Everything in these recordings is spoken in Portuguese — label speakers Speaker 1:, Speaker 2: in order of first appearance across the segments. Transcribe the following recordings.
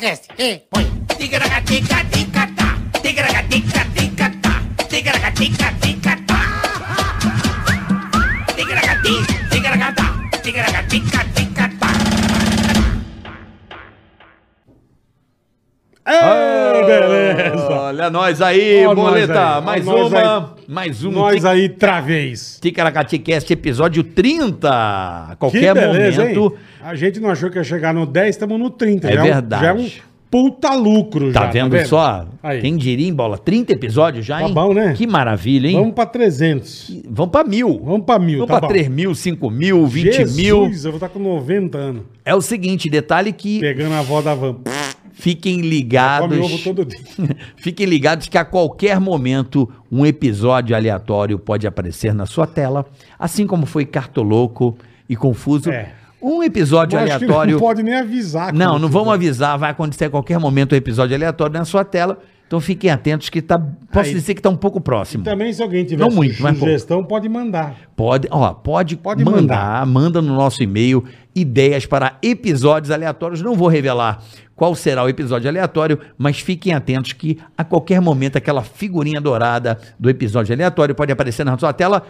Speaker 1: desce, e põe. Tigaracatica-ticatá, tigaracatica-ticatá, tigaracatica-ticatá. Tigaracati, tigaracatá, tigaracatica-ticatá.
Speaker 2: Ei, Ah, beleza!
Speaker 3: Ah, Olha nós aí,
Speaker 2: Ó nós
Speaker 3: boleta.
Speaker 2: aí, ó
Speaker 3: mais,
Speaker 2: nós
Speaker 3: uma, mais um uma.
Speaker 2: Nós aí, travês.
Speaker 3: Ticaracatecast, episódio 30.
Speaker 2: Que
Speaker 3: Qualquer
Speaker 2: beleza,
Speaker 3: momento.
Speaker 2: hein? A gente não achou que ia chegar no 10, estamos no 30.
Speaker 3: É
Speaker 2: já um-
Speaker 3: verdade.
Speaker 2: Já é um puta lucro
Speaker 3: Tá,
Speaker 2: já.
Speaker 3: vendo só?
Speaker 2: Aí.
Speaker 3: Quem diria, hein, bola? 30 episódios já,
Speaker 2: Tá
Speaker 3: hein?
Speaker 2: bom, né?
Speaker 3: Que maravilha, hein?
Speaker 2: Vamos pra 300.
Speaker 3: Vamos pra mil.
Speaker 2: Vamos pra mil,
Speaker 3: Vamos
Speaker 2: tá
Speaker 3: pra
Speaker 2: bom.
Speaker 3: 3 mil, 5 mil, 20
Speaker 2: Jesus,
Speaker 3: mil.
Speaker 2: eu vou estar com 90 anos.
Speaker 3: É o seguinte, detalhe que
Speaker 2: Pegando a avó da van.
Speaker 3: fiquem
Speaker 2: Come ovo
Speaker 3: ligados.
Speaker 2: todo dia.
Speaker 3: Fiquem ligados que a qualquer momento um episódio aleatório pode aparecer na sua tela, assim como foi Cartoloco e Confuso.
Speaker 2: É.
Speaker 3: Um episódio
Speaker 2: Eu acho que
Speaker 3: aleatório.
Speaker 2: Não pode nem avisar.
Speaker 3: Não,
Speaker 2: quando
Speaker 3: não
Speaker 2: tiver.
Speaker 3: vamos avisar, vai acontecer a qualquer momento um episódio aleatório na sua tela. Então fiquem atentos que tá, posso
Speaker 2: Aí.
Speaker 3: dizer que tá um pouco próximo.
Speaker 2: Também, se alguém tiver
Speaker 3: Não muito, mas
Speaker 2: sugestão, pode mandar.
Speaker 3: Pode, ó, pode,
Speaker 2: Pode
Speaker 3: mandar, manda no nosso e-mail ideias para episódios aleatórios. Não vou revelar qual será o episódio aleatório, mas fiquem atentos que a qualquer momento aquela figurinha dourada do episódio aleatório pode aparecer na sua tela.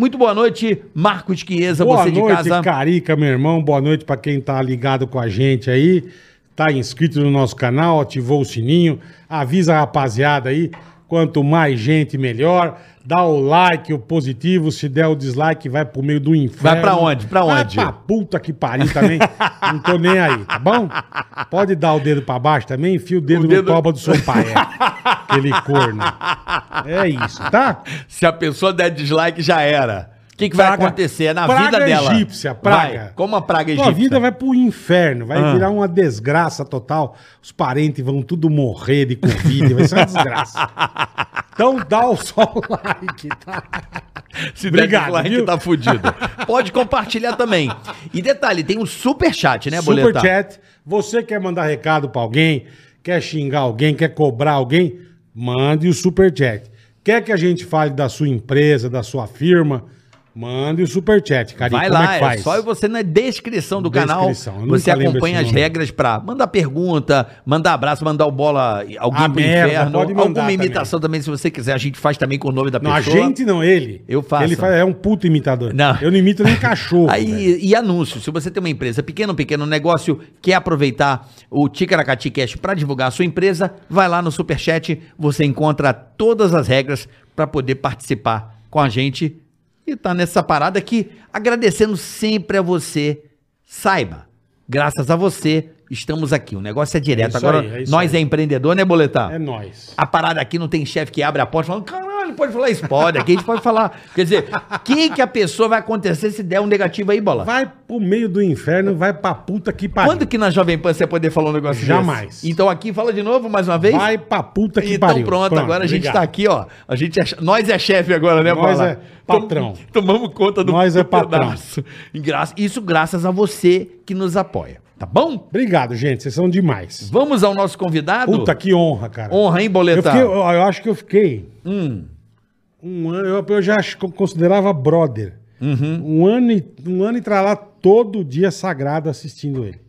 Speaker 3: Muito boa noite, Marcos Chiesa,
Speaker 2: Boa
Speaker 3: você
Speaker 2: noite,
Speaker 3: de casa.
Speaker 2: Carica, meu irmão. Boa noite pra quem tá ligado com a gente aí. Tá inscrito no nosso canal, ativou o sininho. Avisa a rapaziada aí. Quanto mais gente, melhor. Dá o like, o positivo. Se der o dislike, vai pro meio do inferno.
Speaker 3: Vai pra onde? Pra onde?
Speaker 2: Vai pra puta que pariu também. Não tô nem aí, tá bom? Pode dar o dedo pra baixo também. Enfia o dedo,
Speaker 3: dedo-
Speaker 2: no toba do seu pai. É. Aquele corno. É isso, tá?
Speaker 3: Se a pessoa der dislike, já era. O que, que vai
Speaker 2: Praga-
Speaker 3: acontecer na
Speaker 2: praga é
Speaker 3: vida dela?
Speaker 2: egípcia, praga.
Speaker 3: Vai, como a praga
Speaker 2: Tua
Speaker 3: egípcia. Ah.
Speaker 2: vida vai pro inferno, vai virar uma desgraça total. Os parentes vão tudo morrer de Covid, vai ser uma desgraça. Então dá o só o like, tá?
Speaker 3: Se
Speaker 2: Obrigado,
Speaker 3: der dislike,
Speaker 2: viu?
Speaker 3: tá fudido. Pode compartilhar também. E detalhe, tem um super chat, né, Boleta?
Speaker 2: Super chat. Você quer mandar recado pra alguém, quer xingar alguém, quer cobrar alguém, mande o super chat. Quer que a gente fale da sua empresa, da sua firma, mande o super chat, cara.
Speaker 3: Vai
Speaker 2: como
Speaker 3: lá,
Speaker 2: é
Speaker 3: é,
Speaker 2: que faz?
Speaker 3: só você na descrição do
Speaker 2: Descrição, eu
Speaker 3: canal.
Speaker 2: nunca
Speaker 3: Você
Speaker 2: lembro
Speaker 3: acompanha
Speaker 2: esse
Speaker 3: as
Speaker 2: nome.
Speaker 3: regras pra mandar pergunta, mandar abraço, mandar o bola alguém
Speaker 2: A
Speaker 3: pro
Speaker 2: Ah, merda,
Speaker 3: inferno.
Speaker 2: pode mandar
Speaker 3: Alguma
Speaker 2: também.
Speaker 3: imitação também. se você quiser. A gente faz também com o nome da
Speaker 2: Não, a
Speaker 3: pessoa.
Speaker 2: gente não, ele.
Speaker 3: Eu faço.
Speaker 2: Ele faz- é um puto imitador.
Speaker 3: Não.
Speaker 2: Eu não imito nem cachorro.
Speaker 3: Aí,
Speaker 2: velho.
Speaker 3: e anúncio, se você tem uma empresa pequeno, pequeno negócio, quer aproveitar o Ticaracati Cash para divulgar a sua empresa, vai lá no Superchat, você encontra todas as regras para poder participar com a gente e tá nessa parada aqui, agradecendo sempre a você. Saiba, graças a você, estamos aqui. O negócio é direto.
Speaker 2: É isso
Speaker 3: Agora,
Speaker 2: aí, é isso
Speaker 3: nós
Speaker 2: aí.
Speaker 3: é empreendedor, né, Boletar?
Speaker 2: É nós.
Speaker 3: A parada aqui não tem chefe que abre a porta falando, caralho, pode falar isso? Pode, aqui a gente pode falar. Quer dizer, o que, que a pessoa vai acontecer se der um negativo aí, bola?
Speaker 2: Vai pro meio do inferno, vai pra puta que pariu.
Speaker 3: Quando que na Jovem Pan você vai poder falar um negócio
Speaker 2: Jamais.
Speaker 3: desse? Então aqui, fala de novo, mais uma vez.
Speaker 2: Vai pra puta que
Speaker 3: então
Speaker 2: pariu.
Speaker 3: pronto, agora a gente tá aqui, ó. A gente é che- nós é chefe agora, né,
Speaker 2: Nós
Speaker 3: Bola?
Speaker 2: é patrão.
Speaker 3: Tom- Tomamos conta do,
Speaker 2: Nós é
Speaker 3: do
Speaker 2: patrão.
Speaker 3: pedaço. E gra- Isso graças a você que nos apoia, tá bom?
Speaker 2: Obrigado, gente. Vocês são demais.
Speaker 3: Vamos ao nosso convidado?
Speaker 2: Puta que honra, cara.
Speaker 3: Honra, hein,
Speaker 2: eu,
Speaker 3: Boletar?
Speaker 2: fiquei- eu- eu acho que eu fiquei
Speaker 3: Hum.
Speaker 2: um ano. Eu, eu já acho que eu considerava brother.
Speaker 3: Uhum.
Speaker 2: Um ano e um ano e tra lá todo dia sagrado assistindo ele.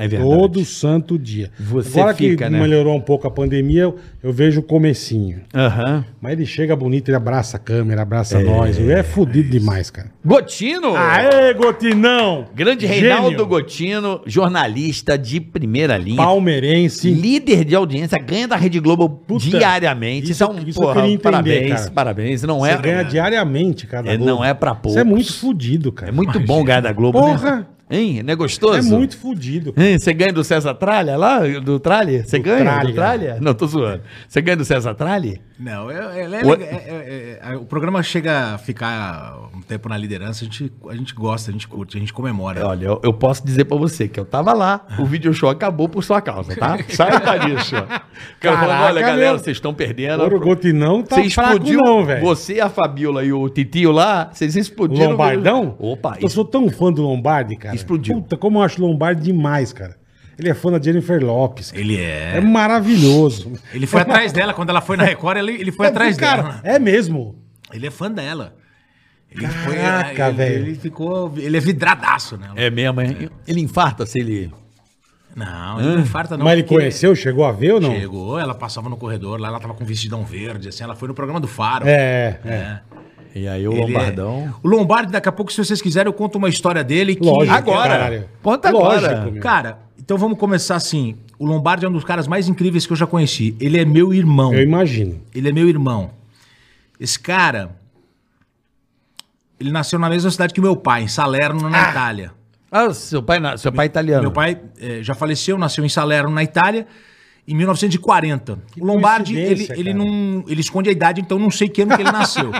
Speaker 3: É
Speaker 2: Todo santo dia.
Speaker 3: Você
Speaker 2: Agora
Speaker 3: fica,
Speaker 2: que
Speaker 3: né?
Speaker 2: melhorou um pouco a pandemia, eu, eu vejo o comecinho.
Speaker 3: Aham.
Speaker 2: Mas ele chega bonito, ele abraça a câmera, abraça nós. Ele é fudido demais, cara.
Speaker 3: Gotino!
Speaker 2: Aê, Gotinão!
Speaker 3: Grande Reinaldo Gotino, jornalista de primeira linha.
Speaker 2: Palmeirense.
Speaker 3: Líder de audiência, ganha da Rede Globo
Speaker 2: Puta,
Speaker 3: diariamente.
Speaker 2: isso-
Speaker 3: então,
Speaker 2: isso eu
Speaker 3: porra,
Speaker 2: queria entender,
Speaker 3: parabéns,
Speaker 2: cara.
Speaker 3: parabéns. Não
Speaker 2: Você
Speaker 3: é,
Speaker 2: ganha diariamente cada
Speaker 3: É,
Speaker 2: gol.
Speaker 3: não é pra poucos.
Speaker 2: Você é muito fudido, cara.
Speaker 3: é muito bom ganhar da Globo, né?
Speaker 2: Porra!
Speaker 3: Hein? Não é gostoso?
Speaker 2: É muito fudido. cara.
Speaker 3: Hein, Você ganha do César Tralha lá? Do Tralha? Você
Speaker 2: Do
Speaker 3: ganha
Speaker 2: Tralha.
Speaker 3: do Tralha? Não, tô zoando. Você ganha do César Tralha?
Speaker 4: Não, é, é, é,
Speaker 3: Oi?
Speaker 4: é- é- é- o programa chega a ficar um tempo na liderança, a gente, a gente gosta, a gente curte, a gente comemora.
Speaker 3: Olha, eu, eu posso dizer pra você que eu tava lá, o video show acabou por sua causa, tá? Saiba disso. O cara falando,
Speaker 2: Caraca,
Speaker 3: olha, galera,
Speaker 2: meu.
Speaker 3: vocês estão perdendo.
Speaker 2: Agora o Gotinão tá
Speaker 3: você
Speaker 2: fraco
Speaker 3: explodiu,
Speaker 2: não, velho.
Speaker 3: você, a Fabiola e o Titio lá, vocês
Speaker 2: O
Speaker 3: explodiram.
Speaker 2: Lombardão?
Speaker 3: Opa,
Speaker 2: Eu sou tão fã do Lombardi, cara.
Speaker 3: Explodiu.
Speaker 2: Puta, como eu acho o Lombardi demais, cara. Ele é fã da Jennifer Lopes. cara.
Speaker 4: Ele é.
Speaker 2: É maravilhoso.
Speaker 4: Ele foi atrás dela, quando ela foi na Record, ele, ele foi
Speaker 2: É,
Speaker 4: atrás
Speaker 2: cara,
Speaker 4: dela.
Speaker 2: É mesmo.
Speaker 4: Ele é fã dela. Ele ah,
Speaker 2: Caraca,
Speaker 4: ele-
Speaker 2: velho.
Speaker 4: Ele ficou. Ele é vidradaço nela.
Speaker 3: É mesmo, hein? Ele infarta se ele.
Speaker 4: Não, ele não infarta não.
Speaker 2: Mas ele
Speaker 4: porque-
Speaker 2: conheceu, chegou a ver ou não?
Speaker 4: Chegou, ela passava no corredor, lá ela tava com um vestidão verde, assim, ela foi no programa do Faro.
Speaker 2: É, é.
Speaker 5: E aí o
Speaker 4: Ele é-
Speaker 5: Lombardão.
Speaker 4: O Lombardi, daqui a pouco, se vocês quiserem, eu conto uma história dele que...
Speaker 2: Lógico.
Speaker 6: Agora.
Speaker 2: caralho.
Speaker 6: Conta agora.
Speaker 2: Lógico, meu.
Speaker 4: Cara, então vamos começar assim. O Lombardi é um dos caras mais incríveis que eu já conheci. Ele é meu irmão.
Speaker 2: Eu imagino.
Speaker 4: Ele é meu irmão. Esse cara... Ele nasceu na mesma cidade que meu pai, em Salerno, na Itália.
Speaker 6: Ah, seu pai, na- seu pai é italiano.
Speaker 4: Meu pai eh, já faleceu, nasceu em Salerno, na Itália, em 1940. o Lombardi, ele,
Speaker 2: coincidência,
Speaker 4: ele
Speaker 2: cara.
Speaker 4: não. Ele esconde a idade, então não sei que ano que ele nasceu.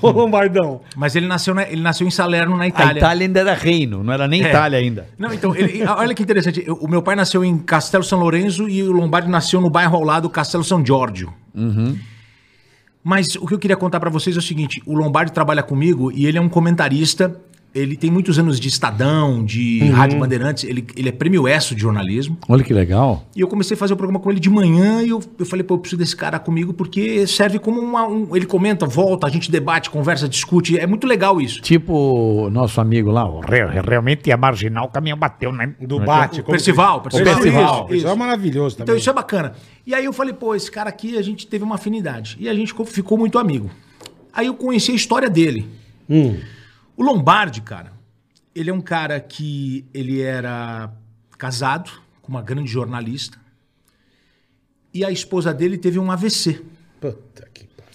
Speaker 2: Ô, Lombardão.
Speaker 4: Mas ele nasceu, na- ele nasceu em Salerno, na
Speaker 6: A
Speaker 4: Itália.
Speaker 6: Ah, Itália ainda era reino, não era nem
Speaker 4: É.
Speaker 6: Itália ainda.
Speaker 4: Não, então, ele- olha que interessante. eu- o meu pai nasceu em Castelo São Lourenço e o Lombardi nasceu no bairro ao lado, Castelo São Giorgio. Mas o que eu queria contar pra vocês é o seguinte: o Lombardi trabalha comigo e ele é um comentarista. Ele tem muitos anos de Estadão, de Rádio Bandeirantes. Ele, ele é prêmio ESSO de jornalismo.
Speaker 5: Olha que legal.
Speaker 4: E eu comecei a fazer o programa com ele de manhã e eu, eu falei, pô, eu preciso desse cara comigo porque serve como uma, um. Ele comenta, volta, a gente debate, conversa, discute. É muito legal isso.
Speaker 5: Tipo o nosso amigo lá, o Re-
Speaker 6: é
Speaker 5: realmente a marginal o caminho bateu, né?
Speaker 2: Do Bate.
Speaker 4: é O Percival, Percival.
Speaker 2: Percival.
Speaker 4: Isso,
Speaker 2: Percival é
Speaker 4: isso.
Speaker 2: maravilhoso também.
Speaker 4: Então isso é bacana. E aí eu falei, pô, esse cara aqui a gente teve uma afinidade. E a gente ficou- ficou muito amigo. Aí eu conheci a história dele.
Speaker 2: Hum.
Speaker 4: O Lombardi, cara, ele é um cara que ele era casado com uma grande jornalista. E a esposa dele teve um AVC.
Speaker 2: Puta que pariu.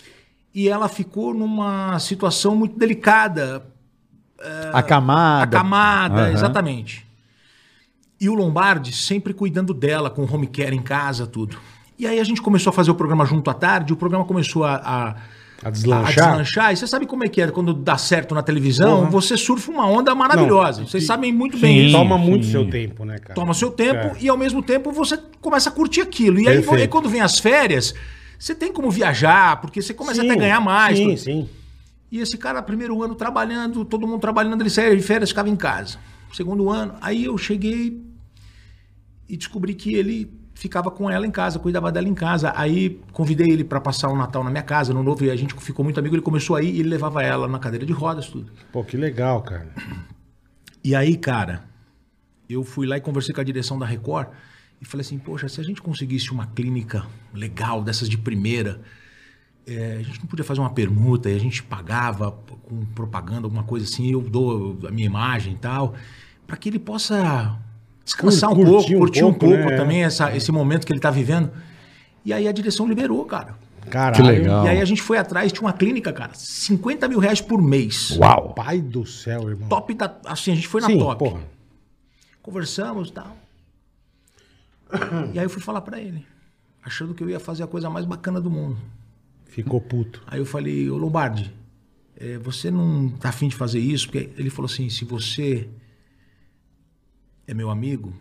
Speaker 4: e ela ficou numa situação muito delicada,
Speaker 5: A camada.
Speaker 4: acamada, exatamente. E o Lombardi sempre cuidando dela, com home care em casa, tudo. E aí a gente começou a fazer o programa junto à tarde, o programa começou a, a,
Speaker 2: A
Speaker 4: a
Speaker 2: deslanchar?
Speaker 4: deslanchar. E você sabe como é que é, quando dá certo na televisão, você surfa uma onda maravilhosa.
Speaker 2: Não,
Speaker 4: Vocês
Speaker 2: e-
Speaker 4: sabem muito
Speaker 2: Sim,
Speaker 4: bem isso.
Speaker 2: Toma muito seu tempo, né, cara?
Speaker 4: Toma seu
Speaker 2: É.
Speaker 4: tempo e ao mesmo tempo você começa a curtir aquilo. E aí,
Speaker 2: Perfeito.
Speaker 4: aí quando vem as férias, você tem como viajar, porque você começa
Speaker 2: Sim,
Speaker 4: até a ganhar mais.
Speaker 2: Sim,
Speaker 4: tudo.
Speaker 2: sim.
Speaker 4: E esse cara, primeiro ano trabalhando, todo mundo trabalhando, ele saía de férias, ficava em casa. Segundo ano, aí eu cheguei e descobri que ele ficava com ela em casa, cuidava dela em casa. Aí convidei ele para passar o Natal na minha casa, no novo, e a gente ficou muito amigo. Ele começou aí e ele levava ela na cadeira de rodas, tudo.
Speaker 2: Pô, que legal, cara.
Speaker 4: E aí, cara, eu fui lá e conversei com a direção da Record e falei assim: poxa, se a gente conseguisse uma clínica legal, dessas de primeira, eh, a gente não podia fazer uma permuta e a gente pagava p- com propaganda, alguma coisa assim, eu dou a minha imagem e tal, para que ele possa descansar
Speaker 2: Cur-
Speaker 4: um pouco,
Speaker 2: curtir um
Speaker 4: curtir um
Speaker 2: pouco,
Speaker 4: pouco,
Speaker 2: né?
Speaker 4: também essa- esse momento que ele tá vivendo. E aí a direção liberou, cara.
Speaker 2: Caralho.
Speaker 5: Que legal.
Speaker 4: E aí a gente foi atrás, tinha uma clínica, cara, 50 mil reais por mês.
Speaker 5: Uau!
Speaker 2: Pai do céu, irmão.
Speaker 4: Top da. Assim, a gente foi na
Speaker 2: Sim,
Speaker 4: top
Speaker 2: porra.
Speaker 4: conversamos e tal. E aí eu fui falar pra ele, achando que eu ia fazer a coisa mais bacana do mundo.
Speaker 2: Ficou puto.
Speaker 4: Aí eu falei, ô Lombardi, eh, você não tá afim de fazer isso? Porque ele falou assim, se você é meu amigo,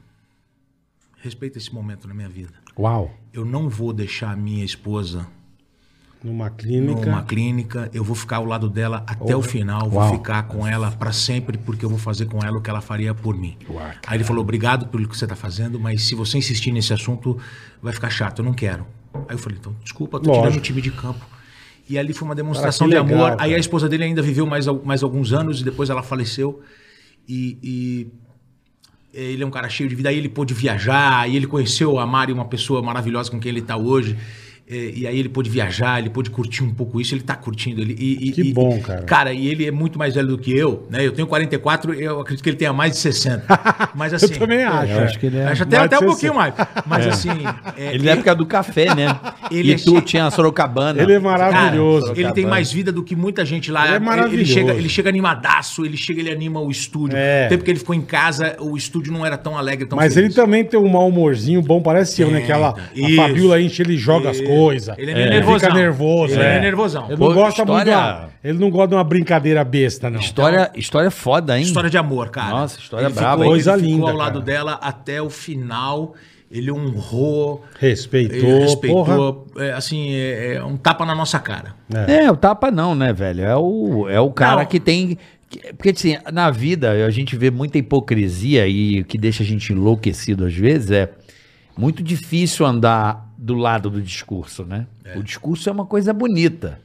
Speaker 4: respeita esse momento na minha vida.
Speaker 5: Uau!
Speaker 4: Eu não vou deixar a minha esposa
Speaker 2: Numa clínica.
Speaker 4: numa clínica, eu vou ficar ao lado dela até o final, vou ficar com ela pra sempre, porque eu vou fazer com ela o que ela faria por mim. Aí ele falou: obrigado pelo que você tá fazendo, mas se você insistir nesse assunto, vai ficar chato, eu não quero. Aí eu falei: então, desculpa, tô
Speaker 2: Lógico.
Speaker 4: tirando o time de campo. E ali foi uma demonstração
Speaker 2: Cara, que
Speaker 4: de
Speaker 2: legal,
Speaker 4: amor. Aí
Speaker 2: cara.
Speaker 4: a esposa dele ainda viveu mais, al- mais alguns anos e depois ela faleceu. E, e ele é um cara cheio de vida, aí ele pôde viajar, e ele conheceu a Mari, uma pessoa maravilhosa com quem ele está hoje. é, E, e aí ele pôde viajar, ele pôde curtir um pouco isso, ele tá curtindo. Ele, e- e-
Speaker 2: Que
Speaker 4: e-
Speaker 2: bom, cara.
Speaker 4: Cara, e ele é muito mais velho do que eu, né? Eu tenho 44, eu acredito que ele tenha mais de 60. Mas assim.
Speaker 2: também acho.
Speaker 5: Eu acho que ele é.
Speaker 4: Acho até,
Speaker 2: Mais
Speaker 4: até
Speaker 2: de
Speaker 4: um pouquinho
Speaker 2: 60.
Speaker 4: mais. Mas assim. é,
Speaker 6: Ele na época do café, né?
Speaker 4: Ele
Speaker 6: e tu
Speaker 4: é-
Speaker 6: tinha a Sorocabana.
Speaker 2: Ele é
Speaker 4: Cara,
Speaker 2: maravilhoso.
Speaker 4: ele tem mais vida do que muita gente lá.
Speaker 2: Ele é maravilhoso.
Speaker 4: chega, ele chega animadaço, ele chega, ele anima o estúdio.
Speaker 2: É.
Speaker 4: Até porque ele ficou em casa, o estúdio não era tão alegre, tão
Speaker 2: Mas ele
Speaker 4: feliz.
Speaker 2: também tem um mau humorzinho bom, parece eu, né? Que ela,
Speaker 4: Isso.
Speaker 2: a Fabiola enche, ele joga as coisas.
Speaker 4: Ele é meio nervosão.
Speaker 2: Fica nervoso.
Speaker 4: Ele é
Speaker 2: é.
Speaker 4: meio nervosão.
Speaker 2: Ele
Speaker 6: Pô,
Speaker 2: não gosta muito.
Speaker 6: história-
Speaker 2: da- Ele não gosta de uma brincadeira besta, não.
Speaker 6: História, história foda, hein?
Speaker 4: História de amor, cara.
Speaker 6: Nossa, história
Speaker 4: Ele
Speaker 6: braba,
Speaker 4: ficou-
Speaker 6: hein?
Speaker 2: Coisa
Speaker 4: ele ficou
Speaker 2: linda,
Speaker 4: ao lado
Speaker 2: cara.
Speaker 4: dela até o final. Ele honrou.
Speaker 2: Respeitou,
Speaker 4: Ele
Speaker 2: porra.
Speaker 4: respeitou. é, assim, é, é um tapa na nossa cara.
Speaker 6: É, o tapa não, né, velho? É o, é o cara
Speaker 4: Não.
Speaker 6: que tem. que- Porque, assim, na vida a gente vê muita hipocrisia e o que deixa a gente enlouquecido às vezes é muito difícil andar do lado do discurso, né? O discurso é uma coisa bonita,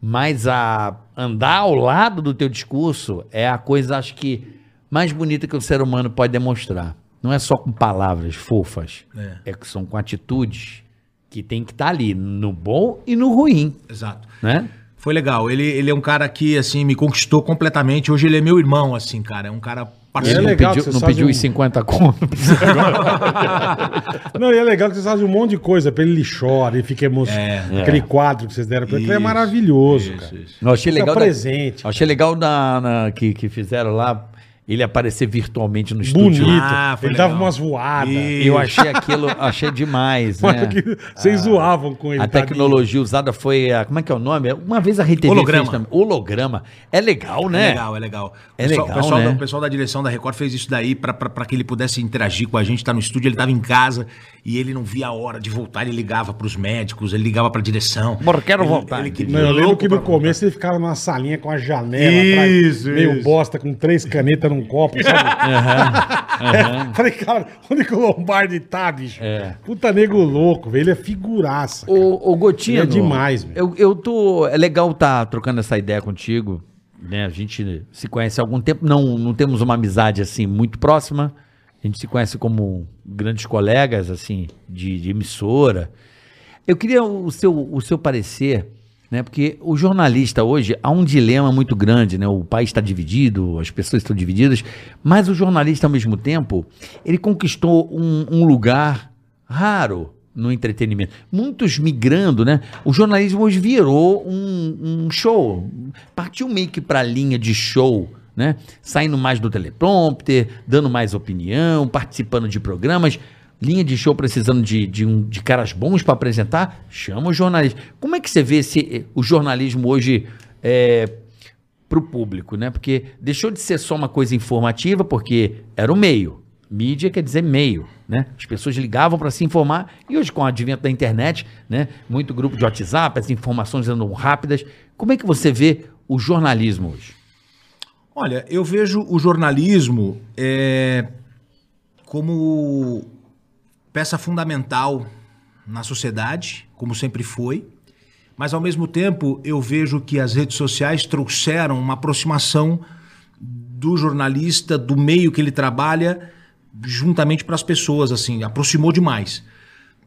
Speaker 6: mas a andar ao lado do teu discurso é a coisa, acho que, mais bonita que o ser humano pode demonstrar.
Speaker 3: não é só com palavras fofas,
Speaker 4: É.
Speaker 3: é, que são com atitudes que tem
Speaker 6: tá
Speaker 3: que estar ali, no bom e no ruim,
Speaker 4: Exato.
Speaker 3: né?
Speaker 4: Foi legal. Ele, ele é um cara que, assim, me conquistou completamente. Hoje ele é meu irmão, assim, cara. É um cara
Speaker 2: É
Speaker 4: parceiro.
Speaker 3: não
Speaker 2: legal que
Speaker 3: pediu,
Speaker 2: você
Speaker 3: não
Speaker 2: sabe
Speaker 3: pediu
Speaker 2: um-
Speaker 3: os 50 conto.
Speaker 2: Não, e é legal que vocês fazem um monte de coisa pra ele, ele chora, ele fica emocionado. Aquele quadro que vocês deram pra ele, aquilo é
Speaker 4: É, Isso,
Speaker 2: maravilhoso,
Speaker 4: isso,
Speaker 2: cara.
Speaker 4: isso.
Speaker 3: Não, achei
Speaker 2: Isso é
Speaker 3: legal. da-
Speaker 2: presente.
Speaker 3: achei legal da, na- que, que fizeram lá ele aparecer virtualmente no
Speaker 2: Bonito.
Speaker 3: estúdio.
Speaker 4: Ah, foi
Speaker 2: ele
Speaker 4: legal.
Speaker 2: dava umas voadas.
Speaker 4: E-
Speaker 3: Eu achei aquilo, achei demais, né?
Speaker 2: Olha que- Vocês
Speaker 4: Ah.
Speaker 2: zoavam com ele.
Speaker 3: A
Speaker 2: tadinho.
Speaker 3: tecnologia usada foi a. Como é que é o nome? Uma vez a RTV
Speaker 4: Holograma.
Speaker 3: fez também. Holograma. É legal, né?
Speaker 4: É legal, é legal.
Speaker 3: É
Speaker 4: O pessoal-
Speaker 3: legal,
Speaker 4: o pessoal,
Speaker 3: né?
Speaker 4: da, o pessoal da direção da Record fez isso daí pra- pra pra que ele pudesse interagir com a gente, tá no estúdio, ele tava em casa e ele não via a hora de voltar, ele ligava pros médicos, ele ligava pra direção.
Speaker 7: Amor, quero
Speaker 4: Ele-
Speaker 7: voltar.
Speaker 4: ele queria
Speaker 2: Não, eu lembro
Speaker 4: louco
Speaker 2: que no
Speaker 4: pra-
Speaker 2: começo ele ficava numa salinha com a janela
Speaker 4: Isso,
Speaker 2: meio
Speaker 4: isso.
Speaker 2: bosta, com três canetas num copo, sabe? É, falei, cara, onde que o Lombardi tá, bicho?
Speaker 4: É.
Speaker 2: Puta nego louco, velho. Ele é figuraça.
Speaker 3: O, Gotinha.
Speaker 2: Ele é demais, meu.
Speaker 3: eu, eu tô. É legal estar trocando essa ideia contigo. Né? A gente se conhece há algum tempo. Não, não temos uma amizade assim muito próxima. A gente se conhece como grandes colegas, assim, de, de emissora. Eu queria o seu, o seu parecer, né? Porque o jornalista hoje há um dilema muito grande, né? O país está dividido, as pessoas estão divididas, mas o jornalista, ao mesmo tempo, ele conquistou um, um lugar raro no entretenimento. Muitos migrando, né? O jornalismo hoje virou um, um show. Partiu meio que para a linha de show né? Saindo mais do teleprompter, dando mais opinião, participando de programas. Linha de show precisando de, de, um- de caras bons para apresentar, chama o jornalista. Como é que você vê esse, o jornalismo hoje é, para o público, né? Porque deixou de ser só uma coisa informativa, porque era o meio. Mídia quer dizer meio, né? As pessoas ligavam para se informar e hoje com o advento da internet, né? Muito grupo de WhatsApp, as informações andam rápidas. Como é que você vê o jornalismo hoje?
Speaker 4: Olha, eu vejo o jornalismo é, como peça fundamental na sociedade, como sempre foi, mas ao mesmo tempo eu vejo que as redes sociais trouxeram uma aproximação do jornalista, do meio que ele trabalha, juntamente para as pessoas, assim, aproximou demais.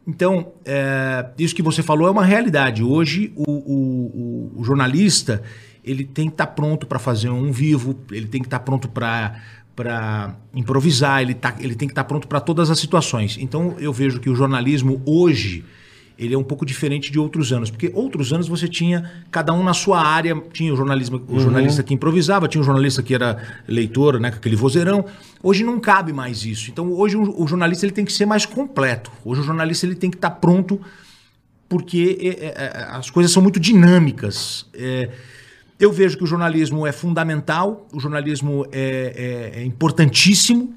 Speaker 4: Então, é, isso que você falou é uma realidade. Hoje, o, o- o- o jornalista ele tem que estar pronto para fazer um vivo, ele tem que estar pronto para para improvisar, ele, tá, ele tem que estar pronto para todas as situações. Então, eu vejo que o jornalismo hoje ele é um pouco diferente de outros anos, porque outros anos você tinha cada um na sua área, tinha o jornalismo, o jornalista que improvisava, tinha o jornalista que era leitor, né, com aquele vozeirão. Hoje não cabe mais isso. Então hoje o o jornalista ele tem que ser mais completo. Hoje o jornalista ele tem que estar pronto porque é, é, é, as coisas são muito dinâmicas. É, eu vejo que o jornalismo é fundamental, o jornalismo é- é- é importantíssimo.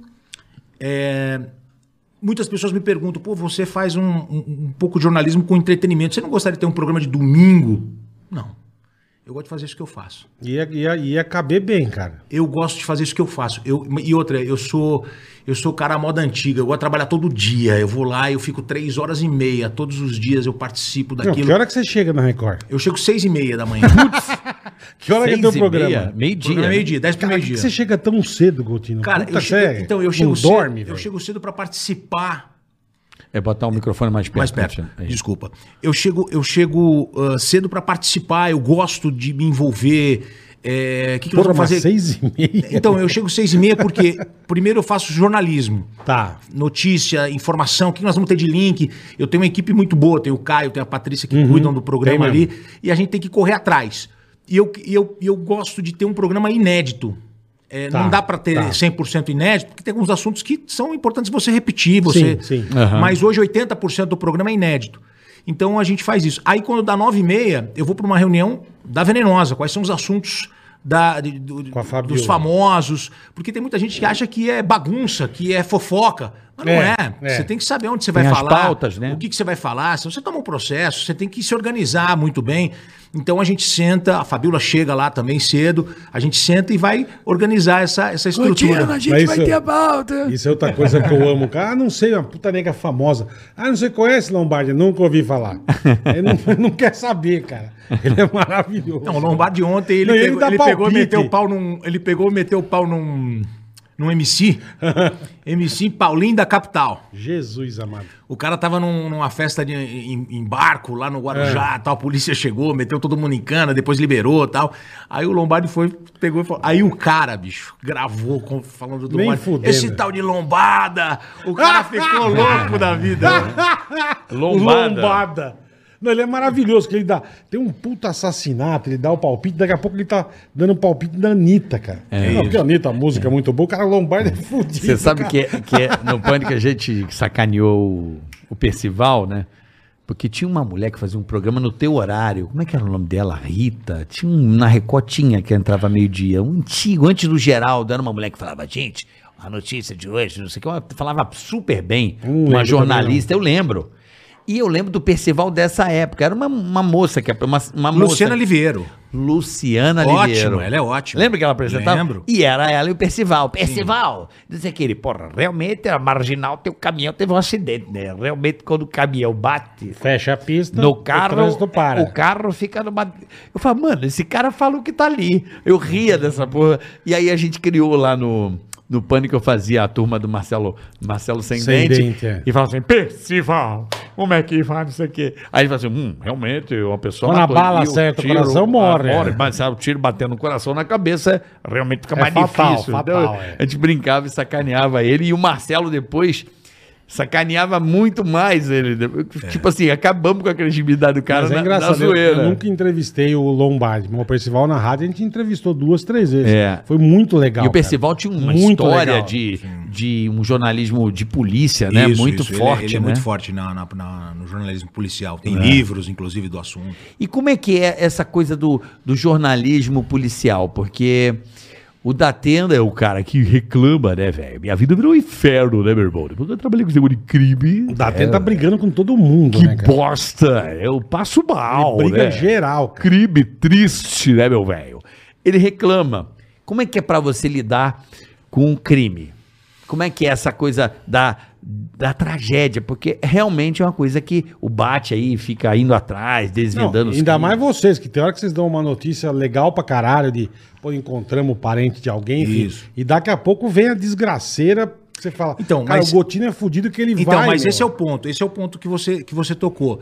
Speaker 4: Muitas pessoas me perguntam, pô, você faz um, um- um pouco de jornalismo com entretenimento. Você não gostaria de ter um programa de domingo? Não. Eu gosto de fazer isso que eu faço.
Speaker 2: Ia, ia, ia é, caber bem, cara.
Speaker 4: Eu gosto de fazer isso que eu faço. Eu, e outra, eu sou eu sou cara à moda antiga. Eu gosto de trabalhar todo dia. Eu vou lá, eu fico três horas e meia. Todos os dias eu participo
Speaker 2: Não,
Speaker 4: daquilo.
Speaker 2: que hora que você chega na Record?
Speaker 4: Eu chego seis e meia da manhã.
Speaker 2: Que hora que é
Speaker 3: Seis
Speaker 2: teu
Speaker 3: e
Speaker 2: programa?
Speaker 3: meia, Meio-dia. né?
Speaker 4: Programa é meio-dia, dez para
Speaker 2: Cara, por que
Speaker 4: meio-dia.
Speaker 2: você chega tão cedo, Gotinho?
Speaker 4: Cara,
Speaker 2: Puta,
Speaker 4: eu chego,
Speaker 2: você
Speaker 4: então eu
Speaker 2: não
Speaker 4: chego cedo.
Speaker 2: dorme,
Speaker 4: eu
Speaker 2: velho.
Speaker 4: chego cedo para participar
Speaker 3: É botar o microfone mais perto.
Speaker 4: mais perto.
Speaker 3: Cristiano. É isso.
Speaker 4: Desculpa. Eu chego, eu chego ah, cedo pra participar, eu gosto de me envolver. É, que que nós
Speaker 2: Porra,
Speaker 4: vamos
Speaker 2: mas
Speaker 4: fazer?
Speaker 2: seis e meia. é
Speaker 4: Então, eu chego seis e meia porque primeiro eu faço jornalismo.
Speaker 2: Tá.
Speaker 4: Notícia, informação, o que nós vamos ter de link. Eu tenho uma equipe muito boa, tenho o Caio, tenho a Patrícia que cuidam do programa
Speaker 2: Uhum. tem
Speaker 4: ali. E a gente tem que correr atrás. E eu, e eu, e eu gosto de ter um programa inédito. É,
Speaker 2: Tá,
Speaker 4: não dá pra ter
Speaker 2: tá.
Speaker 4: 100% inédito, porque tem alguns assuntos que são importantes você repetir, você...
Speaker 2: Sim, sim.
Speaker 3: Aham.
Speaker 4: Mas hoje 80% do programa é inédito. Então a gente faz isso. Aí quando dá 9h30, eu vou para uma reunião da Venenosa. Quais são os assuntos da, de- do-
Speaker 2: Com a Fabiola.
Speaker 4: dos famosos? Porque tem muita gente que acha que é bagunça, que é fofoca. Mas não
Speaker 2: É,
Speaker 4: é.
Speaker 2: é.
Speaker 4: Você tem que saber onde você
Speaker 3: Tem
Speaker 4: vai
Speaker 3: as
Speaker 4: falar.
Speaker 3: pautas, né?
Speaker 4: O que, que você vai falar. Se você toma um processo, você tem que se organizar muito bem. Então a gente senta, a Fabiola chega lá também cedo, a gente senta e vai organizar essa, essa estrutura.
Speaker 2: Mas É isso-
Speaker 3: pauta.
Speaker 2: Isso é outra coisa que eu amo, cara. Ah, não sei, uma puta nega famosa. Ah, não sei, conhece Lombardi? Nunca ouvi falar. Ele não, não quer saber, cara. Ele é maravilhoso.
Speaker 4: Não, o Lombardi ontem ele,
Speaker 2: Não, ele
Speaker 4: pegou,
Speaker 2: dá
Speaker 4: ele pegou e
Speaker 2: palpite.
Speaker 4: meteu o pau num. Ele pegou e meteu o pau num. num MC. MC Paulinho da Capital.
Speaker 2: Jesus amado.
Speaker 4: O cara tava num- numa festa de, em, em barco lá no Guarujá, tal, a polícia chegou, meteu todo mundo em cana, depois liberou tal. Aí o Lombardi foi, pegou e falou. Aí o cara, bicho, gravou com- falando do
Speaker 2: Nem
Speaker 4: Lombardi.
Speaker 2: fudendo.
Speaker 4: Esse tal de lombada! O cara ficou louco da vida.
Speaker 8: Lombada.
Speaker 2: Lombada. Não, ele é maravilhoso, que ele dá. Tem um puta assassinato, ele dá o palpite, daqui a pouco ele tá dando o palpite da Anitta, cara. É, não, porque a Anitta, a música é muito boa, o cara Lombardi é fudido.
Speaker 3: Você sabe
Speaker 2: cara.
Speaker 3: que, que é- no Pânico a gente sacaneou o, o Percival, né? Porque tinha uma mulher que fazia um programa no teu horário. Como é que era o nome dela? Rita? Tinha um na Recotinha que entrava meio-dia. Um antigo, antes do Geraldo. Era uma mulher que falava, gente, a notícia de hoje, não sei o que. Ela falava super bem.
Speaker 2: Hum, lembro
Speaker 3: uma
Speaker 2: também,
Speaker 3: jornalista, eu lembro. E eu lembro do Percival dessa época. Era uma, uma moça que... é Uma, uma
Speaker 4: Luciana
Speaker 3: moça,
Speaker 4: Oliveiro.
Speaker 3: Luciana
Speaker 4: Ótimo,
Speaker 3: Liviero.
Speaker 4: ela é ótima.
Speaker 3: Lembra que ela apresentava?
Speaker 4: Lembro.
Speaker 3: E era ela e o Percival. Percival, dizia que ele, porra, realmente era marginal, teu caminhão teve um acidente, né? Realmente, quando o caminhão bate
Speaker 2: Fecha a pista,
Speaker 3: no carro,
Speaker 2: o trânsito para.
Speaker 3: o carro fica numa... Eu falo, mano, esse cara fala o que tá ali. Eu ria dessa porra. E aí a gente criou lá no... No pânico eu fazia a turma do Marcelo, Marcelo Sem,
Speaker 2: Sem
Speaker 3: Dente,
Speaker 2: Dente, é.
Speaker 3: e falava assim, Percival, como é que vai, não sei o quê. Aí ele fala assim, hum, realmente, uma pessoa...
Speaker 2: Quando a
Speaker 3: matou
Speaker 2: bala
Speaker 3: e o
Speaker 2: acerta o coração, morre.
Speaker 3: ah, Morre, mas sabe, o tiro batendo no coração, na cabeça, realmente fica
Speaker 2: É
Speaker 3: mais
Speaker 2: fatal,
Speaker 3: difícil.
Speaker 2: fatal,
Speaker 3: Então,
Speaker 2: é.
Speaker 3: A gente brincava e sacaneava ele. E o Marcelo depois sacaneava muito mais ele. Tipo assim, acabamos com a credibilidade do cara
Speaker 2: É. Mas
Speaker 3: na,
Speaker 2: é
Speaker 3: na
Speaker 2: engraçado, eu,
Speaker 3: zoeira.
Speaker 2: eu nunca entrevistei o Lombardi, mas o Percival na rádio a gente entrevistou duas, três vezes.
Speaker 3: É.
Speaker 2: Foi muito legal.
Speaker 3: E o
Speaker 2: cara.
Speaker 3: Percival tinha uma
Speaker 2: Muito
Speaker 3: história
Speaker 2: legal.
Speaker 3: de, de um jornalismo de polícia, né?
Speaker 4: Isso,
Speaker 3: muito
Speaker 4: isso, ele é-
Speaker 3: forte,
Speaker 4: Ele, é
Speaker 3: né? É.
Speaker 4: muito forte na- na- na- no jornalismo policial. Tem livros, inclusive, do assunto.
Speaker 3: E como é que é essa coisa do, do jornalismo policial? Porque o Datena é o cara que reclama, né, velho? Minha vida virou um inferno, né, meu irmão? Depois que eu trabalhei com seguro de crime.
Speaker 2: O Datena tá brigando com todo mundo,
Speaker 3: É. Que
Speaker 2: né, cara?
Speaker 3: bosta! Eu passo mal.
Speaker 2: Briga
Speaker 3: né?
Speaker 2: geral, cara.
Speaker 3: Crime triste, né, meu velho? Ele reclama. Como é que é pra você lidar com o crime? Como é que é essa coisa da, da tragédia? Porque realmente é uma coisa que o bate aí fica indo atrás,
Speaker 2: Não,
Speaker 3: desvendando os
Speaker 2: ainda
Speaker 3: crimes.
Speaker 2: mais vocês, que tem hora que vocês dão uma notícia legal pra caralho de, pô, encontramos o parente de alguém. enfim,
Speaker 4: Isso.
Speaker 2: E daqui a pouco vem a desgraceira, você fala,
Speaker 4: Então,
Speaker 2: cara,
Speaker 4: mas-
Speaker 2: o Gotino é fudido que ele
Speaker 4: Então,
Speaker 2: vai.
Speaker 4: mas
Speaker 2: meu.
Speaker 4: esse é o ponto. Esse é o ponto que você, que você tocou.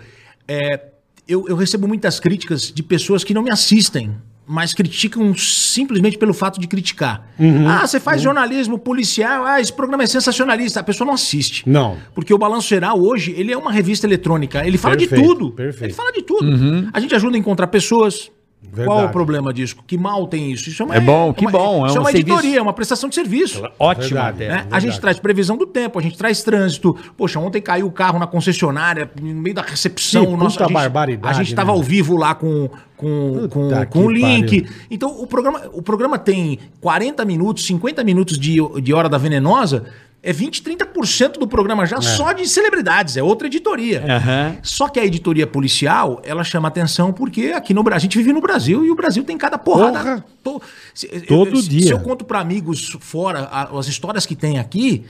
Speaker 4: É, eu, eu recebo muitas críticas de pessoas que não me assistem, mas criticam simplesmente pelo fato de criticar. Ah, você faz jornalismo policial, ah, esse programa é sensacionalista. A pessoa não assiste.
Speaker 2: Não.
Speaker 4: Porque o Balanço Geral hoje, ele é uma revista eletrônica. Ele fala
Speaker 2: Perfeito,
Speaker 4: de tudo.
Speaker 2: perfeito.
Speaker 4: Ele fala de tudo. A gente ajuda a encontrar pessoas. Qual é
Speaker 2: Verdade.
Speaker 4: o problema disso? Que mal tem isso? Isso é uma
Speaker 3: É bom, que
Speaker 4: uma-
Speaker 3: bom, é
Speaker 4: isso é
Speaker 3: um
Speaker 4: uma
Speaker 3: serviço.
Speaker 4: editoria, é uma prestação de serviço.
Speaker 3: Ótimo,
Speaker 2: Verdade. é
Speaker 3: até.
Speaker 4: Né? a
Speaker 2: verdade.
Speaker 4: gente traz previsão do tempo, a gente traz trânsito. Poxa, ontem caiu o carro na concessionária, no meio da recepção.
Speaker 2: Que
Speaker 4: o
Speaker 2: puta
Speaker 4: a gente,
Speaker 2: barbaridade,
Speaker 4: A gente estava
Speaker 2: né?
Speaker 4: ao vivo lá com, com, com,
Speaker 2: Puta
Speaker 4: com o
Speaker 2: que
Speaker 4: link.
Speaker 2: pariu.
Speaker 4: Então, o programa, o programa tem 40 minutos, 50 minutos de, de Hora da Venenosa. É 20, 30% do programa já só de celebridades. É outra editoria.
Speaker 3: Aham.
Speaker 4: Só que a editoria policial, ela chama atenção porque aqui no Brasil, a gente vive no Brasil e o Brasil tem cada porrada.
Speaker 2: Porra!
Speaker 4: To- se- eu-
Speaker 2: Todo
Speaker 4: eu- se-
Speaker 2: dia.
Speaker 4: Se eu conto para amigos fora a- as histórias que tem aqui.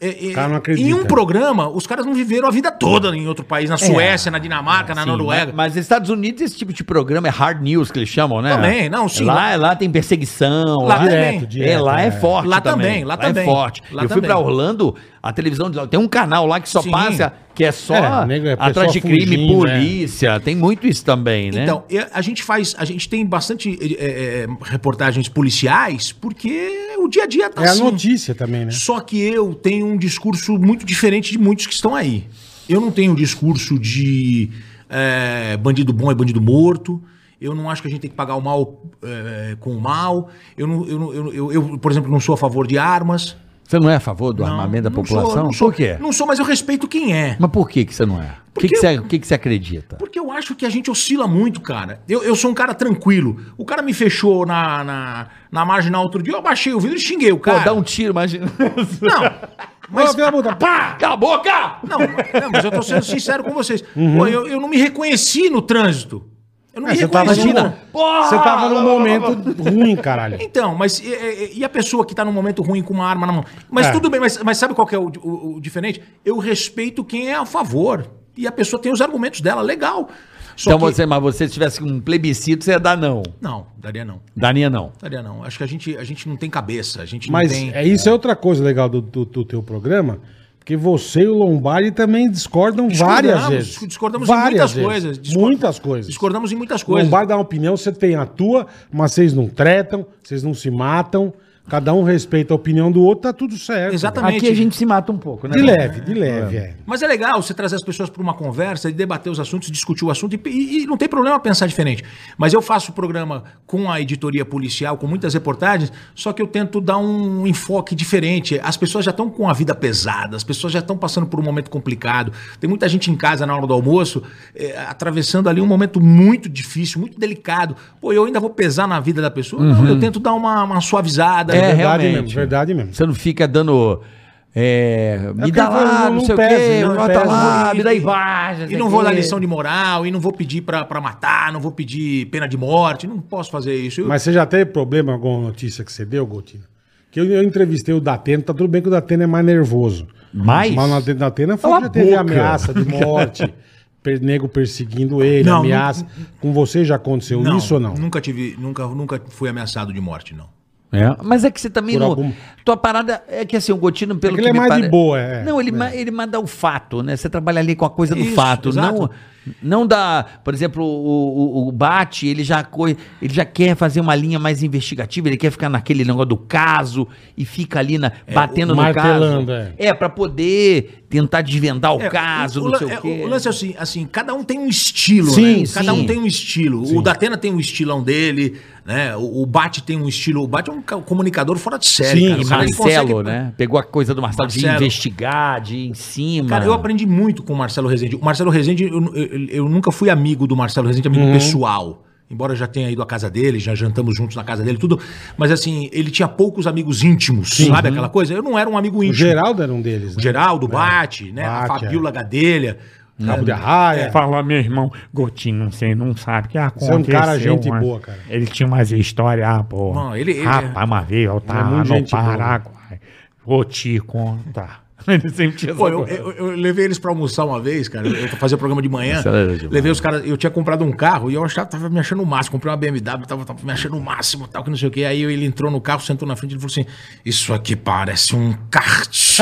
Speaker 4: é- é-
Speaker 2: cara não acredita. É.
Speaker 4: Em um programa, os caras não viveram a vida toda em outro país, na Suécia, na Dinamarca, na
Speaker 3: Sim,
Speaker 4: Noruega.
Speaker 3: Mas, mas nos Estados Unidos esse tipo de programa é hard news que eles chamam, né?
Speaker 4: Também, não, sim.
Speaker 3: Lá, lá tem perseguição. lá
Speaker 4: Lá também.
Speaker 2: Direto,
Speaker 3: é,
Speaker 2: direto.
Speaker 3: lá é
Speaker 2: né?
Speaker 3: forte
Speaker 4: Lá também, lá
Speaker 3: é
Speaker 4: também.
Speaker 3: forte.
Speaker 4: Lá
Speaker 3: eu fui
Speaker 4: também.
Speaker 3: pra Orlando, a televisão de lá, tem um canal lá que só
Speaker 4: Sim.
Speaker 3: passa, que é só
Speaker 2: É, nego, é pessoal
Speaker 3: atrás de crime,
Speaker 2: fugindo, é.
Speaker 3: polícia, tem muito isso também, né?
Speaker 4: Então, e a gente faz, a gente tem bastante é, é, reportagens policiais, porque o dia a dia tá
Speaker 2: É a
Speaker 4: assim.
Speaker 2: notícia também, né?
Speaker 4: Só que eu tenho um discurso muito diferente de muitos que estão aí. Eu não tenho um discurso de é, bandido bom é bandido morto. Eu não acho que a gente tem que pagar o mal é, com o mal. Eu, não, eu, não- eu, eu- eu, por exemplo, não sou a favor de armas.
Speaker 3: você não é a favor do
Speaker 4: Não,
Speaker 3: armamento da
Speaker 4: não sou,
Speaker 3: população?
Speaker 4: não sou.
Speaker 3: por quê?
Speaker 4: Não sou, mas eu respeito quem é.
Speaker 3: Mas por que que você não é? O que,
Speaker 4: Porque
Speaker 3: que,
Speaker 4: eu-
Speaker 3: você, o que que você acredita?
Speaker 4: Porque eu acho que a gente oscila muito, cara. Eu, eu sou um cara tranquilo. O cara me fechou na, na, na marginal outro dia, eu abaixei o vidro e xinguei o cara.
Speaker 3: Pô, dá um tiro, imagina.
Speaker 4: Não,
Speaker 2: Mas...
Speaker 4: mas
Speaker 2: filha da puta, pá!
Speaker 3: Cala a boca!
Speaker 4: Não, não, mas eu tô sendo sincero com vocês. Pô, eu, eu não me reconheci no trânsito. Eu não
Speaker 2: Uhum. É,
Speaker 4: me
Speaker 2: você, tava
Speaker 4: reconheci.
Speaker 2: num...
Speaker 4: Imagina.
Speaker 2: você tava num momento ruim, caralho.
Speaker 4: Então, mas e, e- e a pessoa que tá num momento ruim com uma arma na mão? Mas
Speaker 2: É.
Speaker 4: tudo bem, mas, mas sabe qual que é o, o- o diferente? Eu respeito quem é a favor. E a pessoa tem os argumentos dela, legal. Só
Speaker 3: então
Speaker 4: que-
Speaker 3: você, mas você se tivesse um plebiscito, você ia dar não.
Speaker 4: Não, daria não.
Speaker 3: Daria não.
Speaker 4: Daria não. Acho que a gente, a gente não tem cabeça, a gente
Speaker 2: Mas
Speaker 4: não tem.
Speaker 2: é, isso é outra coisa legal do, do- do teu programa, porque você e o Lombardi também discordam várias
Speaker 4: Discordamos,
Speaker 2: vezes.
Speaker 4: Discordamos
Speaker 2: várias
Speaker 4: em muitas
Speaker 2: vezes.
Speaker 4: coisas. discor-
Speaker 2: Muitas coisas.
Speaker 4: Discordamos em muitas
Speaker 2: O
Speaker 4: coisas.
Speaker 2: Lombardi dá uma opinião, você tem a tua, mas vocês não tretam, vocês não se matam, cada um respeita a opinião do outro, tá tudo certo.
Speaker 4: Exatamente.
Speaker 3: Aqui a gente se mata um pouco, né?
Speaker 2: De leve, de leve, é.
Speaker 4: Mas é legal você trazer as pessoas para uma conversa, e debater os assuntos, discutir o assunto e, e- e não tem problema pensar diferente. Mas eu faço o programa com a editoria policial, com muitas reportagens, só que eu tento dar um enfoque diferente. As pessoas já estão com a vida pesada, as pessoas já estão passando por um momento complicado. Tem muita gente em casa na hora do almoço, eh, atravessando ali um momento muito difícil, muito delicado. Pô, eu ainda vou pesar na vida da pessoa? Não, eu tento dar uma, uma suavizada.
Speaker 3: É,
Speaker 2: Verdade
Speaker 3: realmente.
Speaker 2: mesmo, verdade mesmo.
Speaker 3: Você não fica dando. é, me
Speaker 2: que
Speaker 3: dá
Speaker 2: eu
Speaker 3: lá,
Speaker 2: falo,
Speaker 3: não
Speaker 4: um
Speaker 2: não
Speaker 3: sei o
Speaker 2: pesa,
Speaker 3: quê,
Speaker 2: não
Speaker 3: bota
Speaker 2: pesa.
Speaker 3: lá, me dá
Speaker 4: E-
Speaker 3: embaixo.
Speaker 4: E não vou dar lição de moral, e não vou pedir pra, pra matar, não vou pedir pena de morte, não posso fazer isso. Eu-
Speaker 2: Mas você já teve problema com alguma notícia que você deu, Gotina? Que eu, eu entrevistei o Datena, tá tudo bem que o Datena é mais nervoso.
Speaker 3: Mais?
Speaker 2: Mas o Datena- Datena foi
Speaker 3: Cala
Speaker 2: que já
Speaker 3: a
Speaker 2: teve
Speaker 3: boca.
Speaker 2: ameaça de morte, per, nego perseguindo ele,
Speaker 4: Não,
Speaker 2: ameaça. Com você já aconteceu
Speaker 4: não,
Speaker 2: isso ou não?
Speaker 4: Nunca tive, nunca, nunca fui ameaçado de morte, não.
Speaker 3: É, Mas é que você também
Speaker 2: Por
Speaker 3: não.
Speaker 2: algum-
Speaker 3: Tua parada é que assim, o Gotino, pelo
Speaker 2: É que ele é
Speaker 3: me
Speaker 2: mais de
Speaker 3: pare-
Speaker 2: boa, é.
Speaker 3: Não, ele,
Speaker 2: É.
Speaker 3: ma- ele manda o fato, né? Você trabalha ali com a coisa do
Speaker 4: Isso,
Speaker 3: fato. Não,
Speaker 4: exato.
Speaker 3: não dá. Por exemplo, o, o, o Bate, ele já, co- ele já quer fazer uma linha mais investigativa, ele quer ficar naquele negócio do caso e fica ali na,
Speaker 4: É,
Speaker 3: batendo no caso.
Speaker 2: martelando, é.
Speaker 3: É, pra poder tentar desvendar o
Speaker 4: É,
Speaker 3: caso,
Speaker 4: o,
Speaker 3: não
Speaker 4: lan-
Speaker 3: sei
Speaker 4: é,
Speaker 3: o quê.
Speaker 4: o lance é assim, assim, cada um tem um estilo,
Speaker 3: Sim,
Speaker 4: né? Cada
Speaker 3: sim.
Speaker 4: um tem um estilo. O Datena tem um estilão dele, né? O, o Bate tem um estilo. O Bate é um ca- comunicador fora de série,
Speaker 2: Sim,
Speaker 3: E
Speaker 4: cara. O cara, ele
Speaker 3: Marcelo,
Speaker 4: é consegue-
Speaker 3: né? Pegou a coisa do Marcelo, de
Speaker 4: Marcelo.
Speaker 3: investigar, de ir em cima.
Speaker 4: Cara, eu aprendi muito com o Marcelo Rezende. O Marcelo Rezende, eu, eu- eu nunca fui amigo do Marcelo Rezende, amigo
Speaker 2: Uhum.
Speaker 4: pessoal. Embora eu já tenha ido à casa dele, já jantamos juntos na casa dele, tudo. Mas assim, ele tinha poucos amigos íntimos, sabe aquela coisa? Eu não era um amigo
Speaker 2: Uhum. O
Speaker 4: íntimo.
Speaker 2: Geraldo era um deles.
Speaker 4: O
Speaker 2: né?
Speaker 4: Geraldo Bate, né? a
Speaker 2: Bate, é.
Speaker 4: Fabiola Gadelha.
Speaker 2: Cabo
Speaker 4: né?
Speaker 2: de Arraia.
Speaker 5: Fala, meu irmão, Gotinho, você não sabe o que
Speaker 2: Você é
Speaker 5: aconteceu.
Speaker 2: um cara gente
Speaker 5: mano.
Speaker 2: boa, cara.
Speaker 5: Ele tinha umas histórias, ah, pô.
Speaker 4: Não, ele- é- ele-
Speaker 5: Rapaz, uma vez eu
Speaker 2: é
Speaker 5: tava
Speaker 2: muito
Speaker 5: no
Speaker 2: gente boa.
Speaker 5: Paraguai. Vou te contar. Ele sempre tinha
Speaker 4: Pô,
Speaker 5: essa
Speaker 4: eu,
Speaker 5: coisa.
Speaker 4: eu- eu levei eles pra almoçar uma vez, cara. Eu fazia programa de manhã.
Speaker 2: é
Speaker 3: Isso era demais.
Speaker 4: Levei os caras. Eu tinha comprado um carro e eu achava tava me achando o máximo. Comprei uma BMW, tava, tava me achando o máximo, tal, que não sei o quê. Aí ele entrou no carro, sentou na frente e falou assim: Isso aqui parece um kart.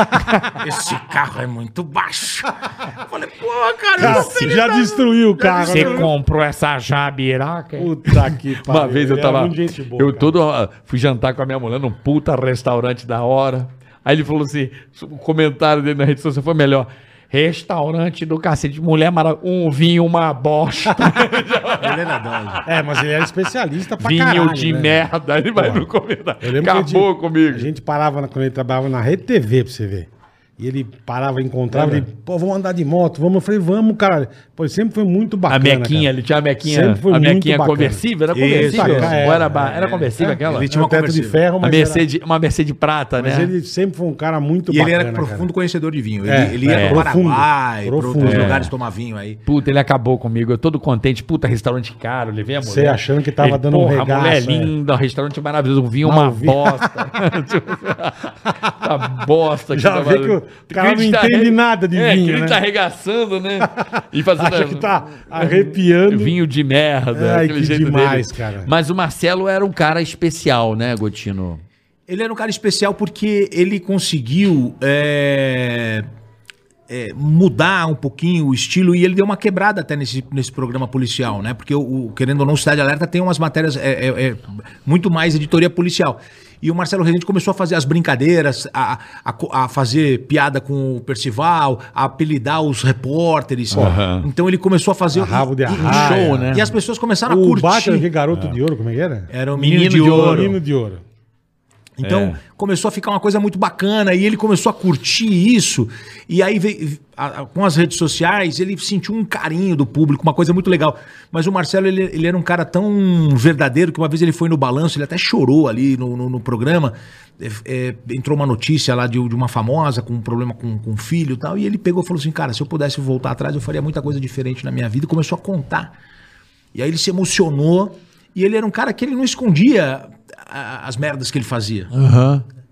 Speaker 4: Esse carro é muito baixo. Eu falei, pô, cara, eu não sei nem
Speaker 2: Ah, já
Speaker 4: nada."
Speaker 2: destruiu o carro.
Speaker 5: Você
Speaker 2: né?
Speaker 5: comprou essa jabiraca?
Speaker 2: Puta que pariu.
Speaker 3: Uma vez eu
Speaker 2: Ele era
Speaker 3: tava.
Speaker 2: muito gente boa,
Speaker 3: eu
Speaker 2: cara.
Speaker 3: todo. ah, Fui jantar com a minha mulher num puta restaurante da hora. Aí ele falou assim: o comentário dele na rede social foi melhor.
Speaker 5: Restaurante do cacete, mulher maravilhosa, um vinho, uma bosta,
Speaker 4: Ele era doido.
Speaker 2: É, mas ele era especialista pra
Speaker 5: vinho
Speaker 2: caralho,
Speaker 5: de
Speaker 2: né?
Speaker 5: merda. Ele vai no
Speaker 2: Eu
Speaker 5: comentário.
Speaker 2: lembro que
Speaker 5: Acabou
Speaker 2: de-
Speaker 5: comigo.
Speaker 2: A gente parava na- quando ele trabalhava na Rede TV, pra você ver. E ele parava, encontrava, ele, pô, vamos andar de moto, vamos. Eu falei, vamos, cara. Pô, ele sempre foi muito
Speaker 3: A
Speaker 2: bacana.
Speaker 3: Mequinha,
Speaker 2: cara.
Speaker 3: ele tinha a Mequinha.
Speaker 2: Sempre foi
Speaker 3: A
Speaker 2: muito
Speaker 3: Mequinha
Speaker 2: bacana.
Speaker 3: conversível, era
Speaker 4: Isso,
Speaker 3: conversível.
Speaker 2: cara,
Speaker 3: Ou era,
Speaker 2: é,
Speaker 3: ba- era conversível aquela?
Speaker 4: Ele
Speaker 2: Ele tinha um
Speaker 4: Tinha uma
Speaker 2: teto de
Speaker 4: conversível.
Speaker 2: ferro,
Speaker 3: A
Speaker 2: mas, era-
Speaker 3: Mercedes, uma Mercedes prata,
Speaker 2: mas
Speaker 3: né?
Speaker 2: ele sempre foi um cara muito
Speaker 4: E ele
Speaker 2: bacana.
Speaker 4: era profundo
Speaker 2: cara.
Speaker 4: conhecedor de vinho. Ele,
Speaker 2: É,
Speaker 4: ele ia
Speaker 2: é.
Speaker 4: pro Paraguai,
Speaker 2: Profundo,
Speaker 4: pro-
Speaker 2: profundo.
Speaker 4: pros
Speaker 2: É.
Speaker 4: lugares tomar vinho aí.
Speaker 3: Puta, ele acabou comigo. Eu todo contente. Puta, restaurante caro. Levei a mulher.
Speaker 2: Você achando que tava dando um
Speaker 3: porra, A mulher
Speaker 2: regaço, é.
Speaker 3: linda, um restaurante maravilhoso. Um vinho, uma
Speaker 2: vi-
Speaker 3: bosta. Essa bosta. tá
Speaker 2: Já vê que o cara não entende nada de vinho,
Speaker 3: que ele
Speaker 2: né?
Speaker 3: tá arregaçando, né? E fazendo...
Speaker 2: Acha que tá arrepiando.
Speaker 3: Vinho de merda.
Speaker 2: Ai,
Speaker 3: aquele
Speaker 2: que
Speaker 3: jeito
Speaker 2: demais, cara.
Speaker 3: Mas o Marcelo era um cara especial, né, Gotino?
Speaker 4: Ele era um cara especial porque ele conseguiu é, é, mudar um pouquinho o estilo e ele deu uma quebrada até nesse, nesse programa policial, né? Porque, o, o- querendo ou não, Cidade Alerta tem umas matérias é, é, é, muito mais editoria policial. E o Marcelo Rezende começou a fazer as brincadeiras, a, a co- a fazer piada com o Percival, a apelidar os repórteres. Então ele começou a fazer... um,
Speaker 2: Rabo de
Speaker 4: e- e-
Speaker 2: arraia.
Speaker 3: show, né?
Speaker 4: E as pessoas começaram a
Speaker 2: O
Speaker 4: curtir.
Speaker 2: Batman, que garoto de ouro, como é que era?
Speaker 4: Era o
Speaker 3: Menino de ouro.
Speaker 2: Menino de ouro.
Speaker 4: Então começou a ficar uma coisa muito bacana e ele começou a curtir isso. E aí, veio- a- a- com as redes sociais, ele sentiu um carinho do público, uma coisa muito legal. Mas o Marcelo, ele, ele era um cara tão verdadeiro que uma vez ele foi no balanço, ele até chorou ali no, no- no programa. É, é, entrou uma notícia lá de, de uma famosa com um problema com, com o filho e tal. E ele pegou e falou assim: Cara, se eu pudesse voltar atrás, eu faria muita coisa diferente na minha vida. E começou a contar. E aí ele se emocionou. E ele era um cara que ele não escondia a- as merdas que ele fazia.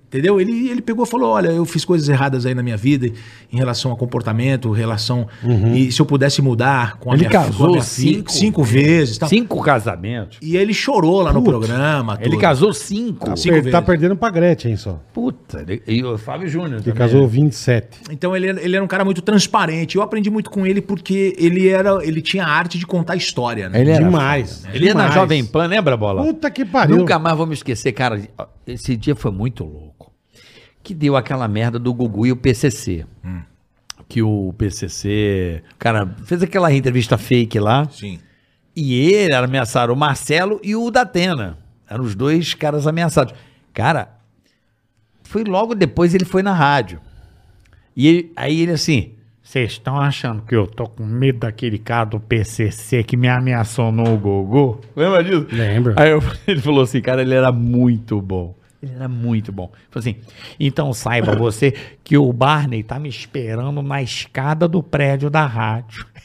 Speaker 4: Entendeu? Ele, ele pegou e falou: olha, eu fiz coisas erradas aí na minha vida em relação a comportamento, relação. E se eu pudesse mudar com a
Speaker 5: Uhum. Ele
Speaker 4: minha com a
Speaker 5: casou
Speaker 4: minha
Speaker 5: cinco
Speaker 4: filha- cinco vezes.
Speaker 3: Então,
Speaker 4: Tá?
Speaker 5: Cinco casamentos.
Speaker 4: E ele chorou lá no programa.
Speaker 5: Ele
Speaker 4: tudo.
Speaker 5: casou cinco.
Speaker 4: Cinco
Speaker 2: Ele tá
Speaker 4: vezes.
Speaker 2: perdendo pra Gretchen só.
Speaker 3: Puta, ele- e o Fábio Júnior
Speaker 2: Que
Speaker 3: também. é.
Speaker 2: casou 27.
Speaker 4: Então ele, era- ele era um cara muito transparente. Eu aprendi muito com ele porque ele era ele tinha a arte de contar história, né?
Speaker 5: Ele era-
Speaker 2: demais.
Speaker 3: Ele é na
Speaker 2: demais.
Speaker 3: Jovem Pan, lembra, Bola?
Speaker 2: Puta que pariu.
Speaker 3: Nunca mais vou me esquecer, cara. Esse dia foi muito louco. Que deu aquela merda do Gugu e o PCC. Que o PCC, cara, fez aquela entrevista fake lá.
Speaker 4: Sim.
Speaker 3: E ele ameaçaram o Marcelo e o Datena. Eram os dois caras ameaçados. Cara, foi logo depois ele foi na rádio. E ele- aí ele assim,
Speaker 5: Vocês estão achando que eu tô com medo daquele cara do PCC que me ameaçou no Gogô?
Speaker 3: Lembra disso?
Speaker 2: Lembro.
Speaker 3: Aí eu- ele falou assim, cara, ele era muito bom. Ele era muito bom. Falou assim,
Speaker 5: Então saiba você que o Barney tá me esperando na escada do prédio da rádio.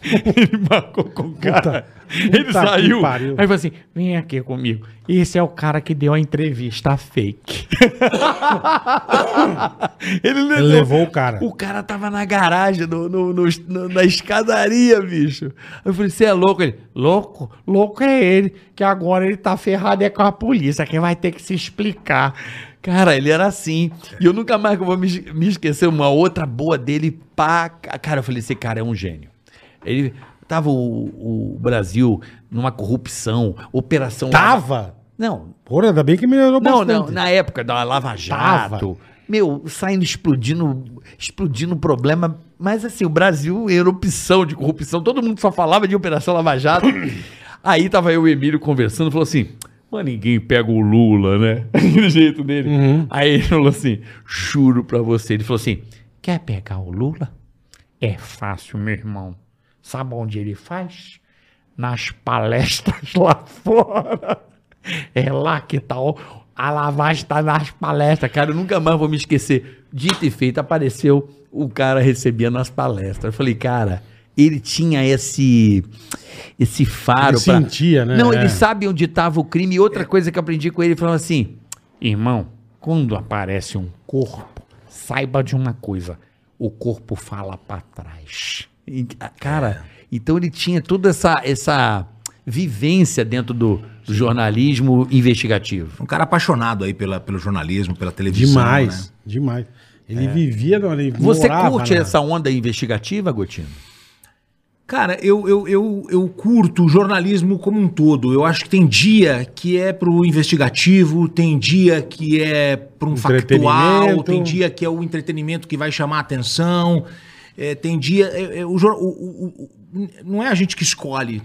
Speaker 5: Ele marcou com o cara. ele
Speaker 2: puta que
Speaker 5: saiu.
Speaker 2: pariu.
Speaker 5: Aí falou assim: vem aqui comigo. Esse é o cara que deu a entrevista fake.
Speaker 3: ele levou,
Speaker 2: levou o cara.
Speaker 3: O cara tava na garagem, no, no- no- no- na escadaria, bicho. Aí eu falei, você é louco? Ele,
Speaker 5: Louco, louco é ele, que agora ele tá ferrado é com a polícia, que vai ter que se explicar.
Speaker 3: Cara, ele era assim. E eu nunca mais que eu vou me, es- me esquecer uma outra boa dele. Pá, ca- cara, eu falei, esse cara é um gênio. Ele tava o, o Brasil numa corrupção, operação.
Speaker 2: Tava?
Speaker 3: Não,
Speaker 2: Porra, ainda bem que melhorou
Speaker 3: não,
Speaker 2: bastante.
Speaker 3: não, na época da Lava Jato. Meu, saindo explodindo, explodindo problema. Mas assim, o Brasil em erupção de corrupção, todo mundo só falava de Operação Lava Jato. Aí tava eu e o Emílio conversando, falou assim: mas ninguém pega o Lula, né? Aquele jeito dele. Aí ele falou assim: juro pra você. Ele falou assim:
Speaker 5: Quer pegar o Lula? É fácil, meu irmão. Sabe onde ele faz? Nas palestras lá fora. É lá que tá. o- A lavagem tá nas palestras.
Speaker 3: Cara, eu nunca mais vou me esquecer. Dito e feito, apareceu o cara recebendo as palestras. Eu falei, cara, ele tinha esse esse faro
Speaker 2: Ele sentia, né?
Speaker 3: Não,
Speaker 2: É.
Speaker 3: ele sabe onde estava o crime. E outra coisa que eu aprendi com ele, ele falou assim,
Speaker 5: Irmão, quando aparece um corpo, saiba de uma coisa: o corpo fala pra trás.
Speaker 3: e- ah,
Speaker 2: É.
Speaker 3: cara, então ele tinha toda essa essa vivência dentro do, do jornalismo investigativo.
Speaker 4: Um cara apaixonado aí pela, pelo jornalismo, pela televisão.
Speaker 2: Demais, É.
Speaker 4: né?
Speaker 2: demais. Ele vivia, não, ele
Speaker 3: Você
Speaker 2: morava
Speaker 3: curte
Speaker 2: na-
Speaker 3: essa onda investigativa, Gotino?
Speaker 4: Cara, eu, eu, eu, eu curto o jornalismo como um todo. Eu acho que tem dia que é pro investigativo, tem dia que é pro um factual,
Speaker 2: Entretenimento.
Speaker 4: tem dia que é o entretenimento que vai chamar a atenção. é, tem dia. é, é, o jor- o- o- o- não é a gente que escolhe.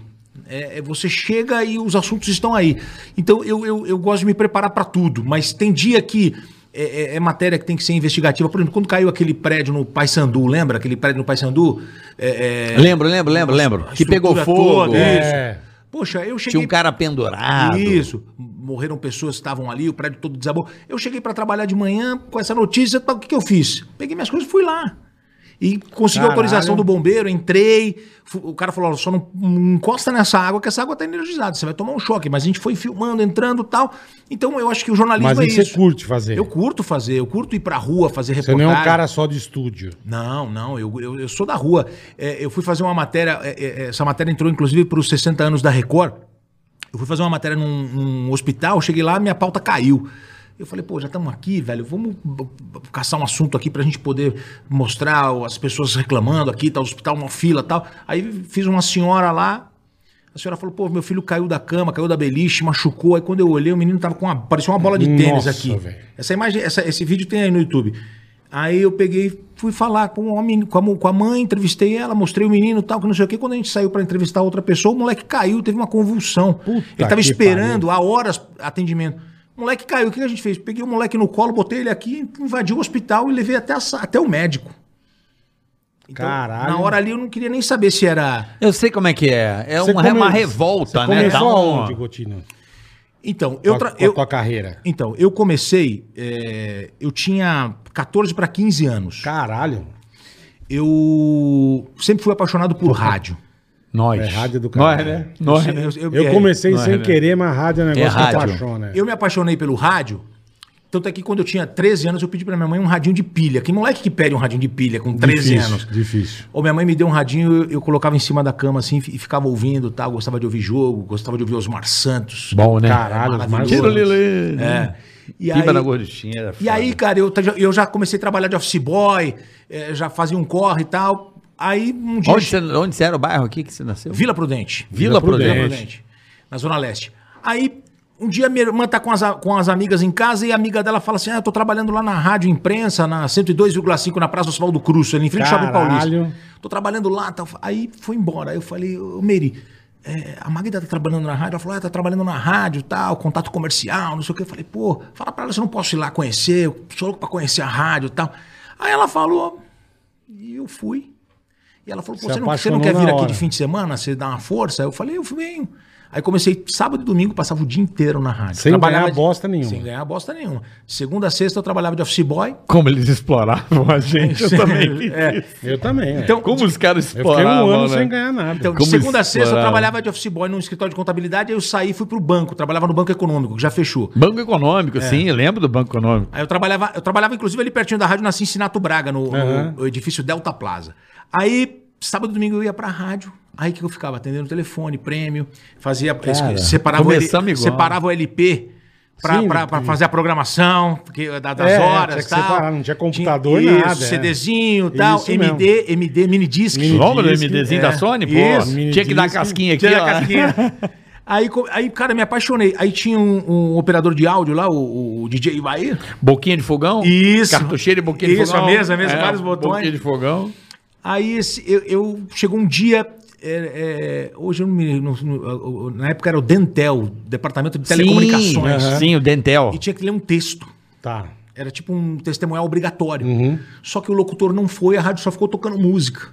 Speaker 4: É, é você chega e os assuntos estão aí. Então eu, eu, eu gosto de me preparar para tudo, mas tem dia que. É, é- é matéria que tem que ser investigativa. Por exemplo, quando caiu aquele prédio no Paysandu, lembra? Aquele prédio no Paysandu? É, é,
Speaker 3: Lembro, lembro, lembro, lembro. Que pegou
Speaker 4: estrutura
Speaker 3: fogo.
Speaker 4: toda,
Speaker 3: É.
Speaker 2: É.
Speaker 4: isso. Poxa, eu cheguei.
Speaker 3: Tinha um cara pendurado.
Speaker 4: Isso. Morreram pessoas que estavam ali, o prédio todo desabou. Eu cheguei pra trabalhar de manhã com essa notícia. tá, O que, que eu fiz? Peguei minhas coisas e fui lá. E consegui a
Speaker 2: Caralho.
Speaker 4: autorização do bombeiro, entrei. fu- O cara falou: "Olha, só não não encosta nessa água, que essa água tá energizada, você vai tomar um choque. Mas a gente foi filmando, entrando e tal. Então eu acho que o jornalismo
Speaker 2: Mas
Speaker 4: é
Speaker 2: isso
Speaker 4: isso.
Speaker 2: você curte fazer.
Speaker 4: Eu curto fazer, eu curto ir pra rua fazer
Speaker 2: Você
Speaker 4: reportagem.
Speaker 2: não é um cara só de estúdio.
Speaker 4: Não, não, eu, eu, eu sou da rua. É, eu fui fazer uma matéria, é, é, essa matéria entrou inclusive para os 60 anos da Record. Eu fui fazer uma matéria num, num hospital, cheguei lá, minha pauta caiu. Eu falei, pô, já estamos aqui, velho, vamos b- b- caçar um assunto aqui pra gente poder mostrar o- as pessoas reclamando aqui, tá, o hospital, uma fila tal. Aí fiz uma senhora lá, a senhora falou, pô, meu filho caiu da cama, caiu da beliche, machucou. Aí quando eu olhei, o menino tava com uma, parecia uma bola de tênis
Speaker 2: Nossa,
Speaker 4: aqui.
Speaker 2: velho.
Speaker 4: Essa imagem, essa- esse vídeo tem aí no YouTube. Aí eu peguei, fui falar com, o homem, com, a, mu- com a mãe, entrevistei ela, mostrei o menino e tal, que não sei o quê. Quando a gente saiu pra entrevistar outra pessoa, o moleque caiu, teve uma convulsão. ele tava
Speaker 2: que
Speaker 4: esperando há horas atendimento. O moleque caiu, o que a gente fez? Peguei o moleque no colo, botei ele aqui, invadi o hospital e levei até, a sa- até o médico. Então,
Speaker 2: Caralho.
Speaker 4: Na hora ali eu não queria nem saber se era
Speaker 3: Eu sei como é que é. É
Speaker 2: Você
Speaker 3: uma,
Speaker 2: come-
Speaker 3: uma
Speaker 2: você
Speaker 3: revolta, né?
Speaker 5: Tá
Speaker 2: começou
Speaker 3: Dá um-
Speaker 2: aonde, Gotino?
Speaker 4: Então,
Speaker 2: Com
Speaker 4: eu,
Speaker 2: a-
Speaker 4: tra-
Speaker 2: com a
Speaker 4: eu,
Speaker 2: tua carreira.
Speaker 4: então, eu comecei, é, eu tinha 14 para 15 anos.
Speaker 2: Caralho.
Speaker 4: Eu sempre fui apaixonado por rádio.
Speaker 3: Nós.
Speaker 2: É rádio do caralho.
Speaker 3: Nós,
Speaker 4: Eu,
Speaker 3: né?
Speaker 4: eu-
Speaker 2: Eu
Speaker 4: é,
Speaker 2: comecei
Speaker 3: Não é,
Speaker 2: sem
Speaker 3: né?
Speaker 2: querer, mas rádio é um negócio
Speaker 3: rádio.
Speaker 2: que apaixona.
Speaker 4: eu me apaixonei pelo rádio Tanto é que quando eu tinha 13 anos, eu pedi pra minha mãe um radinho de pilha. Que moleque que pede um radinho de pilha com 13
Speaker 2: difícil,
Speaker 4: anos?
Speaker 2: Difícil.
Speaker 4: Ou minha mãe me deu um radinho, eu, eu colocava em cima da cama assim e ficava ouvindo, tá? Eu gostava de ouvir jogo, gostava de ouvir Osmar Santos.
Speaker 5: Bom, né?
Speaker 2: Caralho,
Speaker 4: Maravilhoso.
Speaker 2: mas...
Speaker 4: Tiro lilo.
Speaker 6: É.
Speaker 4: É. E
Speaker 6: Pipa na
Speaker 4: aí,
Speaker 6: gordinha. era
Speaker 4: e aí,
Speaker 6: foda.
Speaker 4: cara, eu, ta- eu já comecei a trabalhar de office boy, eh, já fazia um corre e tal. Aí um dia.
Speaker 6: Onde você, onde você era o bairro aqui que você nasceu?
Speaker 4: Vila Prudente.
Speaker 6: Vila
Speaker 4: Vila
Speaker 2: Prudente.
Speaker 4: Prudente, na Zona Leste. Aí, um dia minha irmã tá com as, a- com as amigas em casa e a amiga dela fala assim: Ah, eu tô trabalhando lá na Rádio Imprensa, na 102,5, na Praça Oswaldo Cruz, ali em frente ao Shopping
Speaker 2: Caralho.
Speaker 4: Paulista. Tô trabalhando lá. tal. Aí foi embora. Aí eu falei: Ô, Meri. é, a Magda tá trabalhando na rádio, ela falou, ah, tá trabalhando na rádio, tal, contato comercial, não sei o que. Eu falei, pô, fala pra ela se eu não posso ir lá conhecer, eu sou louco pra conhecer a rádio e tal. Aí ela falou, e eu fui. E ela falou, pô,
Speaker 2: Se
Speaker 4: você não, você não
Speaker 2: apaixonou
Speaker 4: quer
Speaker 2: na
Speaker 4: vir
Speaker 2: hora.
Speaker 4: aqui de fim de semana? Você dá uma força? Eu falei, eu venho. Aí comecei sábado e domingo, passava o dia inteiro na rádio.
Speaker 2: Sem ganhar
Speaker 4: de-
Speaker 2: bosta nenhuma.
Speaker 4: Sem ganhar bosta nenhuma. Segunda a sexta eu trabalhava de office boy.
Speaker 5: Como eles exploravam a gente, eu também fiz
Speaker 4: É.
Speaker 5: isso.
Speaker 2: Eu também. é.
Speaker 4: Então,
Speaker 5: Como os caras
Speaker 2: eu fiquei um
Speaker 5: exploravam,
Speaker 2: ano
Speaker 5: né?
Speaker 2: sem ganhar nada.
Speaker 4: então de
Speaker 5: como
Speaker 4: segunda a sexta eu
Speaker 5: explorar.
Speaker 4: trabalhava de office boy num escritório de contabilidade, aí eu saí e fui pro banco. Trabalhava no Banco Econômico, que já fechou.
Speaker 5: Banco
Speaker 4: É.
Speaker 5: Econômico, sim, eu lembro do Banco Econômico.
Speaker 4: Aí eu trabalhava, eu trabalhava inclusive ali pertinho da rádio na Cincinnato Braga, no, no
Speaker 2: Aham.
Speaker 4: edifício Delta Plaza. Aí, sábado e domingo eu ia pra rádio. Aí que eu ficava atendendo o telefone, prêmio, fazia separava, o L-
Speaker 5: começamos igual.
Speaker 4: separava o LP pra,
Speaker 2: Sim,
Speaker 4: pra, pra
Speaker 2: que-
Speaker 4: fazer a programação porque, da- das
Speaker 2: É,
Speaker 4: horas
Speaker 2: tinha que
Speaker 4: tal.
Speaker 2: separar, não tinha computador, nada, é.
Speaker 4: CDzinho tal,
Speaker 2: Isso mesmo.
Speaker 4: MD, MD, mini disc.
Speaker 2: Mini
Speaker 5: Lembra do
Speaker 2: Disque,
Speaker 5: MDzinho
Speaker 4: é,
Speaker 5: da Sony, pô?
Speaker 4: isso,
Speaker 5: Tinha que dar
Speaker 2: minidisque.
Speaker 5: casquinha aqui,
Speaker 4: Tinha
Speaker 5: ó.
Speaker 4: a casquinha. Aí, co- aí, cara, me apaixonei. Aí tinha um, um operador de áudio lá, o, o DJ Ibair.
Speaker 5: Boquinha de fogão?
Speaker 4: Isso.
Speaker 5: Cartucheira e boquinha de
Speaker 4: Isso,
Speaker 5: fogão. É,
Speaker 4: a mesa, a mesa, vários botões.
Speaker 5: Boquinha de fogão.
Speaker 4: Aí esse- eu, eu- chegou um dia. é, é, hoje eu não me. não- não- na época era o Dentel, Departamento de Telecomunicações.
Speaker 5: Sim, sim, o Dentel.
Speaker 4: E tinha que ler um texto.
Speaker 2: Tá. Uhum.
Speaker 4: Era tipo um testemunhal obrigatório. Só que o locutor não foi, a rádio só ficou tocando música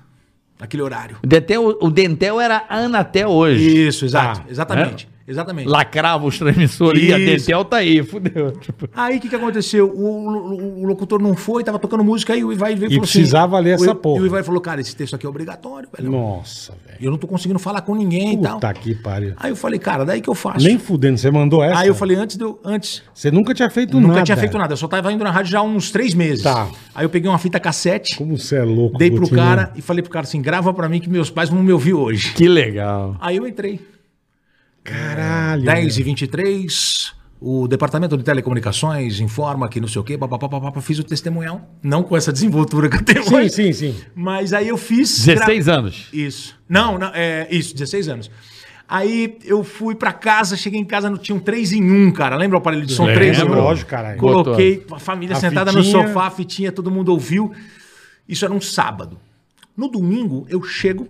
Speaker 4: naquele horário.
Speaker 5: O Dentel, o Dentel era a Anatel hoje.
Speaker 4: Isso, exato.
Speaker 2: Tá.
Speaker 4: Exatamente. Exatamente.
Speaker 5: Lacrava os transmissores e a
Speaker 4: Isso.
Speaker 5: Dentel tá aí, fudeu. Tipo,
Speaker 4: Aí o que, que aconteceu? O, o- o locutor não foi, tava tocando música, aí o Ivair veio assim,
Speaker 2: E precisava ler essa
Speaker 4: o,
Speaker 2: porra.
Speaker 4: E o Ivair falou, cara, esse texto aqui é obrigatório, velho. Então.
Speaker 2: Nossa, velho.
Speaker 4: Eu não tô conseguindo falar com ninguém e tal.
Speaker 2: Puta que pariu.
Speaker 4: Aí eu falei, cara, daí que eu faço.
Speaker 2: Nem fudendo, você mandou essa?
Speaker 4: Aí eu falei, antes de eu. Antes.
Speaker 2: Você nunca tinha feito
Speaker 4: Nunca
Speaker 2: nada.
Speaker 4: tinha feito nada. Eu só tava indo na rádio já há uns três meses.
Speaker 2: Tá.
Speaker 4: Aí eu peguei uma fita cassete,
Speaker 2: Como você é louco,
Speaker 4: dei pro
Speaker 2: Coutinho.
Speaker 4: cara e falei pro cara assim: grava pra mim que meus pais não me ouviram hoje.
Speaker 5: que legal.
Speaker 4: Aí eu entrei.
Speaker 2: Caralho.
Speaker 4: 10 e
Speaker 2: velho.
Speaker 4: 23 o Departamento de Telecomunicações informa que não sei o quê, papapá, papapá, fiz o testemunhal. Não com essa desenvoltura que eu tenho
Speaker 2: Sim,
Speaker 4: hoje.
Speaker 2: sim, sim.
Speaker 4: Mas aí eu fiz. gra-
Speaker 5: 16 anos.
Speaker 4: Isso. Não, não, é isso, 16 anos. Aí eu fui pra casa, cheguei em casa, não tinha um 3 em 1, cara. Lembra o aparelho de som
Speaker 5: Lembro.
Speaker 4: 3 em 1?
Speaker 2: Lógico, caralho.
Speaker 4: Coloquei a família
Speaker 2: A
Speaker 4: sentada
Speaker 2: fitinha.
Speaker 4: no sofá, a fitinha, todo mundo ouviu. Isso era um sábado. No domingo, eu chego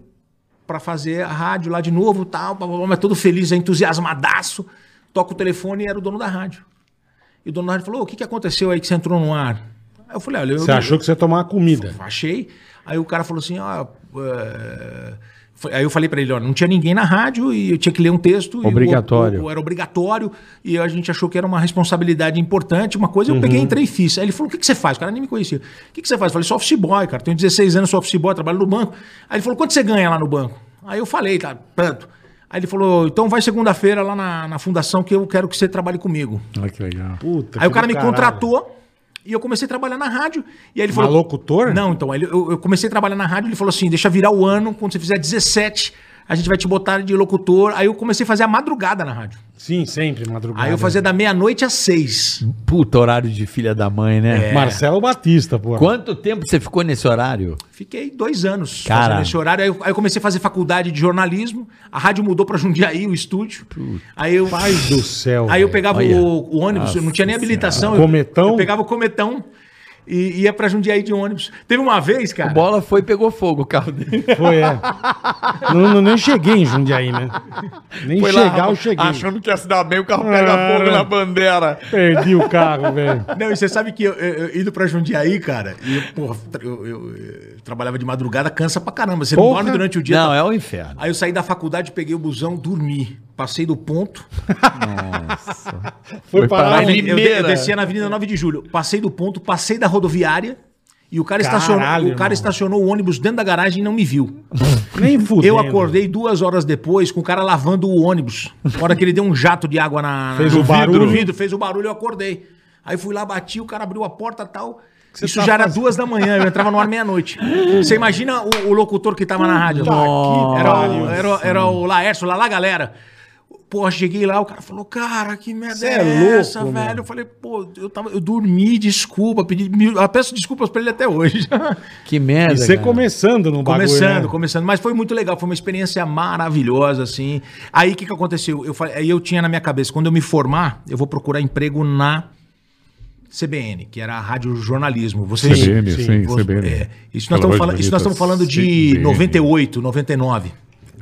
Speaker 4: pra fazer a rádio lá de novo, tal, blá, blá, blá, mas todo feliz, entusiasmadaço. Toco o telefone e era o dono da rádio. E o dono da rádio falou: "Ô, o que, que aconteceu aí que você entrou no ar? Aí eu falei: olha, eu.
Speaker 2: Você achou que você ia tomar uma comida.
Speaker 4: Achei. Aí o cara falou assim, ó. é, foi- Aí eu falei pra ele, ó, não tinha ninguém na rádio e eu tinha que ler um texto. e o-
Speaker 5: Obrigatório.
Speaker 4: o- era obrigatório e a gente achou que era uma responsabilidade importante, uma coisa. Eu peguei, entrei e fiz. Aí ele falou, o que, que você faz? O cara nem me conhecia. O que, que você faz? Eu falei, sou office boy, cara. Tenho 16 anos, sou office boy, trabalho no banco. Aí ele falou, quanto você ganha lá no banco? Aí eu falei, tá, tanto. Aí ele falou, então vai segunda-feira lá na, na fundação que eu quero que você trabalhe comigo.
Speaker 5: Olha que legal.
Speaker 2: Puta
Speaker 4: Aí
Speaker 2: que
Speaker 4: o
Speaker 2: do
Speaker 4: cara me
Speaker 2: caralho.
Speaker 4: contratou e eu comecei a trabalhar na rádio. E aí ele
Speaker 2: Mas
Speaker 4: falou.
Speaker 2: locutor?
Speaker 4: Não, então. aí ele- eu, eu comecei a trabalhar na rádio ele falou assim: deixa virar o ano, quando você fizer 17, a gente vai te botar de locutor. Aí eu comecei a fazer a madrugada na rádio.
Speaker 2: Sim, sempre, madrugada.
Speaker 4: Aí eu fazia da meia-noite às seis.
Speaker 5: Puta horário de filha da mãe, né?
Speaker 4: É.
Speaker 2: Marcelo Batista, pô.
Speaker 5: Quanto tempo você ficou nesse horário?
Speaker 4: Fiquei dois anos
Speaker 5: Cara.
Speaker 4: fazendo esse horário. Aí eu, aí eu comecei a fazer faculdade de jornalismo. A rádio mudou pra Jundiaí, o estúdio. Aí eu.
Speaker 2: Pai do céu.
Speaker 4: Aí eu
Speaker 2: velho.
Speaker 4: pegava
Speaker 5: Olha.
Speaker 4: o, o ônibus, eu não tinha nem habilitação. eu-
Speaker 2: Cometão?
Speaker 4: Eu, pegava o cometão e ia pra Jundiaí de ônibus. Teve uma vez, cara.
Speaker 5: A bola foi e pegou fogo o carro dele.
Speaker 2: Foi, é. não, não, nem cheguei em Jundiaí, né? Nem
Speaker 5: Foi lá,
Speaker 2: chegar eu cheguei.
Speaker 5: Achando que ia se dar bem, o carro
Speaker 2: Cara.
Speaker 5: pega fogo na bandeira.
Speaker 2: Perdi o carro, velho.
Speaker 4: Não, e você sabe que eu, eu- eu indo pra Jundiaí, cara, e eu, porra, tra- eu, eu- eu trabalhava de madrugada, cansa pra caramba. Você
Speaker 2: Porra.
Speaker 4: não dorme durante o dia.
Speaker 5: Não,
Speaker 4: tá-
Speaker 5: é o inferno.
Speaker 4: Aí eu saí da faculdade, peguei o busão, dormi. Passei do ponto.
Speaker 2: Foi,
Speaker 5: Foi
Speaker 2: parar
Speaker 5: parar
Speaker 2: onde?
Speaker 4: Eu, de- eu
Speaker 5: Limeira.
Speaker 4: descia na Avenida 9 de Julho. Passei do ponto, passei da rodoviária. E o cara,
Speaker 2: Caralho,
Speaker 4: estacionou, o
Speaker 2: irmão.
Speaker 4: cara estacionou o ônibus dentro da garagem e não me viu.
Speaker 2: Nem fudeu.
Speaker 4: Eu acordei duas horas depois com o cara lavando o ônibus. Na hora que ele deu um jato de água na,
Speaker 2: Fez o
Speaker 4: no vidro,
Speaker 2: barulho.
Speaker 4: no vidro, fez o barulho, eu acordei. Aí fui lá, bati, o cara abriu a porta tal.
Speaker 2: você
Speaker 4: Isso
Speaker 2: tá
Speaker 4: já era
Speaker 2: fazendo?
Speaker 4: duas da manhã, eu entrava no ar meia-noite. Você imagina o, o locutor que tava na rádio. lá.
Speaker 2: que
Speaker 4: era,
Speaker 2: pariu.
Speaker 4: o, era, era o Laércio, lá, lá, galera. Pô, cheguei lá, o cara falou, cara, que merda
Speaker 2: Cê
Speaker 4: é,
Speaker 2: é louco,
Speaker 4: essa,
Speaker 2: meu.
Speaker 4: velho? Eu falei, pô, eu, tava, eu dormi, desculpa, pedi, mil- eu peço desculpas pra ele até hoje.
Speaker 6: Que merda.
Speaker 2: E
Speaker 4: é
Speaker 2: você
Speaker 6: cara.
Speaker 2: começando no bagulho,
Speaker 4: né? Começando,
Speaker 2: né?
Speaker 4: começando. Mas foi muito legal, foi uma experiência maravilhosa, assim. Aí o que, que aconteceu? Eu, falei, aí eu tinha na minha cabeça, quando eu me formar, eu vou procurar emprego na CBN, que era a Rádio Jornalismo. Vocês,
Speaker 3: CBN,
Speaker 2: sim,
Speaker 3: sim,
Speaker 4: vo-
Speaker 3: CBN.
Speaker 4: é, isso, nós estamos falando, isso nós estamos falando de 98, 99.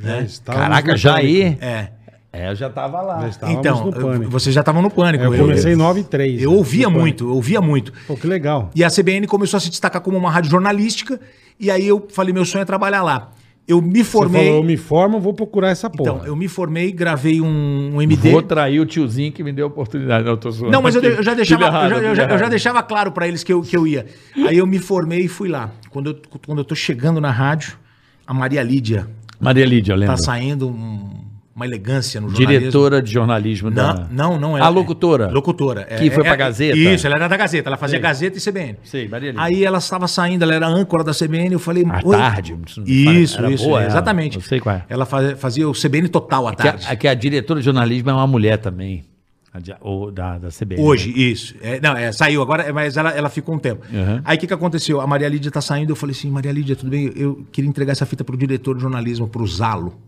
Speaker 2: Já estávamos
Speaker 6: Caraca,
Speaker 2: no
Speaker 6: já
Speaker 2: pânico.
Speaker 6: aí.
Speaker 4: É.
Speaker 6: É, eu já tava lá.
Speaker 2: Já estávamos
Speaker 4: então,
Speaker 2: no
Speaker 4: eu-
Speaker 2: pânico. É,
Speaker 4: vocês já estavam no pânico.
Speaker 2: Eu comecei em 9 e 3.
Speaker 4: Eu ouvia muito, eu ouvia muito.
Speaker 2: Pô, que legal.
Speaker 4: E a CBN começou a se destacar como uma rádio jornalística. E aí eu falei, meu sonho é trabalhar lá. Eu me
Speaker 2: Você
Speaker 4: formei.
Speaker 2: falou, eu me formo, vou procurar essa porra.
Speaker 4: Então, eu me formei, gravei um, um MD.
Speaker 6: tá-
Speaker 5: Vou trair o tiozinho que me deu a oportunidade. Não, eu tô zoando.
Speaker 4: Não, mas eu, eu já
Speaker 5: Filha
Speaker 4: deixava, eu já,
Speaker 5: errada,
Speaker 4: eu
Speaker 5: filha
Speaker 4: já- eu já
Speaker 5: errada.
Speaker 4: deixava claro pra eles que eu, que eu ia. Aí eu me formei e fui lá. Quando eu, quando eu tô chegando na rádio, a Maria Lídia
Speaker 6: Maria Lídia, lembra?
Speaker 4: tá saindo um- uma elegância no jornalismo.
Speaker 6: Diretora de jornalismo da...
Speaker 4: Não, não, não é.
Speaker 6: A locutora.
Speaker 4: Locutora. é.
Speaker 6: Que foi pra Gazeta.
Speaker 4: Isso, ela era da Gazeta. Ela fazia Gazeta e CBN.
Speaker 6: Sei, Maria Lídia.
Speaker 4: Aí ela estava saindo, ela era âncora da CBN. Eu falei.
Speaker 6: À
Speaker 4: "Oi."
Speaker 6: tarde, isso não
Speaker 4: Isso,
Speaker 6: era
Speaker 4: isso.
Speaker 6: boa,
Speaker 4: é,
Speaker 6: ela.
Speaker 4: exatamente.
Speaker 6: Eu sei qual é.
Speaker 4: Ela fazia, fazia o CBN total à
Speaker 6: Que
Speaker 4: é tarde.
Speaker 6: a, que a diretora de jornalismo é uma mulher também. a de- ou da, da CBN.
Speaker 4: Hoje, isso. É, não, é, saiu agora, é, mas ela, ela ficou um tempo. Aí o que, que aconteceu? A Maria Lídia tá saindo, eu falei assim, Maria Lídia, tudo bem? Eu queria entregar essa fita pro diretor de jornalismo, pro Zalo.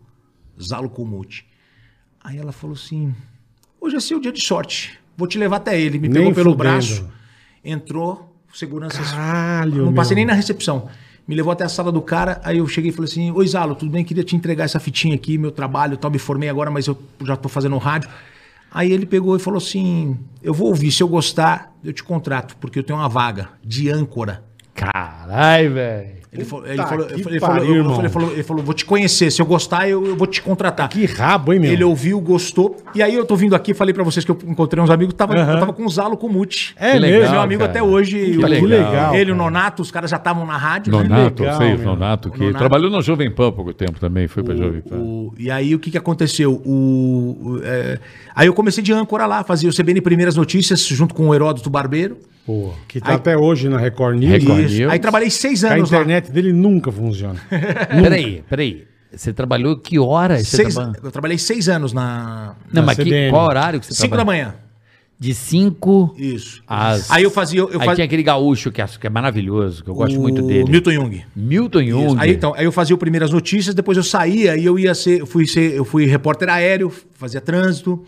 Speaker 4: Zalo Comute. Aí ela falou assim, hoje é seu dia de sorte, vou te levar até ele. Me
Speaker 2: Nem
Speaker 4: pegou pelo
Speaker 2: fudendo.
Speaker 4: braço, entrou, segurança...
Speaker 2: Caralho,
Speaker 4: Não passei
Speaker 2: meu.
Speaker 4: nem na recepção. Me levou até a sala do cara, aí eu cheguei e falei assim: Oi, Zalo, tudo bem? Queria te entregar essa fitinha aqui, meu trabalho, e tal, me formei agora, mas eu já tô fazendo um rádio. Aí ele pegou e falou assim: Eu vou ouvir, se eu gostar, eu te contrato, porque eu tenho uma vaga de âncora.
Speaker 5: Caralho, velho.
Speaker 4: Ele falou,
Speaker 2: Puta
Speaker 4: ele falou,
Speaker 2: que
Speaker 4: ele falou,
Speaker 2: pariu,
Speaker 4: eu- eu-
Speaker 2: irmão.
Speaker 4: ele falou- ele falou, vou te conhecer, se eu gostar, eu, eu vou te contratar.
Speaker 2: Que rabo, hein, meu?
Speaker 4: Ele ouviu, gostou. E aí eu tô vindo aqui, falei pra vocês que eu encontrei uns amigos, tava, eu tava com o Zalo com o Muti.
Speaker 2: É
Speaker 6: Que
Speaker 2: mesmo.
Speaker 6: legal,
Speaker 4: meu amigo
Speaker 6: cara.
Speaker 4: até hoje.
Speaker 2: Que
Speaker 4: o-
Speaker 2: legal,
Speaker 4: Ele,
Speaker 2: cara.
Speaker 4: o Nonato, os caras já estavam na rádio. né?
Speaker 3: Nonato,
Speaker 2: legal,
Speaker 3: eu sei,
Speaker 2: meu.
Speaker 3: Nonato, que
Speaker 4: Nonato.
Speaker 3: trabalhou na Jovem Pan há pouco tempo também, foi pra Jovem Pan.
Speaker 4: O- e aí o que, que aconteceu? O, o- é, aí eu comecei de âncora lá, fazia o CBN Primeiras Notícias junto com o Heródoto Barbeiro.
Speaker 2: Pô, que tá
Speaker 4: Aí-
Speaker 2: até hoje na Record News. Isso.
Speaker 3: Record News. News.
Speaker 4: Aí trabalhei seis
Speaker 2: A
Speaker 4: anos lá.
Speaker 2: internet dele nunca funciona.
Speaker 6: Peraí, peraí. Você trabalhou que horas? Você
Speaker 4: Seis-
Speaker 6: trabalhou?
Speaker 4: eu trabalhei seis anos na.
Speaker 6: Não,
Speaker 2: Na
Speaker 6: mas que-
Speaker 2: CBN.
Speaker 6: qual horário que você
Speaker 4: Cinco da
Speaker 6: trabalhou?
Speaker 4: manhã.
Speaker 6: De 5
Speaker 4: Isso.
Speaker 6: às...
Speaker 4: Aí eu fazia. Eu
Speaker 6: Aí
Speaker 4: fazia
Speaker 6: tinha aquele gaúcho que é, que é maravilhoso, que eu gosto muito
Speaker 4: o
Speaker 6: dele. Milton,
Speaker 4: Milton Jung. Isso.
Speaker 6: Jung.
Speaker 4: Aí então, aí eu fazia o primeiras notícias, depois eu saía e eu ia ser, eu fui ser, eu fui repórter aéreo, fazia trânsito,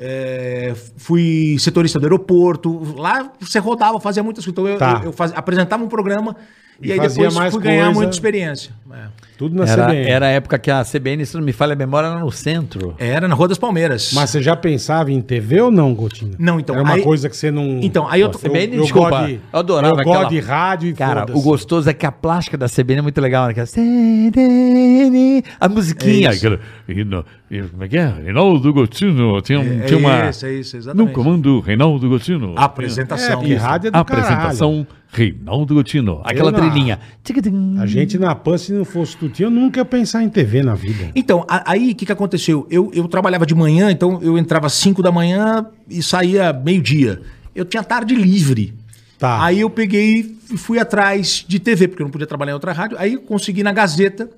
Speaker 4: é, fui setorista do aeroporto. Lá você rodava, fazia muitas coisas. Então eu,
Speaker 2: Tá.
Speaker 4: eu- eu fazia- apresentava um programa e,
Speaker 2: E
Speaker 4: aí
Speaker 2: fazia
Speaker 4: depois
Speaker 2: mais
Speaker 4: fui ganhar
Speaker 2: coisa.
Speaker 4: muita experiência. É.
Speaker 2: Tudo na
Speaker 6: Era,
Speaker 2: CBN.
Speaker 6: era a época que a CBN, se não me falha a memória, era no centro.
Speaker 4: Era na Rua das Palmeiras.
Speaker 2: Mas você já pensava em TV ou não, Gotinho?
Speaker 4: Não, então,
Speaker 2: Era uma
Speaker 4: aí-
Speaker 2: coisa que você não.
Speaker 4: Então, aí eu-
Speaker 2: eu,
Speaker 6: CBN,
Speaker 2: eu
Speaker 6: desculpa,
Speaker 2: gosto de-
Speaker 6: eu adorava
Speaker 2: Eu gosto
Speaker 6: aquela-
Speaker 2: de rádio e
Speaker 6: Cara,
Speaker 2: foda-se.
Speaker 6: o gostoso é que a plástica da CBN é muito legal, né? Aquela CBN, A musiquinha.
Speaker 3: É aquela- e no- e- Como é que é? Reinaldo Gotino. Tinha, um-
Speaker 4: É
Speaker 3: tinha uma.
Speaker 4: isso, é isso,
Speaker 3: no
Speaker 4: exatamente.
Speaker 3: comando, Reinaldo Gotino.
Speaker 4: A apresentação.
Speaker 2: É, e rádio é do caralho.
Speaker 3: Apresentação, Reinaldo Gotino.
Speaker 6: aquela
Speaker 2: Eu na-
Speaker 6: trilhinha. Tic-tic.
Speaker 2: A gente na PAN, se não fosse tutinho, eu nunca ia pensar em TV na vida.
Speaker 4: Então, a- aí o que, que aconteceu? Eu, eu trabalhava de manhã, então eu entrava às 5 da manhã e saía meio-dia. Eu tinha tarde livre.
Speaker 2: Tá.
Speaker 4: Aí eu peguei e fui atrás de TV, porque eu não podia trabalhar em outra rádio. Aí eu consegui na Gazeta.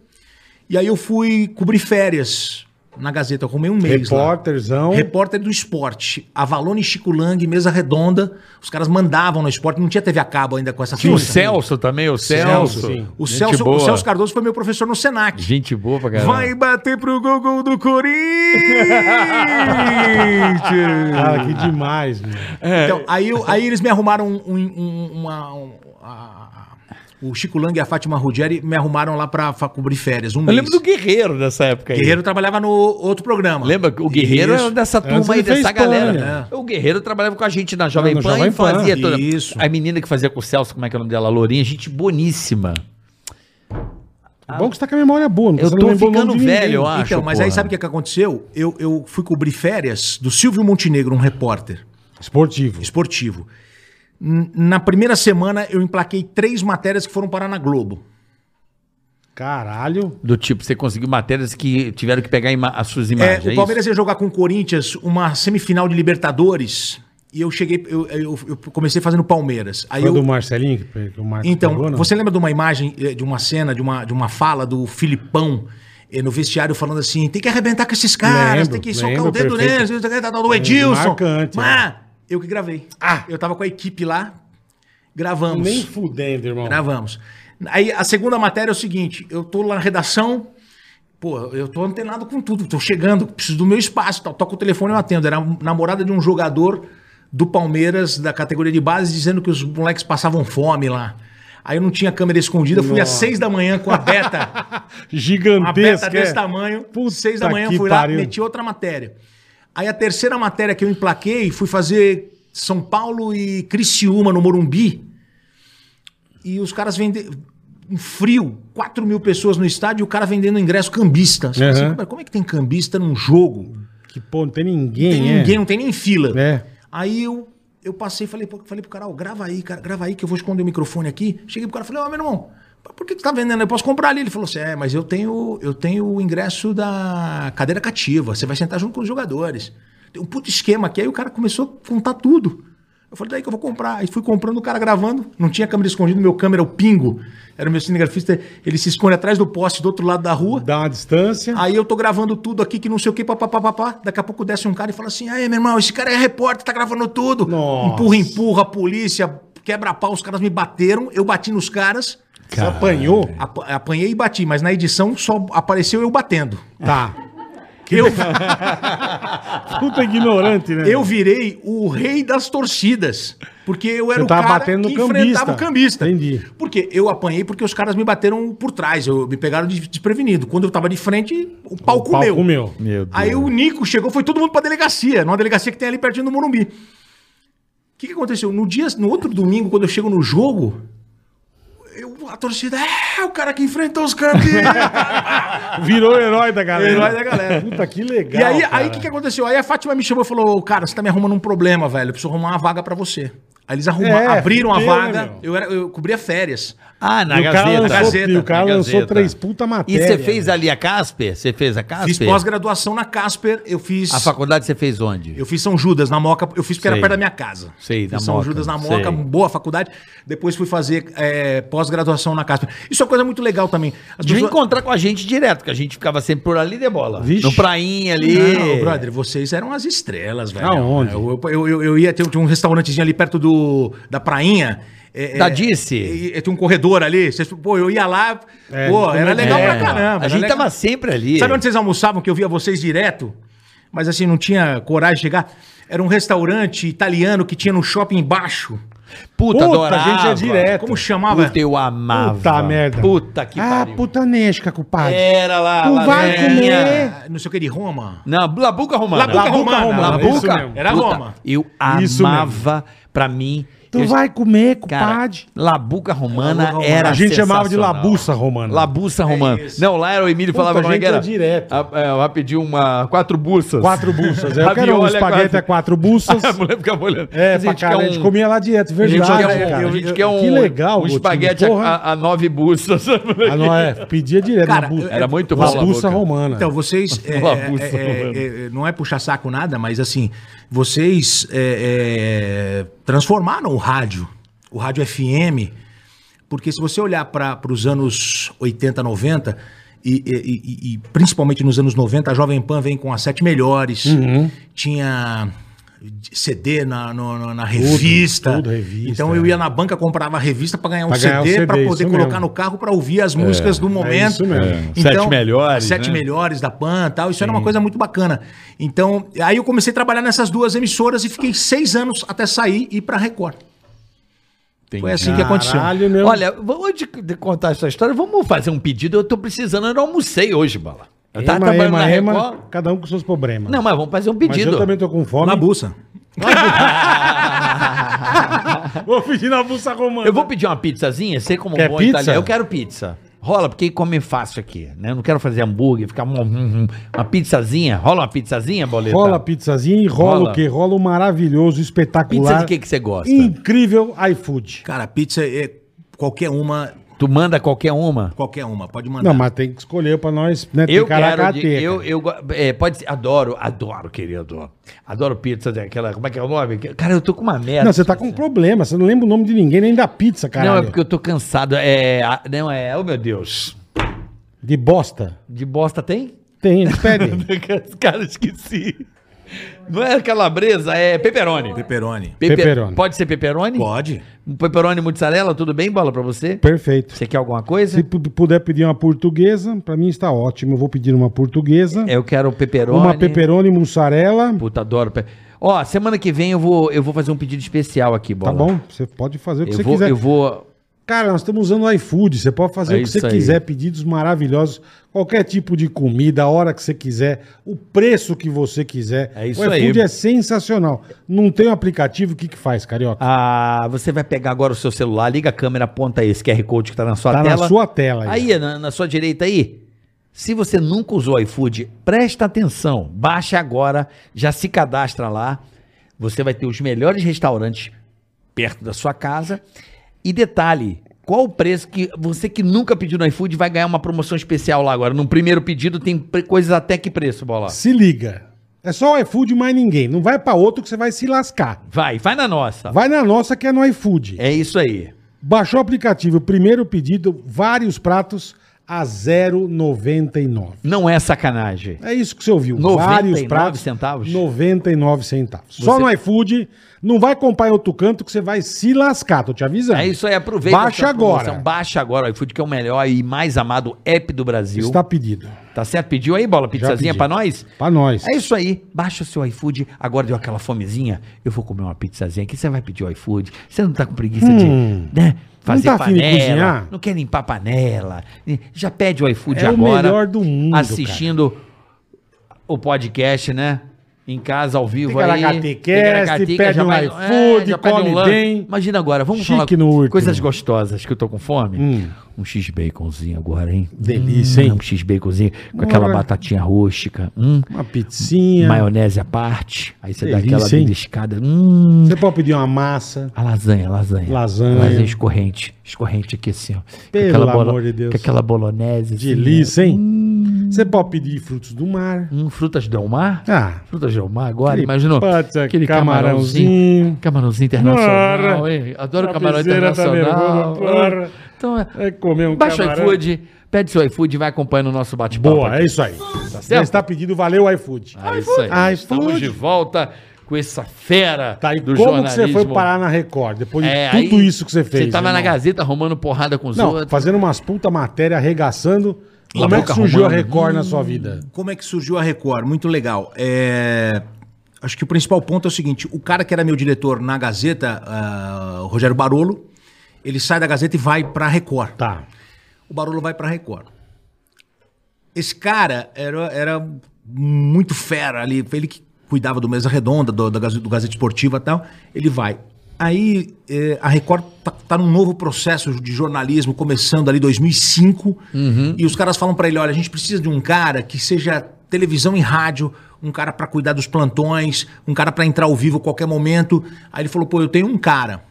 Speaker 4: E aí eu fui cobrir férias na Gazeta. Eu arrumei um mês. lá.
Speaker 5: então?
Speaker 2: Repórterzão.
Speaker 4: Repórter do esporte. Avalone Chico Lang, mesa redonda. Os caras mandavam no esporte. Não tinha TV a cabo ainda com essa
Speaker 5: Tinha o
Speaker 4: força.
Speaker 5: Celso também, o Celso.
Speaker 2: Celso, sim.
Speaker 4: O
Speaker 5: Gente
Speaker 4: Celso,
Speaker 5: boa.
Speaker 4: o Celso Cardoso foi meu professor no Senac.
Speaker 5: Gente boa pra caralho.
Speaker 4: Vai bater pro gol, gol do Corinthians!
Speaker 2: Cara, Ah, que demais, meu.
Speaker 6: É.
Speaker 4: Então, aí, eu- aí eles me arrumaram um, um- uma. um- a- o Chico Lang e a Fátima Ruggeri me arrumaram lá pra, fa- cobrir férias. Um
Speaker 6: Eu
Speaker 4: mês.
Speaker 6: lembro do Guerreiro dessa época aí.
Speaker 4: Guerreiro trabalhava no outro programa.
Speaker 6: Lembra? que O Guerreiro
Speaker 4: Isso.
Speaker 6: era dessa turma aí,
Speaker 2: ele fez
Speaker 6: dessa
Speaker 2: Pan,
Speaker 6: galera. O Guerreiro trabalhava com a gente na Jovem
Speaker 2: Não, no
Speaker 6: Pan
Speaker 2: Jovem
Speaker 6: e fazia
Speaker 4: Pan.
Speaker 6: toda.
Speaker 4: Isso.
Speaker 6: A menina que fazia com o Celso, como é que é o nome dela? A Lourinha, gente boníssima.
Speaker 2: Bom que você tá com a memória boa. não
Speaker 6: Eu
Speaker 2: precisa
Speaker 6: tô
Speaker 2: lembrar o nome
Speaker 6: ficando
Speaker 2: de ninguém.
Speaker 6: velho, eu acho.
Speaker 4: Então, mas aí
Speaker 6: porra.
Speaker 4: sabe o que, que aconteceu? Eu, eu fui cobrir férias do Silvio Montenegro, um repórter
Speaker 2: Esportivo.
Speaker 4: esportivo. N- Na primeira semana, eu emplaquei três matérias que foram parar na Globo.
Speaker 2: Caralho.
Speaker 6: Do tipo, você conseguiu matérias que tiveram que pegar ima- as suas
Speaker 4: É,
Speaker 6: imagens.
Speaker 4: o Palmeiras ia jogar com o Corinthians uma semifinal de Libertadores E eu cheguei, eu, eu- eu comecei fazendo Palmeiras. Aí
Speaker 2: Foi
Speaker 4: eu,
Speaker 2: do Marcelinho que pe- que o Marcos
Speaker 4: então,
Speaker 2: pegou, não?
Speaker 4: você lembra de uma imagem, eh, de uma cena, de uma, de uma fala do Filipão eh, no vestiário falando assim: tem que arrebentar com esses caras,
Speaker 2: Lembro,
Speaker 4: tem que socar
Speaker 2: lembro,
Speaker 4: o dedo
Speaker 2: perfeito. É
Speaker 4: neles, né, tem que dar do Edilson.
Speaker 2: marcante, né?
Speaker 4: Mas eu que gravei. Ah. Eu tava com a equipe lá, gravamos.
Speaker 2: Nem fudendo, irmão.
Speaker 4: Gravamos. Aí a segunda matéria é o seguinte: eu tô lá na redação, pô, eu tô antenado com tudo, tô chegando, preciso do meu espaço, e tal. toco o telefone e eu atendo. Era a namorada de um jogador do Palmeiras, da categoria de base, dizendo que os moleques passavam fome lá. Aí eu não tinha câmera escondida, fui às seis da manhã com a beta. Uma
Speaker 2: Gigantesca.
Speaker 4: beta
Speaker 2: é.
Speaker 4: desse tamanho.
Speaker 2: Puta
Speaker 4: seis da manhã
Speaker 2: que
Speaker 4: eu fui lá,
Speaker 2: pariu.
Speaker 4: meti outra matéria. Aí a terceira matéria que eu emplaquei, fui fazer São Paulo e Criciúma no Morumbi. E os caras vendendo. Um frio, 4 mil pessoas no estádio e o cara vendendo ingresso cambista. Você fala assim,
Speaker 2: Aham.
Speaker 4: "Mas como é que tem cambista num jogo?
Speaker 2: Que, pô, não tem ninguém,
Speaker 4: Tem
Speaker 2: é.
Speaker 4: ninguém, não tem nem fila.
Speaker 2: É.
Speaker 4: Aí eu, eu passei e falei, pro- falei pro cara, ó, grava aí, cara, grava aí que eu vou esconder o microfone aqui. Cheguei pro cara e falei, ó, meu irmão, mas por que que você tá vendendo? Eu posso comprar ali. Ele falou assim, é, mas eu tenho, eu tenho o ingresso da cadeira cativa, você vai sentar junto com os jogadores. Tem um puto esquema aqui. Aí o cara começou a contar tudo. Eu falei, daí que eu vou comprar. Aí fui comprando, o cara gravando. Não tinha câmera escondida, meu câmera, o Pingo, era o meu cinegrafista, ele se esconde atrás do poste do outro lado da rua.
Speaker 2: Dá uma distância.
Speaker 4: Aí eu tô gravando tudo aqui, que não sei o que, papapá, papá. Daqui a pouco desce um cara e fala assim: aí, meu irmão, esse cara é repórter, tá gravando tudo.
Speaker 2: Nossa.
Speaker 4: Empurra, empurra, polícia, quebra-pau, os caras me bateram, eu bati nos caras,
Speaker 2: Você apanhou?
Speaker 4: apa- apanhei e bati, mas na edição só apareceu eu batendo.
Speaker 2: Tá.
Speaker 4: Eu,
Speaker 5: é.
Speaker 2: Puta ignorante, né?
Speaker 4: eu virei o rei das torcidas. Porque eu era
Speaker 2: Você
Speaker 4: o
Speaker 2: tava
Speaker 4: cara
Speaker 2: batendo
Speaker 4: que
Speaker 2: no
Speaker 4: enfrentava
Speaker 2: cambista.
Speaker 4: o cambista.
Speaker 2: Entendi.
Speaker 4: Porque eu apanhei porque os caras me bateram por trás, eu, me pegaram de- desprevenido. Quando eu tava de frente, o pau
Speaker 2: O pau
Speaker 4: comeu.
Speaker 2: comeu.
Speaker 9: Meu Deus.
Speaker 4: Aí o Nico chegou, foi todo mundo pra delegacia, numa delegacia que tem ali pertinho do Morumbi. O que, que aconteceu? No dia, no outro domingo, quando eu chego no jogo, eu- a torcida é o cara que enfrentou os campeões.
Speaker 2: Virou herói da galera.
Speaker 4: Herói da né, galera.
Speaker 2: Puta que
Speaker 4: e
Speaker 2: legal.
Speaker 4: aí,
Speaker 2: cara.
Speaker 4: aí o que, é que aconteceu? Aí a Fátima me chamou e falou: Cara, você tá me arrumando um problema, velho. Eu preciso arrumar uma vaga pra você. Aí eles arrumaram,
Speaker 2: É,
Speaker 4: abriram a
Speaker 2: fudeu, né,
Speaker 4: vaga.
Speaker 2: meu?
Speaker 4: eu, era, eu cobria férias.
Speaker 3: Ah, na
Speaker 2: E o cara
Speaker 3: Gazeta.
Speaker 2: lançou-
Speaker 4: Gazeta,
Speaker 2: e o cara
Speaker 3: na
Speaker 2: lançou
Speaker 3: Gazeta.
Speaker 2: três né? puta
Speaker 3: E
Speaker 2: matéria.
Speaker 3: você fez ali a Casper? Você fez a
Speaker 2: Ah,
Speaker 3: Casper?
Speaker 4: Fiz pós-graduação na Casper, eu fiz.
Speaker 3: A faculdade você fez onde?
Speaker 4: Eu fiz São Judas na Moca, eu fiz porque
Speaker 3: Sei.
Speaker 4: era perto da minha casa.
Speaker 3: Sei,
Speaker 4: fiz
Speaker 3: na
Speaker 4: São
Speaker 3: Moca,
Speaker 4: Judas na Moca,
Speaker 3: sei.
Speaker 4: boa faculdade. Depois fui fazer eh, pós-graduação na Casper. Isso é uma coisa muito legal também. As
Speaker 3: De
Speaker 4: pessoas-
Speaker 3: encontrar com a gente direto, que a gente ficava sempre por ali de bola.
Speaker 2: Vixe.
Speaker 3: No prainha ali.
Speaker 4: Não, brother, vocês eram as estrelas, velho.
Speaker 2: Aonde?
Speaker 4: Eu, eu, eu, eu ia ter um restaurantezinho ali perto do, da prainha. eh,
Speaker 3: Da
Speaker 4: eh,
Speaker 3: Dice?
Speaker 4: e- e Tem um corredor ali. Vocês, pô, eu ia lá.
Speaker 2: É,
Speaker 4: pô,
Speaker 2: a gente
Speaker 4: era legal
Speaker 2: comia.
Speaker 4: pra caramba.
Speaker 3: A gente
Speaker 4: era
Speaker 3: tava assim.
Speaker 4: legal.
Speaker 3: sempre ali.
Speaker 4: Sabe onde vocês almoçavam que eu via vocês direto? Mas assim, não tinha coragem de chegar. Era um restaurante italiano que tinha no shopping embaixo.
Speaker 3: Puta,
Speaker 2: Puta,
Speaker 3: adorava.
Speaker 2: a gente é direto.
Speaker 4: Como chamava?
Speaker 3: Puta, eu amava.
Speaker 2: Puta merda.
Speaker 3: Puta que
Speaker 2: Ah,
Speaker 3: pariu.
Speaker 2: puta nesca, compadre.
Speaker 3: Era lá.
Speaker 2: Tu
Speaker 3: lá
Speaker 2: vai
Speaker 3: velhinha.
Speaker 2: comer.
Speaker 4: Ah, não sei o que de Roma.
Speaker 3: Não, Labuca Romana.
Speaker 4: Labuca Romana,
Speaker 2: Labuca.
Speaker 3: Labuca.
Speaker 4: Era
Speaker 3: Puta,
Speaker 4: Roma.
Speaker 3: Eu
Speaker 2: Isso mesmo.
Speaker 3: amava, pra mim...
Speaker 2: Tu
Speaker 3: eu-
Speaker 2: vai comer,
Speaker 3: Cara,
Speaker 2: compadre.
Speaker 3: Labuca Romana É
Speaker 4: Labuca Romana.
Speaker 3: era
Speaker 2: A gente chamava de
Speaker 3: sensacional.
Speaker 2: labuça romana.
Speaker 3: Labuça Romana. não, lá era o Emílio
Speaker 2: Puta,
Speaker 3: falava
Speaker 2: a
Speaker 3: como é que
Speaker 2: gente
Speaker 3: era.
Speaker 2: é direto.
Speaker 3: A, é, ela pediu uma quatro buças.
Speaker 2: Quatro buças. Eu quero um
Speaker 3: Raviola é
Speaker 2: espaguete
Speaker 3: quatro.
Speaker 2: a quatro buças.
Speaker 3: A mulher ficava olhando.
Speaker 2: É, pra
Speaker 3: A gente quer
Speaker 2: caralho. A gente
Speaker 3: um-
Speaker 2: comia lá direto, verdade,
Speaker 3: a gente quer um,
Speaker 2: cara.
Speaker 3: a gente quer um,
Speaker 2: que legal,
Speaker 3: um
Speaker 2: Gotinho,
Speaker 3: espaguete a,
Speaker 2: porra.
Speaker 3: a- a nove buças.
Speaker 2: Ah, não, é, pedia direto.
Speaker 4: Cara,
Speaker 2: labu-
Speaker 4: era
Speaker 3: muito bom,
Speaker 2: Labuça
Speaker 3: Labuca.
Speaker 2: romana.
Speaker 4: Então, vocês. é,
Speaker 3: Labuça,
Speaker 4: é, é,
Speaker 3: mano.
Speaker 4: é, não é puxar saco nada, mas assim, vocês é, é, transformaram o rádio, o rádio FM. Porque se você olhar para os anos 80, 90, e, e- e- e principalmente nos anos 90, a Jovem Pan vem com as sete melhores,
Speaker 2: Uhum.
Speaker 4: tinha CD na, no- no- na revista.
Speaker 2: tudo revista, é.
Speaker 4: Então eu ia na banca, comprava a revista para ganhar um
Speaker 2: Pra ganhar o
Speaker 4: CD, para
Speaker 2: CD,
Speaker 4: poder
Speaker 2: isso
Speaker 4: colocar
Speaker 2: mesmo.
Speaker 4: no carro para ouvir as músicas do momento.
Speaker 2: isso mesmo. É.
Speaker 9: Sete melhores,
Speaker 4: as Então, Sete
Speaker 9: né?
Speaker 4: melhores da PAN e tal. Isso era uma coisa muito bacana. Então, aí eu comecei a trabalhar nessas duas emissoras e fiquei seis anos até sair e ir pra Record. Foi assim
Speaker 9: Ah,
Speaker 4: que aconteceu.
Speaker 2: Caralho, meu.
Speaker 3: Olha, vou de, de contar essa história. Vamos fazer um pedido. Eu tô precisando. Eu não almocei hoje, Bala. Eu tava
Speaker 2: ema,
Speaker 3: tá trabalhando na
Speaker 2: ema,
Speaker 3: Record.
Speaker 2: ema, cada um com seus problemas.
Speaker 3: Não, mas vamos fazer um
Speaker 2: Mas
Speaker 3: pedido.
Speaker 2: eu também tô com fome.
Speaker 4: Na buça.
Speaker 2: Vou pedir na buça romana.
Speaker 3: Eu vou pedir uma pizzazinha, sei como
Speaker 2: Quer pizza?
Speaker 3: italiano. Eu quero pizza. Rola, porque come fácil aqui, né? Eu não quero fazer hambúrguer, ficar uma, uma pizzazinha. Rola uma pizzazinha, boleta?
Speaker 2: Rola a pizzazinha e rola,
Speaker 3: tá. Rola.
Speaker 2: o quê? Rola o maravilhoso, espetacular.
Speaker 3: Pizza de que que você gosta?
Speaker 2: Incrível iFood.
Speaker 4: Cara, pizza é qualquer uma.
Speaker 3: Tu manda qualquer uma.
Speaker 4: Qualquer uma, pode mandar.
Speaker 2: Não, mas tem que escolher pra nós, né?
Speaker 3: Eu quero.
Speaker 2: Ticaracateca.
Speaker 3: De, eu, eu, go- é, pode ser, adoro, adoro, querido, adoro. Adoro pizza daquela. Como é que é o nome? Cara, eu tô com uma merda.
Speaker 2: Não, você tá com um problema, você não lembra o nome de ninguém, nem da pizza, caralho.
Speaker 3: Não, é porque eu tô cansado. É. a- Não, é. Oh, meu Deus.
Speaker 2: De bosta.
Speaker 3: De bosta tem?
Speaker 2: Tem, eles pedem.
Speaker 3: Cara, esqueci. Não é calabresa, é peperoni.
Speaker 4: Pepperoni.
Speaker 2: Pepperoni.
Speaker 3: Pode ser peperoni?
Speaker 4: Pode.
Speaker 3: Peperoni mussarela, tudo bem? Bola pra você?
Speaker 2: Perfeito.
Speaker 3: Você quer alguma coisa?
Speaker 2: Se pu- puder pedir uma portuguesa, pra mim está ótimo. Eu vou pedir uma portuguesa,
Speaker 3: Eu quero peperoni.
Speaker 2: uma peperoni mussarela.
Speaker 3: Puta, adoro. pe- Ó, semana que vem eu vou, eu vou fazer um pedido especial aqui,
Speaker 2: Tá
Speaker 3: Bola.
Speaker 2: bom? Você pode fazer o que
Speaker 3: Eu
Speaker 2: você
Speaker 3: vou,
Speaker 2: quiser.
Speaker 3: eu vou.
Speaker 2: Cara, nós estamos usando o iFood. Você pode fazer
Speaker 3: É
Speaker 2: o que você
Speaker 3: isso aí.
Speaker 2: quiser, pedidos maravilhosos, qualquer tipo de comida, a hora que você quiser, o preço que você quiser.
Speaker 3: É isso
Speaker 2: o iFood
Speaker 3: aí.
Speaker 2: é sensacional. Não tem um aplicativo, o que que faz, Carioca?
Speaker 3: Ah, você vai pegar agora o seu celular, liga a câmera, aponta esse QR Code que tá na sua
Speaker 2: tá
Speaker 3: tela.
Speaker 2: na sua tela aí.
Speaker 3: Aí, na, na sua direita aí. Se você nunca usou iFood, presta atenção. Baixa agora, já se cadastra lá. Você vai ter os melhores restaurantes perto da sua casa. E detalhe, qual o preço que você que nunca pediu no iFood vai ganhar uma promoção especial lá agora? No primeiro pedido tem pre- coisas até que preço, bola.
Speaker 2: Se liga. É só o iFood mais ninguém. Não vai pra outro que você vai se lascar.
Speaker 3: Vai, vai na nossa.
Speaker 2: Vai na nossa que é no iFood.
Speaker 3: É isso aí.
Speaker 2: Baixou o aplicativo, primeiro pedido, vários pratos a 0,99.
Speaker 3: Não é sacanagem.
Speaker 2: É isso que você ouviu.
Speaker 3: 99
Speaker 2: vários pratos.
Speaker 3: centavos?
Speaker 2: 99 centavos. Só
Speaker 3: Você-
Speaker 2: no iFood. Não vai comprar em outro canto que você vai se lascar. Tô te avisando.
Speaker 3: É isso aí, aproveita.
Speaker 2: Baixa
Speaker 3: essa promoção,
Speaker 2: agora.
Speaker 3: Baixa agora o iFood, que é o melhor e mais amado app do Brasil.
Speaker 2: Está pedido.
Speaker 3: Tá certo? Pediu aí, bola, pizzazinha
Speaker 2: pedi.
Speaker 3: pra nós?
Speaker 2: Pra nós.
Speaker 3: É isso aí. Baixa o seu iFood. Agora deu aquela fomezinha. Eu vou comer uma pizzazinha aqui. Você vai pedir o iFood. Você não tá com preguiça
Speaker 2: Hum.
Speaker 3: de né, fazer
Speaker 2: tá afim de
Speaker 3: panela.
Speaker 2: cozinhar?
Speaker 3: Não quer limpar panela. Já pede o iFood
Speaker 2: É o
Speaker 3: agora.
Speaker 2: melhor do mundo,
Speaker 3: Assistindo o podcast, né? Em casa, ao vivo aí.
Speaker 2: Ticaracatecast, pede
Speaker 3: já
Speaker 2: um
Speaker 3: vai- é,
Speaker 2: iFood,
Speaker 3: já pede
Speaker 2: come
Speaker 3: lanche.
Speaker 2: bem.
Speaker 3: Imagina agora, vamos
Speaker 2: Chique
Speaker 3: falar
Speaker 2: no último.
Speaker 3: coisas gostosas que eu tô com fome.
Speaker 2: Hum.
Speaker 3: Um X-Baconzinho agora, hein?
Speaker 2: Delícia, hein?
Speaker 3: Um X-Baconzinho com aquela
Speaker 2: Bora.
Speaker 3: batatinha rústica. Hum.
Speaker 2: Uma pizzinha.
Speaker 3: Maionese à parte. Aí você
Speaker 2: Delícia,
Speaker 3: dá aquela
Speaker 2: hein?
Speaker 3: beliscada. Hum.
Speaker 2: Você pode pedir uma massa.
Speaker 3: A lasanha, lasanha.
Speaker 2: Lasanha.
Speaker 3: é escorrente. Escorrente aqui assim, ó. Com
Speaker 2: Pelo
Speaker 3: bolo-
Speaker 2: amor de Deus.
Speaker 3: Com aquela bolonese. assim,
Speaker 2: Delícia,
Speaker 3: ó.
Speaker 2: hein? Você pode pedir frutos do mar.
Speaker 3: Hum, frutas Del Mar?
Speaker 2: Ah.
Speaker 3: Frutas Del Mar agora,
Speaker 2: Aquele
Speaker 3: imaginou?
Speaker 2: pizza, camarããozinho.
Speaker 3: Camarãozinho internacional, hein? Adoro
Speaker 2: A
Speaker 3: camarão
Speaker 2: piseira tá
Speaker 3: internacional.
Speaker 2: nervosa, porra.
Speaker 3: então, é-
Speaker 2: É comer um
Speaker 3: baixa o
Speaker 2: camarão.
Speaker 3: iFood, pede seu iFood e vai acompanhando o nosso bate-papo.
Speaker 2: Boa,
Speaker 3: aqui.
Speaker 2: é isso aí.
Speaker 3: Tá certo?
Speaker 2: Está pedido, valeu iFood.
Speaker 3: É isso
Speaker 2: iFood.
Speaker 3: aí. Estamos de volta com essa fera
Speaker 2: Tá, e
Speaker 3: do
Speaker 2: como que
Speaker 3: jornalismo.
Speaker 2: você foi parar na Record? Depois de
Speaker 3: É,
Speaker 2: tudo
Speaker 3: aí
Speaker 2: isso que você fez. né,
Speaker 3: Você tava na
Speaker 2: irmão?
Speaker 3: Gazeta arrumando porrada com os
Speaker 2: Não,
Speaker 3: outros.
Speaker 2: fazendo umas puta matéria, arregaçando.
Speaker 3: Lá
Speaker 2: Como é que
Speaker 3: boca
Speaker 2: surgiu a
Speaker 3: arrumando.
Speaker 2: Record na sua vida?
Speaker 4: Como é que surgiu a Record? Muito legal. É, Acho que o principal ponto é o seguinte: o cara que era meu diretor na Gazeta, ah, o Rogério Barolo, ele sai da Gazeta e vai pra Record.
Speaker 2: Tá.
Speaker 4: O Barolo vai pra Record. Esse cara era, era muito fera ali. Foi ele que cuidava do Mesa Redonda, do, da Gazeta, do Gazeta Esportiva e tal. Ele vai. Aí eh, a Record tá, tá num novo processo de jornalismo, começando ali 2005. E os caras falam pra ele: olha, a gente precisa de um cara que seja televisão e rádio, um cara pra cuidar dos plantões, um cara pra entrar ao vivo a qualquer momento. Aí ele falou: pô, eu tenho um cara.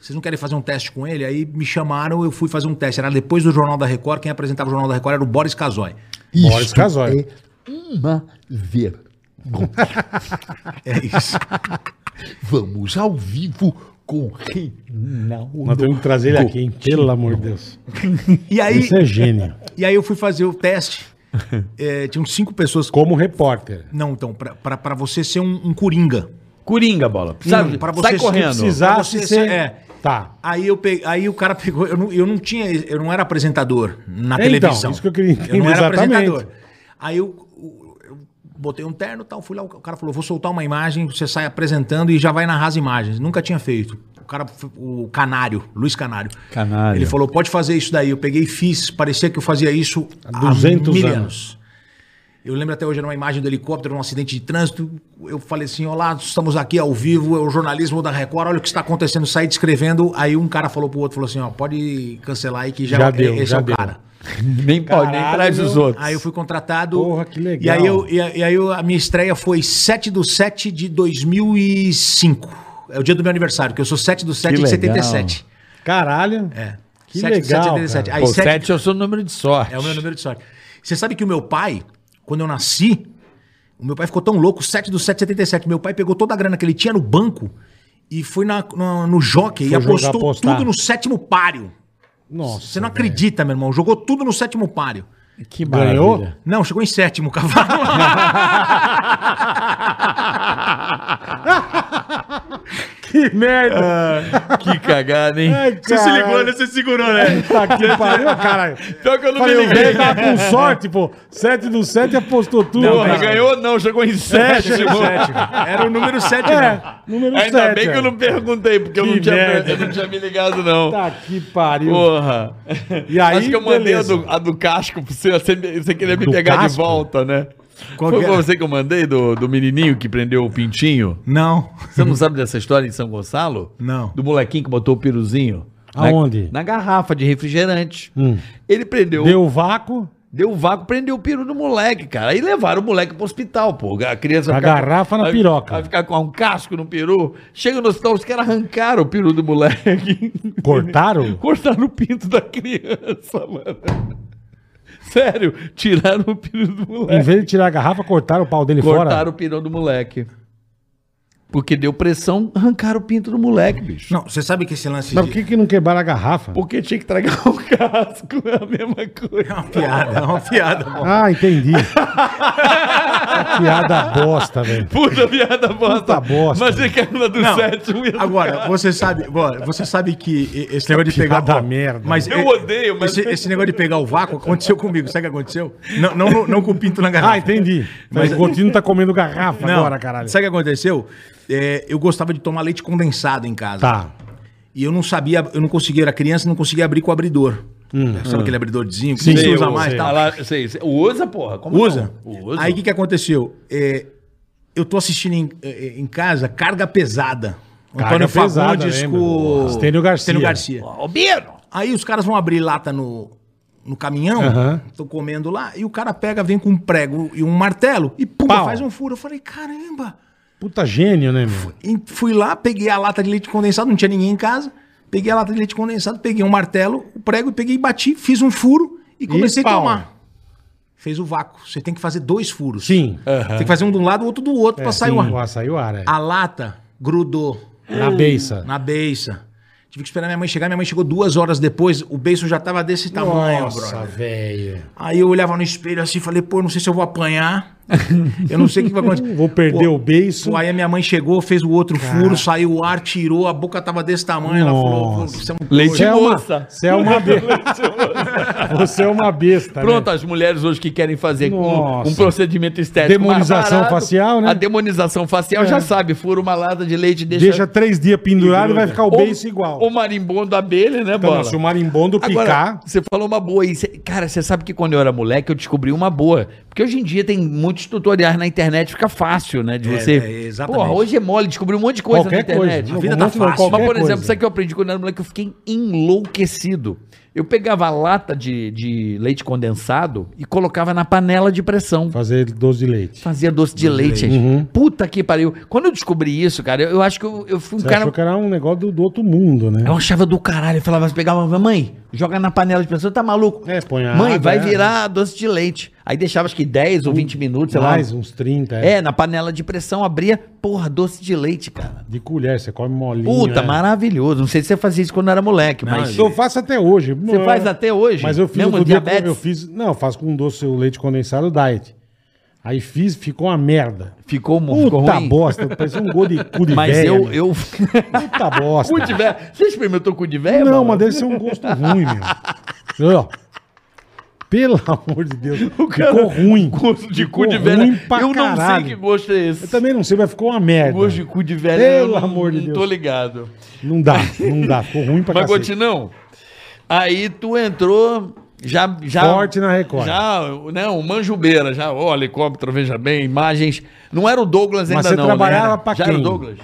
Speaker 4: Vocês não querem fazer um teste com ele? Aí me chamaram, eu fui fazer um teste. Era depois do Jornal da Record, quem apresentava o Jornal da Record era o Boris Casoy.
Speaker 2: Boris Casoy.
Speaker 3: é Uma ver.
Speaker 4: É isso.
Speaker 3: Vamos ao vivo com o Reinaldo.
Speaker 2: Nós temos que trazer ele aqui, hein? Pelo amor de Deus.
Speaker 4: E aí,
Speaker 2: Isso é gênio.
Speaker 4: e aí eu fui fazer o teste. É, tinham cinco pessoas.
Speaker 2: Como repórter.
Speaker 4: Não, então, pra- pra pra você ser um, um coringa.
Speaker 3: Coringa, bola.
Speaker 2: Hum,
Speaker 3: Sabe,
Speaker 4: pra
Speaker 3: sai
Speaker 4: você
Speaker 3: correndo.
Speaker 4: precisa-
Speaker 2: Precisasse
Speaker 4: Você-
Speaker 2: ser.
Speaker 4: é.
Speaker 2: Tá.
Speaker 4: Aí, eu pe... aí o cara pegou. Eu não, eu não tinha. Eu não era apresentador na
Speaker 2: É, então,
Speaker 4: televisão.
Speaker 2: isso que eu queria entender
Speaker 4: não era
Speaker 2: exatamente.
Speaker 4: apresentador. Aí eu, eu- eu botei um terno e tal, fui lá. O cara falou: vou soltar uma imagem, você sai apresentando e já vai narrar as imagens. Nunca tinha feito. O cara, o Canário, Luiz Canário.
Speaker 3: Canário.
Speaker 4: Ele falou: pode fazer isso daí. Eu peguei e fiz. Parecia que eu fazia isso há
Speaker 2: 200
Speaker 4: mil
Speaker 2: anos.
Speaker 4: eu lembro até hoje era uma imagem do helicóptero, um acidente de trânsito. Eu falei assim: Olá, estamos aqui ao vivo, é o jornalismo da Record, olha o que está acontecendo. Saí descrevendo. Aí um cara falou pro outro: falou assim, ó, pode cancelar aí que já,
Speaker 2: Já
Speaker 4: é-
Speaker 2: deu,
Speaker 4: esse
Speaker 2: já
Speaker 4: é o
Speaker 2: deu.
Speaker 4: cara.
Speaker 3: Nem pode, nem
Speaker 2: Caralho,
Speaker 3: traz os
Speaker 2: meu.
Speaker 3: outros.
Speaker 4: Aí eu fui contratado.
Speaker 2: Porra, que legal.
Speaker 4: E aí, eu- e a- e aí eu- a minha estreia foi 7 do 7 de 2005. É o dia do meu aniversário, que eu sou 7 do 7
Speaker 3: Que
Speaker 4: de
Speaker 3: legal.
Speaker 4: 77.
Speaker 2: Caralho.
Speaker 4: É.
Speaker 2: Que legal, cara.
Speaker 4: Aí,
Speaker 3: Pô,
Speaker 4: sete-
Speaker 3: sete é o seu número de sorte.
Speaker 4: é o meu número de sorte. Você sabe que o meu pai, quando eu nasci, o meu pai ficou tão louco, 7 do 777. Meu pai pegou toda a grana que ele tinha no banco e foi na, na- no jockey e
Speaker 2: Foi jogar,
Speaker 4: apostou
Speaker 2: apostar.
Speaker 4: tudo no sétimo páreo.
Speaker 2: Nossa.
Speaker 4: Você não
Speaker 2: velho.
Speaker 4: acredita, meu irmão. Jogou tudo no sétimo páreo.
Speaker 3: Que
Speaker 2: Ganhou?
Speaker 3: maravilha.
Speaker 4: Não, chegou em sétimo o cavalo.
Speaker 2: Que merda.
Speaker 3: Que cagada, hein?
Speaker 2: Ai, caralho.
Speaker 5: Você segurou, né?
Speaker 2: Puta que pariu, caralho.
Speaker 5: Pior que eu não
Speaker 2: Falei,
Speaker 5: me
Speaker 2: o
Speaker 5: liguei.
Speaker 2: velho tá com sorte, pô. 7 do 7 apostou tudo. cara.
Speaker 5: Porra, ganhou não, chegou em
Speaker 2: É,
Speaker 5: sete.
Speaker 2: chegou
Speaker 5: chegou.
Speaker 2: em sete.
Speaker 4: Era o número né? 7,
Speaker 2: É, número 7.
Speaker 5: Ainda bem que eu não perguntei, porque eu
Speaker 2: Que
Speaker 5: não, tinha,
Speaker 2: merda.
Speaker 5: eu não tinha me ligado, não.
Speaker 2: Tá que pariu.
Speaker 5: Porra.
Speaker 2: E aí,
Speaker 5: Acho que eu mandei a
Speaker 2: beleza.
Speaker 5: do, a do casco pra você, você, me- você queria me
Speaker 2: Do
Speaker 5: pegar de
Speaker 2: casco? é?
Speaker 5: volta, né?
Speaker 4: Qual
Speaker 5: Foi
Speaker 4: que
Speaker 5: pra
Speaker 4: era?
Speaker 5: você que eu mandei, do, do menininho que prendeu o pintinho?
Speaker 4: Não.
Speaker 3: Você não sabe dessa história de São Gonçalo?
Speaker 4: Não.
Speaker 3: Do molequinho que botou o piruzinho?
Speaker 2: Aonde?
Speaker 3: Na, na garrafa de refrigerante.
Speaker 2: Hum.
Speaker 3: Ele prendeu, deu,
Speaker 2: Deu vácuo,
Speaker 3: o vácuo, prendeu o peru do moleque, cara. Aí levaram o moleque pro hospital, pô. A criança
Speaker 2: A
Speaker 3: vai ficar-
Speaker 2: garrafa na
Speaker 3: vai-
Speaker 2: piroca.
Speaker 3: Vai ficar com um casco no peru. Chega no hospital, os caras arrancaram o peru do moleque.
Speaker 2: cortaram.
Speaker 5: Cortaram o pinto da criança, mano. Sério, tiraram o peru do
Speaker 2: em
Speaker 5: moleque.
Speaker 2: vez de tirar a garrafa, cortaram o pau dele fora.
Speaker 3: Cortaram o peru do moleque. Porque deu pressão, arrancaram o pinto do moleque, bicho.
Speaker 4: Não, você sabe que esse lance
Speaker 2: Mas
Speaker 4: de-
Speaker 2: por que, que não quebraram a garrafa?
Speaker 5: Porque tinha que tragar
Speaker 3: um
Speaker 5: o casco, é a mesma coisa.
Speaker 4: É uma piada, é uma piada. pô.
Speaker 2: Ah, entendi. Piada bosta, velho.
Speaker 5: Puta piada
Speaker 2: Puta
Speaker 5: bosta.
Speaker 2: bosta.
Speaker 5: Mas é que a onda do
Speaker 4: Não,
Speaker 5: sétimo. ia-
Speaker 4: Agora, você sabe, agora, você sabe que e- esse negócio de pegar.
Speaker 2: Piada
Speaker 4: ó,
Speaker 2: merda.
Speaker 4: Mas é-
Speaker 5: Eu
Speaker 4: e-
Speaker 5: odeio, mas-
Speaker 4: Esse, esse negócio de pegar o vácuo aconteceu comigo. Sabe o que aconteceu? Não, não, não, não com o pinto na garrafa.
Speaker 2: Ah, entendi. Mas o Gotino tá comendo garrafa
Speaker 4: Não,
Speaker 2: agora, caralho.
Speaker 4: Sabe o que aconteceu? É, eu gostava de tomar leite condensado em casa.
Speaker 2: Tá.
Speaker 4: E eu não sabia, eu não conseguia, era criança, não conseguia abrir com o abridor. Sabe aquele abridorzinho que
Speaker 2: Hum. Sim,
Speaker 4: você
Speaker 2: sei,
Speaker 4: usa
Speaker 2: eu
Speaker 4: mais e
Speaker 2: sei.
Speaker 4: tal?
Speaker 3: Tá lá, sei, sei. Usa, porra. Como
Speaker 4: Usa.
Speaker 3: não? Usa.
Speaker 4: Aí o que, que aconteceu? É, eu tô assistindo em, eh, em casa Carga Pesada.
Speaker 2: Carga Pesada, lembro.
Speaker 4: com...
Speaker 2: Estênio Garcia.
Speaker 3: Ô, Bino!
Speaker 4: Aí os caras vão abrir lata no, no caminhão,
Speaker 2: Aham.
Speaker 4: tô comendo lá, e o cara pega, vem com um prego e um martelo e pum,
Speaker 2: Pau.
Speaker 4: faz um furo. Eu falei, caramba.
Speaker 2: Puta gênio, né, meu?
Speaker 4: E fui lá, peguei a lata de leite condensado, não tinha ninguém em casa. Peguei a lata de leite condensado, peguei um martelo, o prego, peguei e bati, fiz um furo e comecei a
Speaker 2: pau.
Speaker 4: tomar. Fez o vácuo. Você tem que fazer dois furos.
Speaker 2: Sim.
Speaker 3: É.
Speaker 2: É,
Speaker 4: Tem que fazer um de um lado, outro do outro pra sair o
Speaker 2: Sim,
Speaker 4: ar.
Speaker 2: saiu ar, é.
Speaker 4: A lata grudou
Speaker 2: Na beiça.
Speaker 4: na beiça. Tive que esperar minha mãe chegar. Minha mãe chegou duas horas depois. O beiço já tava desse tamanho,
Speaker 3: Ah,
Speaker 4: brother.
Speaker 2: velho.
Speaker 4: Aí eu olhava no espelho assim, falei, pô, não sei se eu vou apanhar. Eu não sei o que vai acontecer.
Speaker 2: Vou perder
Speaker 4: Pô,
Speaker 2: o beiço.
Speaker 4: Pô, aí a minha mãe chegou, fez o outro furo, saiu o ar, tirou, a boca tava desse tamanho. Ela falou,
Speaker 2: Nossa.
Speaker 4: você é um
Speaker 2: Você
Speaker 3: Leite
Speaker 2: é uma,
Speaker 3: moça.
Speaker 2: você é uma besta. Você é uma besta.
Speaker 3: Pronto,
Speaker 2: né?
Speaker 3: as mulheres hoje que querem fazer um,
Speaker 2: Nossa.
Speaker 3: um procedimento estético.
Speaker 2: Demonização
Speaker 3: mais
Speaker 2: facial, né? É.
Speaker 3: A demonização facial já sabe, fura uma lata de leite, deixa.
Speaker 2: Deixa três dias pendurado e vai ficar o beiço igual.
Speaker 3: O marimbondo abelha, né,
Speaker 2: Então,
Speaker 3: bola?
Speaker 2: se o marimbondo
Speaker 3: Agora,
Speaker 2: picar.
Speaker 3: você falou uma boa aí. Cê- cara, você sabe que quando eu era moleque eu descobri uma boa. Porque hoje em dia tem muitos tutoriais na internet, fica fácil, né? De
Speaker 4: É,
Speaker 3: você.
Speaker 4: é, exatamente.
Speaker 3: Porra, hoje é mole, descobri um monte de coisa na
Speaker 2: qualquer
Speaker 3: internet.
Speaker 2: coisa.
Speaker 4: A vida
Speaker 2: um
Speaker 4: tá
Speaker 2: monte de-
Speaker 4: fácil.
Speaker 2: qualquer
Speaker 3: Mas, por exemplo,
Speaker 2: coisa.
Speaker 3: sabe o que eu aprendi quando eu era moleque? Eu fiquei enlouquecido. Eu pegava a lata de, de leite condensado e colocava na panela de pressão.
Speaker 2: Fazer doce de leite.
Speaker 3: Fazia doce de leite. Puta que pariu. Quando eu descobri isso, cara, eu, eu acho que eu, eu fui um
Speaker 2: Você
Speaker 3: cara. É um,
Speaker 2: achou que era um negócio do, do outro mundo, né?
Speaker 3: Eu achava do caralho. Eu falava, pegava, mãe, joga na panela de pressão, tá maluco?
Speaker 2: É, põe a
Speaker 3: Mãe,
Speaker 2: água,
Speaker 3: vai
Speaker 2: é. Uh,
Speaker 3: virar doce de leite. Aí deixava acho que 10 ou 20 minutos, sei
Speaker 2: Mais
Speaker 3: lá.
Speaker 2: uns 30.
Speaker 3: É. na panela de pressão abria, porra, doce de leite, cara.
Speaker 2: De colher, você come molinho.
Speaker 3: Puta,
Speaker 2: é.
Speaker 3: maravilhoso. Não sei se você fazia isso quando era moleque, mas.
Speaker 2: Eu faço até hoje.
Speaker 3: Você faz até hoje?
Speaker 2: Mas eu fiz
Speaker 3: Mesmo
Speaker 2: outro dia com-
Speaker 3: diabetes?
Speaker 2: eu fiz, não, eu faço com doce o leite condensado diet. Aí fiz, ficou uma merda.
Speaker 3: Ficou, mu- ficou
Speaker 2: Puta
Speaker 3: ruim.
Speaker 2: bosta, parecia um gol de cu de
Speaker 3: Mas
Speaker 2: velha,
Speaker 3: eu.
Speaker 2: meu.
Speaker 3: eu...
Speaker 2: Puta bosta.
Speaker 3: cu de véia. Você experimentou cu de
Speaker 5: É
Speaker 3: velho?
Speaker 2: Não,
Speaker 5: né?
Speaker 2: mas deve ser um gosto ruim, meu. Ó. Pelo amor de Deus. Ficou ruim.
Speaker 5: Gosto de cu
Speaker 2: Ficou
Speaker 5: de velha.
Speaker 2: ruim pra
Speaker 5: Eu não sei
Speaker 2: caralho.
Speaker 5: que gosto é esse.
Speaker 2: Eu também não sei, mas ficou uma merda.
Speaker 5: Gosto de cu de velha.
Speaker 2: Pelo
Speaker 5: eu não-
Speaker 2: amor de
Speaker 5: não
Speaker 2: Deus.
Speaker 5: tô ligado.
Speaker 2: Não dá, não dá. Ficou ruim pra
Speaker 5: Mas,
Speaker 2: cacete.
Speaker 5: Gotinão,
Speaker 3: Aí tu entrou já. já
Speaker 2: Forte na Record.
Speaker 3: Já, né? Um manjubeira, já. Ó, helicóptero, veja bem, imagens. Não era o Douglas
Speaker 2: Mas
Speaker 3: ainda,
Speaker 2: você
Speaker 3: não.
Speaker 2: trabalhava
Speaker 3: né?
Speaker 2: pra
Speaker 3: já
Speaker 2: quem?
Speaker 3: era o Douglas.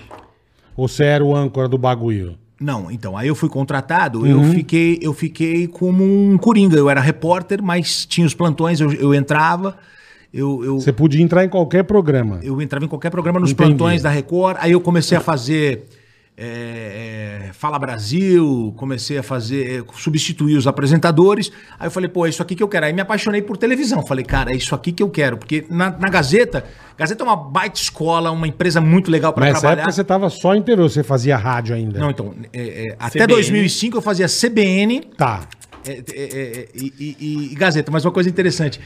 Speaker 2: Ou você era o âncora do bagulho?
Speaker 4: Não, então, aí eu fui contratado,
Speaker 2: Uhum.
Speaker 4: eu, fiquei, eu fiquei como um coringa. Eu era repórter, mas tinha os plantões, eu, eu entrava, eu, eu,
Speaker 2: Você podia entrar em qualquer programa.
Speaker 4: eu entrava em qualquer programa nos
Speaker 2: Entendi.
Speaker 4: plantões da Record. Aí eu comecei a fazer é, é, Fala Brasil, comecei a fazer, é, substituir os apresentadores. Aí eu falei, pô, é isso aqui que eu quero. Aí me apaixonei por televisão. Falei, cara, é isso aqui que eu quero. Porque na, na Gazeta, Gazeta é uma baita escola, uma empresa muito legal para
Speaker 2: Mas nessa
Speaker 4: trabalhar.
Speaker 2: época você tava só interior, você fazia rádio ainda.
Speaker 4: Não, então, é, é, até
Speaker 3: CBN.
Speaker 4: 2005 eu fazia CBN
Speaker 2: Tá.
Speaker 4: é, é, é, é, e, e- e Gazeta. Mas uma coisa interessante.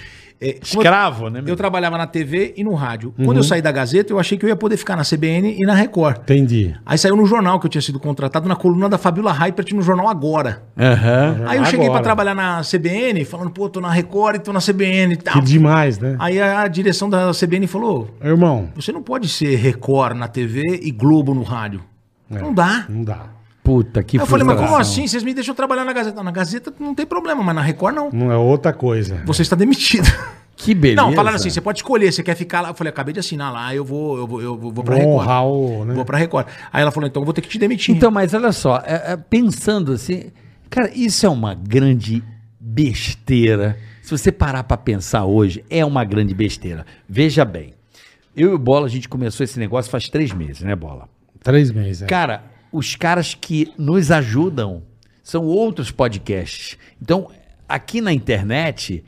Speaker 4: é, como eu-
Speaker 3: Escravo, né? meu? Uhum.
Speaker 4: eu trabalhava na TV e no rádio. Quando eu saí da Gazeta, eu achei que eu ia poder ficar na CBN e na Record.
Speaker 2: Entendi.
Speaker 4: Aí saiu no jornal que eu tinha sido contratado, na coluna da Fabiola Hypert no jornal Agora.
Speaker 3: Aham.
Speaker 4: Aí eu cheguei
Speaker 2: Agora.
Speaker 4: pra trabalhar na CBN, falando, pô, tô na Record e tô na CBN e
Speaker 2: Que
Speaker 4: tal.
Speaker 2: demais, né?
Speaker 4: Aí a direção da CBN falou:
Speaker 2: Irmão,
Speaker 4: você não pode ser Record na TV e Globo no rádio. Não dá.
Speaker 2: não dá.
Speaker 3: Puta É. que
Speaker 4: Aí eu falei, mas como
Speaker 3: frustração.
Speaker 4: assim? Vocês me deixam trabalhar na Gazeta? Na Gazeta não tem problema, mas na Record não.
Speaker 2: Não é outra coisa.
Speaker 4: Você está demitido.
Speaker 3: Que beleza.
Speaker 4: Não, falaram assim, você pode escolher, você quer ficar lá. Eu falei, acabei de assinar lá, eu vou, eu vou, eu vou, vou pra
Speaker 2: Vou
Speaker 4: Record.
Speaker 2: honrar o. né?
Speaker 4: Vou pra Record. Aí ela falou, então eu vou ter que te demitir.
Speaker 3: Então, mas olha só, é- é, pensando assim, cara, isso é uma grande besteira. Se você parar pra pensar hoje, é uma grande besteira. Veja bem, eu e o Bola, a gente começou esse negócio faz três meses, né, Bola?
Speaker 2: Três meses. é.
Speaker 3: Cara, os caras que nos ajudam são outros podcasts. Então, aqui na internet,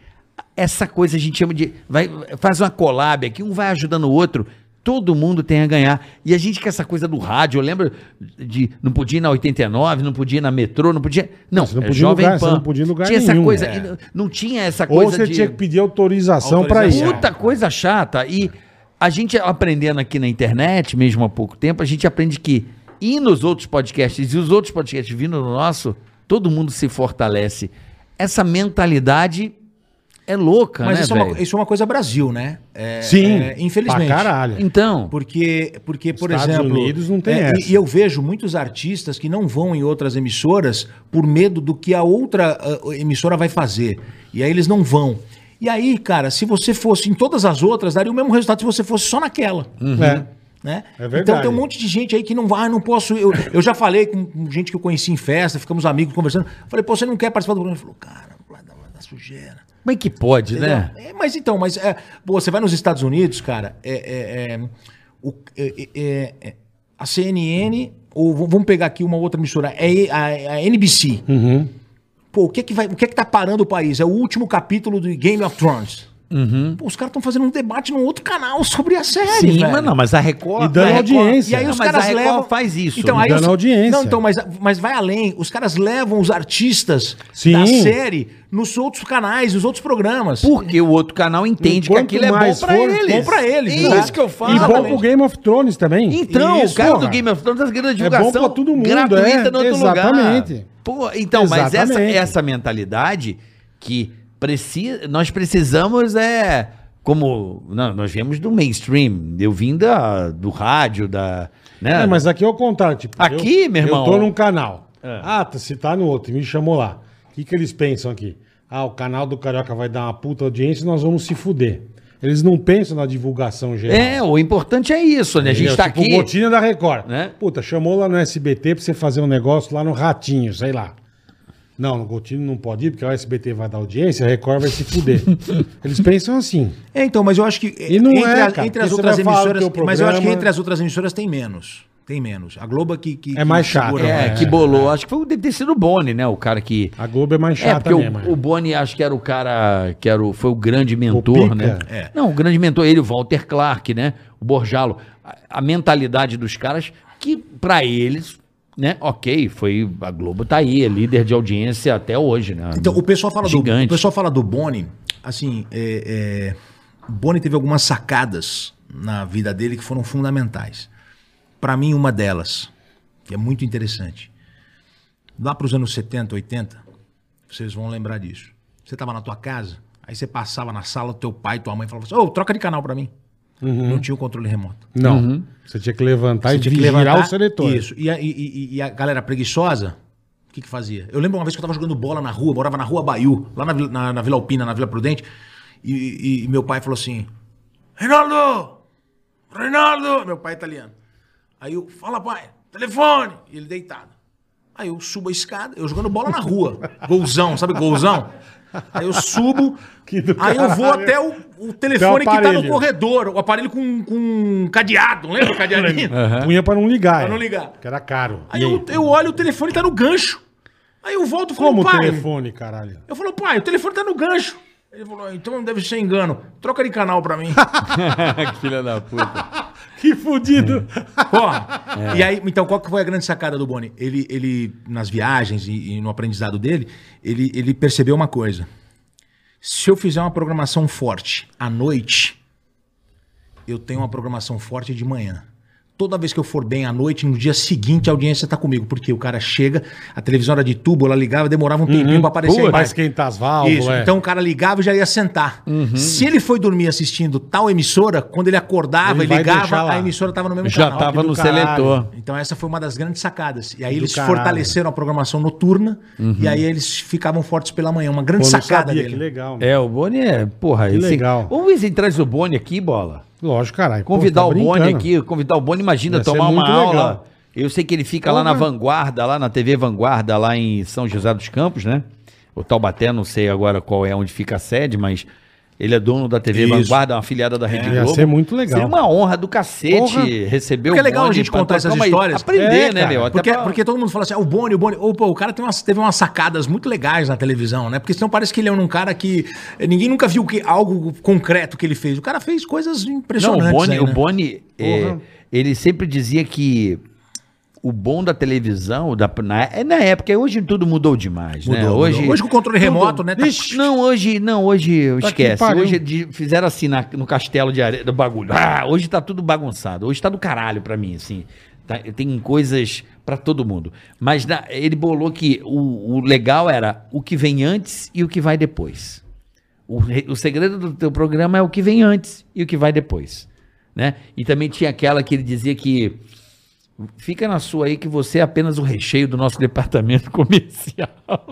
Speaker 3: essa coisa a gente chama de. Vai, faz uma collab aqui, um vai ajudando o outro. Todo mundo tem a ganhar. E a gente com essa coisa do rádio, eu lembro de. Não podia ir na 89, não podia ir na metrô, não podia. Não,
Speaker 2: Você não
Speaker 3: é
Speaker 2: podia em
Speaker 3: Jovem
Speaker 2: lugar, você
Speaker 3: Pan.
Speaker 2: não podia em lugar
Speaker 3: tinha
Speaker 2: nenhum.
Speaker 3: essa coisa.
Speaker 2: É.
Speaker 3: e não- Não tinha essa coisa.
Speaker 2: Ou você
Speaker 3: de-
Speaker 2: tinha que pedir autorização pra É isso.
Speaker 4: Autorização.
Speaker 3: Puta coisa chata. E a gente aprendendo aqui na internet, mesmo há pouco tempo, a gente aprende que ir nos outros podcasts e os outros podcasts vindo no nosso, todo mundo se fortalece. Essa mentalidade é louca,
Speaker 4: Mas
Speaker 3: né,
Speaker 4: isso é, uma,
Speaker 3: velho?
Speaker 4: isso é uma coisa Brasil, né? É,
Speaker 2: Sim.
Speaker 4: é, infelizmente.
Speaker 2: Pra caralho.
Speaker 3: Então,
Speaker 4: Porque, porque por
Speaker 2: Estados
Speaker 4: exemplo.
Speaker 2: Unidos não tem
Speaker 4: é,
Speaker 2: essa.
Speaker 4: E, e eu vejo muitos artistas que não vão em outras emissoras por medo do que a outra ah, emissora vai fazer. E aí eles não vão. E aí, cara, se você fosse em todas as outras, daria o mesmo resultado se você fosse só naquela.
Speaker 2: É.
Speaker 4: Né?
Speaker 2: É verdade.
Speaker 4: Então tem um monte de gente aí que não vai, ah, não posso. Eu, eu já falei com- com gente que eu conheci em festa, ficamos amigos conversando. Falei, pô, você não quer participar do programa? Ele falou, cara, vai dar, vai dar sujeira.
Speaker 3: como é que pode, né?
Speaker 4: É, mas então, mas é, pô, você vai nos Estados Unidos, cara, é, é, é, o- é, é, é, a CNN, ou v- vamos pegar aqui uma outra emissora, é a, a NBC.
Speaker 3: Uhum.
Speaker 4: Pô, o que é que, vai, o que é que tá parando o país? É o último capítulo do Game of Thrones. Pô, os caras estão fazendo um debate num outro canal sobre a série,
Speaker 3: Uhum. Sim,
Speaker 4: velho.
Speaker 3: mas não, mas a Record.
Speaker 2: E dando
Speaker 3: a Record-
Speaker 2: audiência.
Speaker 4: E aí
Speaker 3: Não,
Speaker 4: os
Speaker 3: mas
Speaker 4: caras
Speaker 3: a Record
Speaker 4: levam...
Speaker 3: faz isso.
Speaker 4: Então,
Speaker 3: né?
Speaker 4: aí
Speaker 2: dando
Speaker 4: os-
Speaker 2: audiência.
Speaker 4: Não, então, mas, mas vai além. Os caras levam os artistas
Speaker 2: Sim.
Speaker 4: da série nos outros canais, nos outros programas.
Speaker 3: Porque o outro canal entende que
Speaker 2: Quanto
Speaker 3: aquilo é bom
Speaker 2: mais
Speaker 3: pra
Speaker 2: for,
Speaker 3: eles.
Speaker 4: bom pra eles,
Speaker 3: É
Speaker 4: né?
Speaker 3: isso que eu falo.
Speaker 2: E bom pro
Speaker 4: Exatamente.
Speaker 2: Game of Thrones também.
Speaker 3: Então,
Speaker 2: Isso,
Speaker 3: o cara
Speaker 2: porra.
Speaker 3: do Game of Thrones tá ganhando divulgação
Speaker 2: bom pra todo mundo,
Speaker 3: gratuita
Speaker 2: é,
Speaker 3: no outro
Speaker 2: exatamente.
Speaker 3: lugar. Pô, então, mas essa,
Speaker 2: Exatamente.
Speaker 3: essa mentalidade que precisa, nós precisamos é como não, nós viemos do mainstream, eu vim da, do rádio, da, né?
Speaker 2: É, mas aqui é o contrário. Tipo,
Speaker 3: Aqui,
Speaker 2: eu,
Speaker 3: meu irmão. É.
Speaker 2: Eu tô num canal. Ah, tá, se tá no outro, me chamou lá. O que, que eles pensam aqui? Ah, o canal do Carioca vai dar uma puta audiência e nós vamos se fuder. Eles não pensam na divulgação geral.
Speaker 3: É, o importante é isso, né? A gente
Speaker 2: Entendeu?
Speaker 3: tá
Speaker 2: Tipo,
Speaker 3: aqui.
Speaker 2: Botinha da Record.
Speaker 3: Né?
Speaker 2: Puta, chamou lá no SBT pra você fazer um negócio lá no Ratinho, sei lá. Não, no Gotinho não pode ir, porque o SBT vai dar audiência, a Record vai se fuder. Eles pensam assim.
Speaker 4: É, então, mas eu acho que
Speaker 2: E não
Speaker 4: entre,
Speaker 2: é,
Speaker 4: a-
Speaker 2: cara, porque
Speaker 4: entre as
Speaker 2: você
Speaker 4: outras
Speaker 2: vai falar do
Speaker 4: emissoras,
Speaker 2: teu
Speaker 4: mas eu acho que
Speaker 2: programa-
Speaker 4: entre as outras emissoras tem menos, tem menos. A Globo é que, que-
Speaker 2: É
Speaker 4: que
Speaker 2: mais chata,
Speaker 4: segura,
Speaker 3: É,
Speaker 4: né?
Speaker 3: que bolou. Acho que foi, deve ter sido o Boni, né? O cara que.
Speaker 2: A Globo é mais
Speaker 3: É,
Speaker 2: chata
Speaker 3: porque
Speaker 2: mesmo. é.
Speaker 3: o, o Boni acho que era o cara que era o, foi o grande mentor,
Speaker 2: Pica?
Speaker 3: né?
Speaker 4: É.
Speaker 3: Não, o grande mentor, ele, o Walter Clark, né? O Borjalo. A, a mentalidade dos caras, que pra eles, né? Ok, foi. A Globo tá aí, é líder de audiência até hoje, né?
Speaker 4: Então, o pessoal fala
Speaker 3: Gigante.
Speaker 4: do o pessoal fala do Boni, assim, é, é, o Boni teve algumas sacadas na vida dele que foram fundamentais. Pra mim, uma delas, que é muito interessante. Lá pros anos 70, 80, vocês vão lembrar disso. Você tava na tua casa, aí você passava na sala, teu pai, tua mãe falava assim: "Ô, troca de canal pra mim". Não tinha o controle remoto.
Speaker 2: Não.
Speaker 3: Uhum.
Speaker 2: Você tinha que levantar
Speaker 4: Você
Speaker 2: e
Speaker 4: tinha que
Speaker 2: virar
Speaker 4: levantar,
Speaker 2: o seletor.
Speaker 4: Isso. E a, e- e- e a galera preguiçosa, o que, que fazia? Eu lembro uma vez que eu tava jogando bola na rua, morava na rua Baiú, lá na, Vila- na- na Vila Alpina, na Vila Prudente, e, e- e meu pai falou assim: Reinaldo! Reinaldo! Meu pai é italiano. Aí eu, fala, pai, telefone! E ele deitado. Aí eu subo a escada, eu jogando bola na rua. golzão, sabe golzão? Aí eu subo,
Speaker 2: Que do
Speaker 4: aí eu vou
Speaker 2: caralho.
Speaker 4: até o, o telefone
Speaker 2: Até o
Speaker 4: que tá no
Speaker 2: aparelho.
Speaker 4: corredor, o aparelho com, com um cadeado, lembra o cadeadinho?
Speaker 2: Punha pra não ligar.
Speaker 4: Pra
Speaker 2: é.
Speaker 4: não ligar.
Speaker 2: Que era caro.
Speaker 4: Aí
Speaker 2: E
Speaker 4: eu, eu olho, o telefone tá no gancho. Aí eu volto e falo,
Speaker 2: Como o
Speaker 4: pai.
Speaker 2: telefone, caralho?
Speaker 4: Eu falo, pai, o telefone tá no gancho. Ele falou, "Ah, então deve ser engano. Troca de canal pra mim.
Speaker 3: Filha da puta.
Speaker 2: Que
Speaker 3: Hum.
Speaker 2: fudido.
Speaker 4: Porra.
Speaker 2: É.
Speaker 4: E aí, então, qual que foi a grande sacada do Boni? Ele, ele nas viagens e, e no aprendizado dele, ele, ele percebeu uma coisa. Se eu fizer uma programação forte à noite, eu tenho uma programação forte de manhã. Toda vez que eu for bem à noite, no dia seguinte a audiência tá comigo, porque o cara chega, a televisão era de tubo, ela ligava, demorava um
Speaker 2: Uhum.
Speaker 4: tempinho pra aparecer a
Speaker 2: Putz, Vai
Speaker 4: imagem.
Speaker 2: esquentar as válvulas.
Speaker 4: Isso,
Speaker 2: é. Uhum.
Speaker 4: então o cara ligava e já ia sentar. Se ele foi dormir assistindo tal emissora, quando ele
Speaker 2: Ele
Speaker 4: acordava e
Speaker 2: vai deixar
Speaker 4: ligava,
Speaker 2: lá.
Speaker 4: a emissora estava no mesmo
Speaker 3: Já
Speaker 4: canal.
Speaker 3: tava
Speaker 2: do
Speaker 3: no
Speaker 2: caralho.
Speaker 3: seletor.
Speaker 4: Então essa foi uma das grandes sacadas. E aí
Speaker 2: Do
Speaker 4: eles
Speaker 2: caralho.
Speaker 4: fortaleceram a programação noturna e aí eles ficavam fortes pela manhã. Uma grande
Speaker 2: Pô, não
Speaker 4: sacada
Speaker 2: sabia,
Speaker 4: dele.
Speaker 2: que legal. meu.
Speaker 3: É, o Boni é, porra,
Speaker 2: Que
Speaker 3: esse-
Speaker 2: legal.
Speaker 3: Ô, Wizen, traz o Boni aqui, bola.
Speaker 2: Lógico, caralho. Pô,
Speaker 3: Convidar
Speaker 2: tá
Speaker 3: o Boni
Speaker 2: brincando.
Speaker 3: aqui, convidar o Boni, imagina,
Speaker 2: Ia ser
Speaker 3: tomar uma
Speaker 2: muito legal.
Speaker 3: aula. Eu sei que ele fica lá na
Speaker 2: Porra.
Speaker 3: Vanguarda, lá na TV Vanguarda, lá em São José dos Campos, né? O Taubaté, não sei agora qual é onde fica a sede, mas ele é dono da TV
Speaker 4: Isso.
Speaker 3: Vanguarda, uma afiliada da Rede
Speaker 2: É, Ia
Speaker 3: Globo.
Speaker 2: ser muito legal.
Speaker 3: Seria uma honra do cacete
Speaker 2: Porra.
Speaker 3: receber o
Speaker 4: Porque é legal
Speaker 3: Boni
Speaker 4: a gente
Speaker 3: pra
Speaker 4: contar essas
Speaker 3: trocar uma-
Speaker 4: histórias.
Speaker 3: Aprender,
Speaker 2: É,
Speaker 3: né,
Speaker 2: cara.
Speaker 3: meu? Até
Speaker 4: Porque,
Speaker 3: pra-
Speaker 4: porque todo mundo fala assim, ah, o Boni, o Boni. Ô, pô, o cara tem umas- teve umas sacadas muito legais na televisão, né? Porque senão parece que ele é um cara que. eh, Ninguém nunca viu que, algo concreto que ele fez. O cara fez coisas
Speaker 3: Não,
Speaker 4: impressionantes.
Speaker 3: o Boni,
Speaker 4: aí,
Speaker 3: o
Speaker 4: né?
Speaker 3: Boni é,
Speaker 2: Porra.
Speaker 3: ele sempre dizia que o bom da televisão, da, na, é na época, hoje tudo mudou demais, né?
Speaker 4: Mudou,
Speaker 3: Hoje,
Speaker 4: mudou. Hoje com o controle remoto, né? Tá-
Speaker 3: Ixi, Não, hoje, não, hoje
Speaker 2: Tá que
Speaker 3: esquece.
Speaker 2: pariu.
Speaker 3: Hoje de- fizeram assim na- no castelo de areia do bagulho. Ah, hoje tá tudo bagunçado. Hoje tá do caralho pra mim, assim. Tá- tem coisas pra todo mundo. Mas na- ele bolou que o, o legal era o que vem antes e o que vai depois. O, re- o segredo do teu programa é o que vem antes e o que vai depois. Né? E também tinha aquela que ele dizia que Fica na sua aí que você é apenas o recheio do nosso departamento comercial.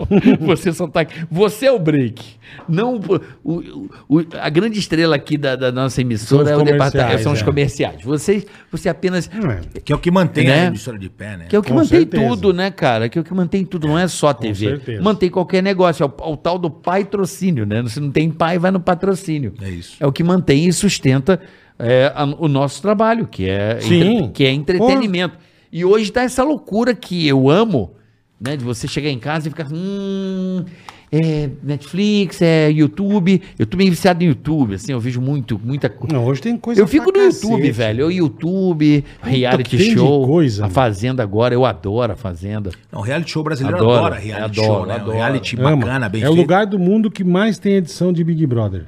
Speaker 3: você só tá aqui. Você é o break. Não o- o- o- a grande estrela aqui da, da nossa emissora
Speaker 2: São
Speaker 3: é
Speaker 2: os
Speaker 3: o departamento,
Speaker 2: comerciais,
Speaker 3: são os
Speaker 2: é.
Speaker 3: comerciais. Você, você apenas
Speaker 2: É.
Speaker 4: Que é o que mantém
Speaker 3: Né?
Speaker 4: a emissora de pé, né?
Speaker 3: que é o que
Speaker 2: Com
Speaker 3: mantém
Speaker 2: certeza.
Speaker 3: tudo, né, cara? Que é o que mantém tudo, não é só a TV.
Speaker 2: certeza.
Speaker 3: Mantém qualquer negócio, é o, o tal do patrocínio, né? Se não tem pai, vai no patrocínio.
Speaker 4: É isso.
Speaker 3: É o que mantém e sustenta é, a- o nosso trabalho, que é,
Speaker 2: Sim.
Speaker 3: entre- que é entretenimento. E hoje tá essa loucura que eu amo, né? De você chegar em casa e ficar. Hum, é Netflix, é YouTube. Eu tô meio viciado em YouTube, assim, eu vejo muito, muita coisa.
Speaker 2: Não, hoje tem coisa
Speaker 3: Eu fico no
Speaker 2: pra
Speaker 3: YouTube,
Speaker 2: cacete.
Speaker 3: velho. Eu YouTube, reality
Speaker 2: tem de
Speaker 3: show,
Speaker 2: coisa.
Speaker 3: a Fazenda agora, eu adoro a Fazenda.
Speaker 4: Não, reality show brasileiro
Speaker 3: Adoro,
Speaker 4: adora reality
Speaker 3: adoro,
Speaker 4: show, né?
Speaker 3: adoro.
Speaker 4: Reality
Speaker 2: Ama.
Speaker 4: bacana, bem
Speaker 2: é o lugar do mundo que mais tem edição de Big Brother.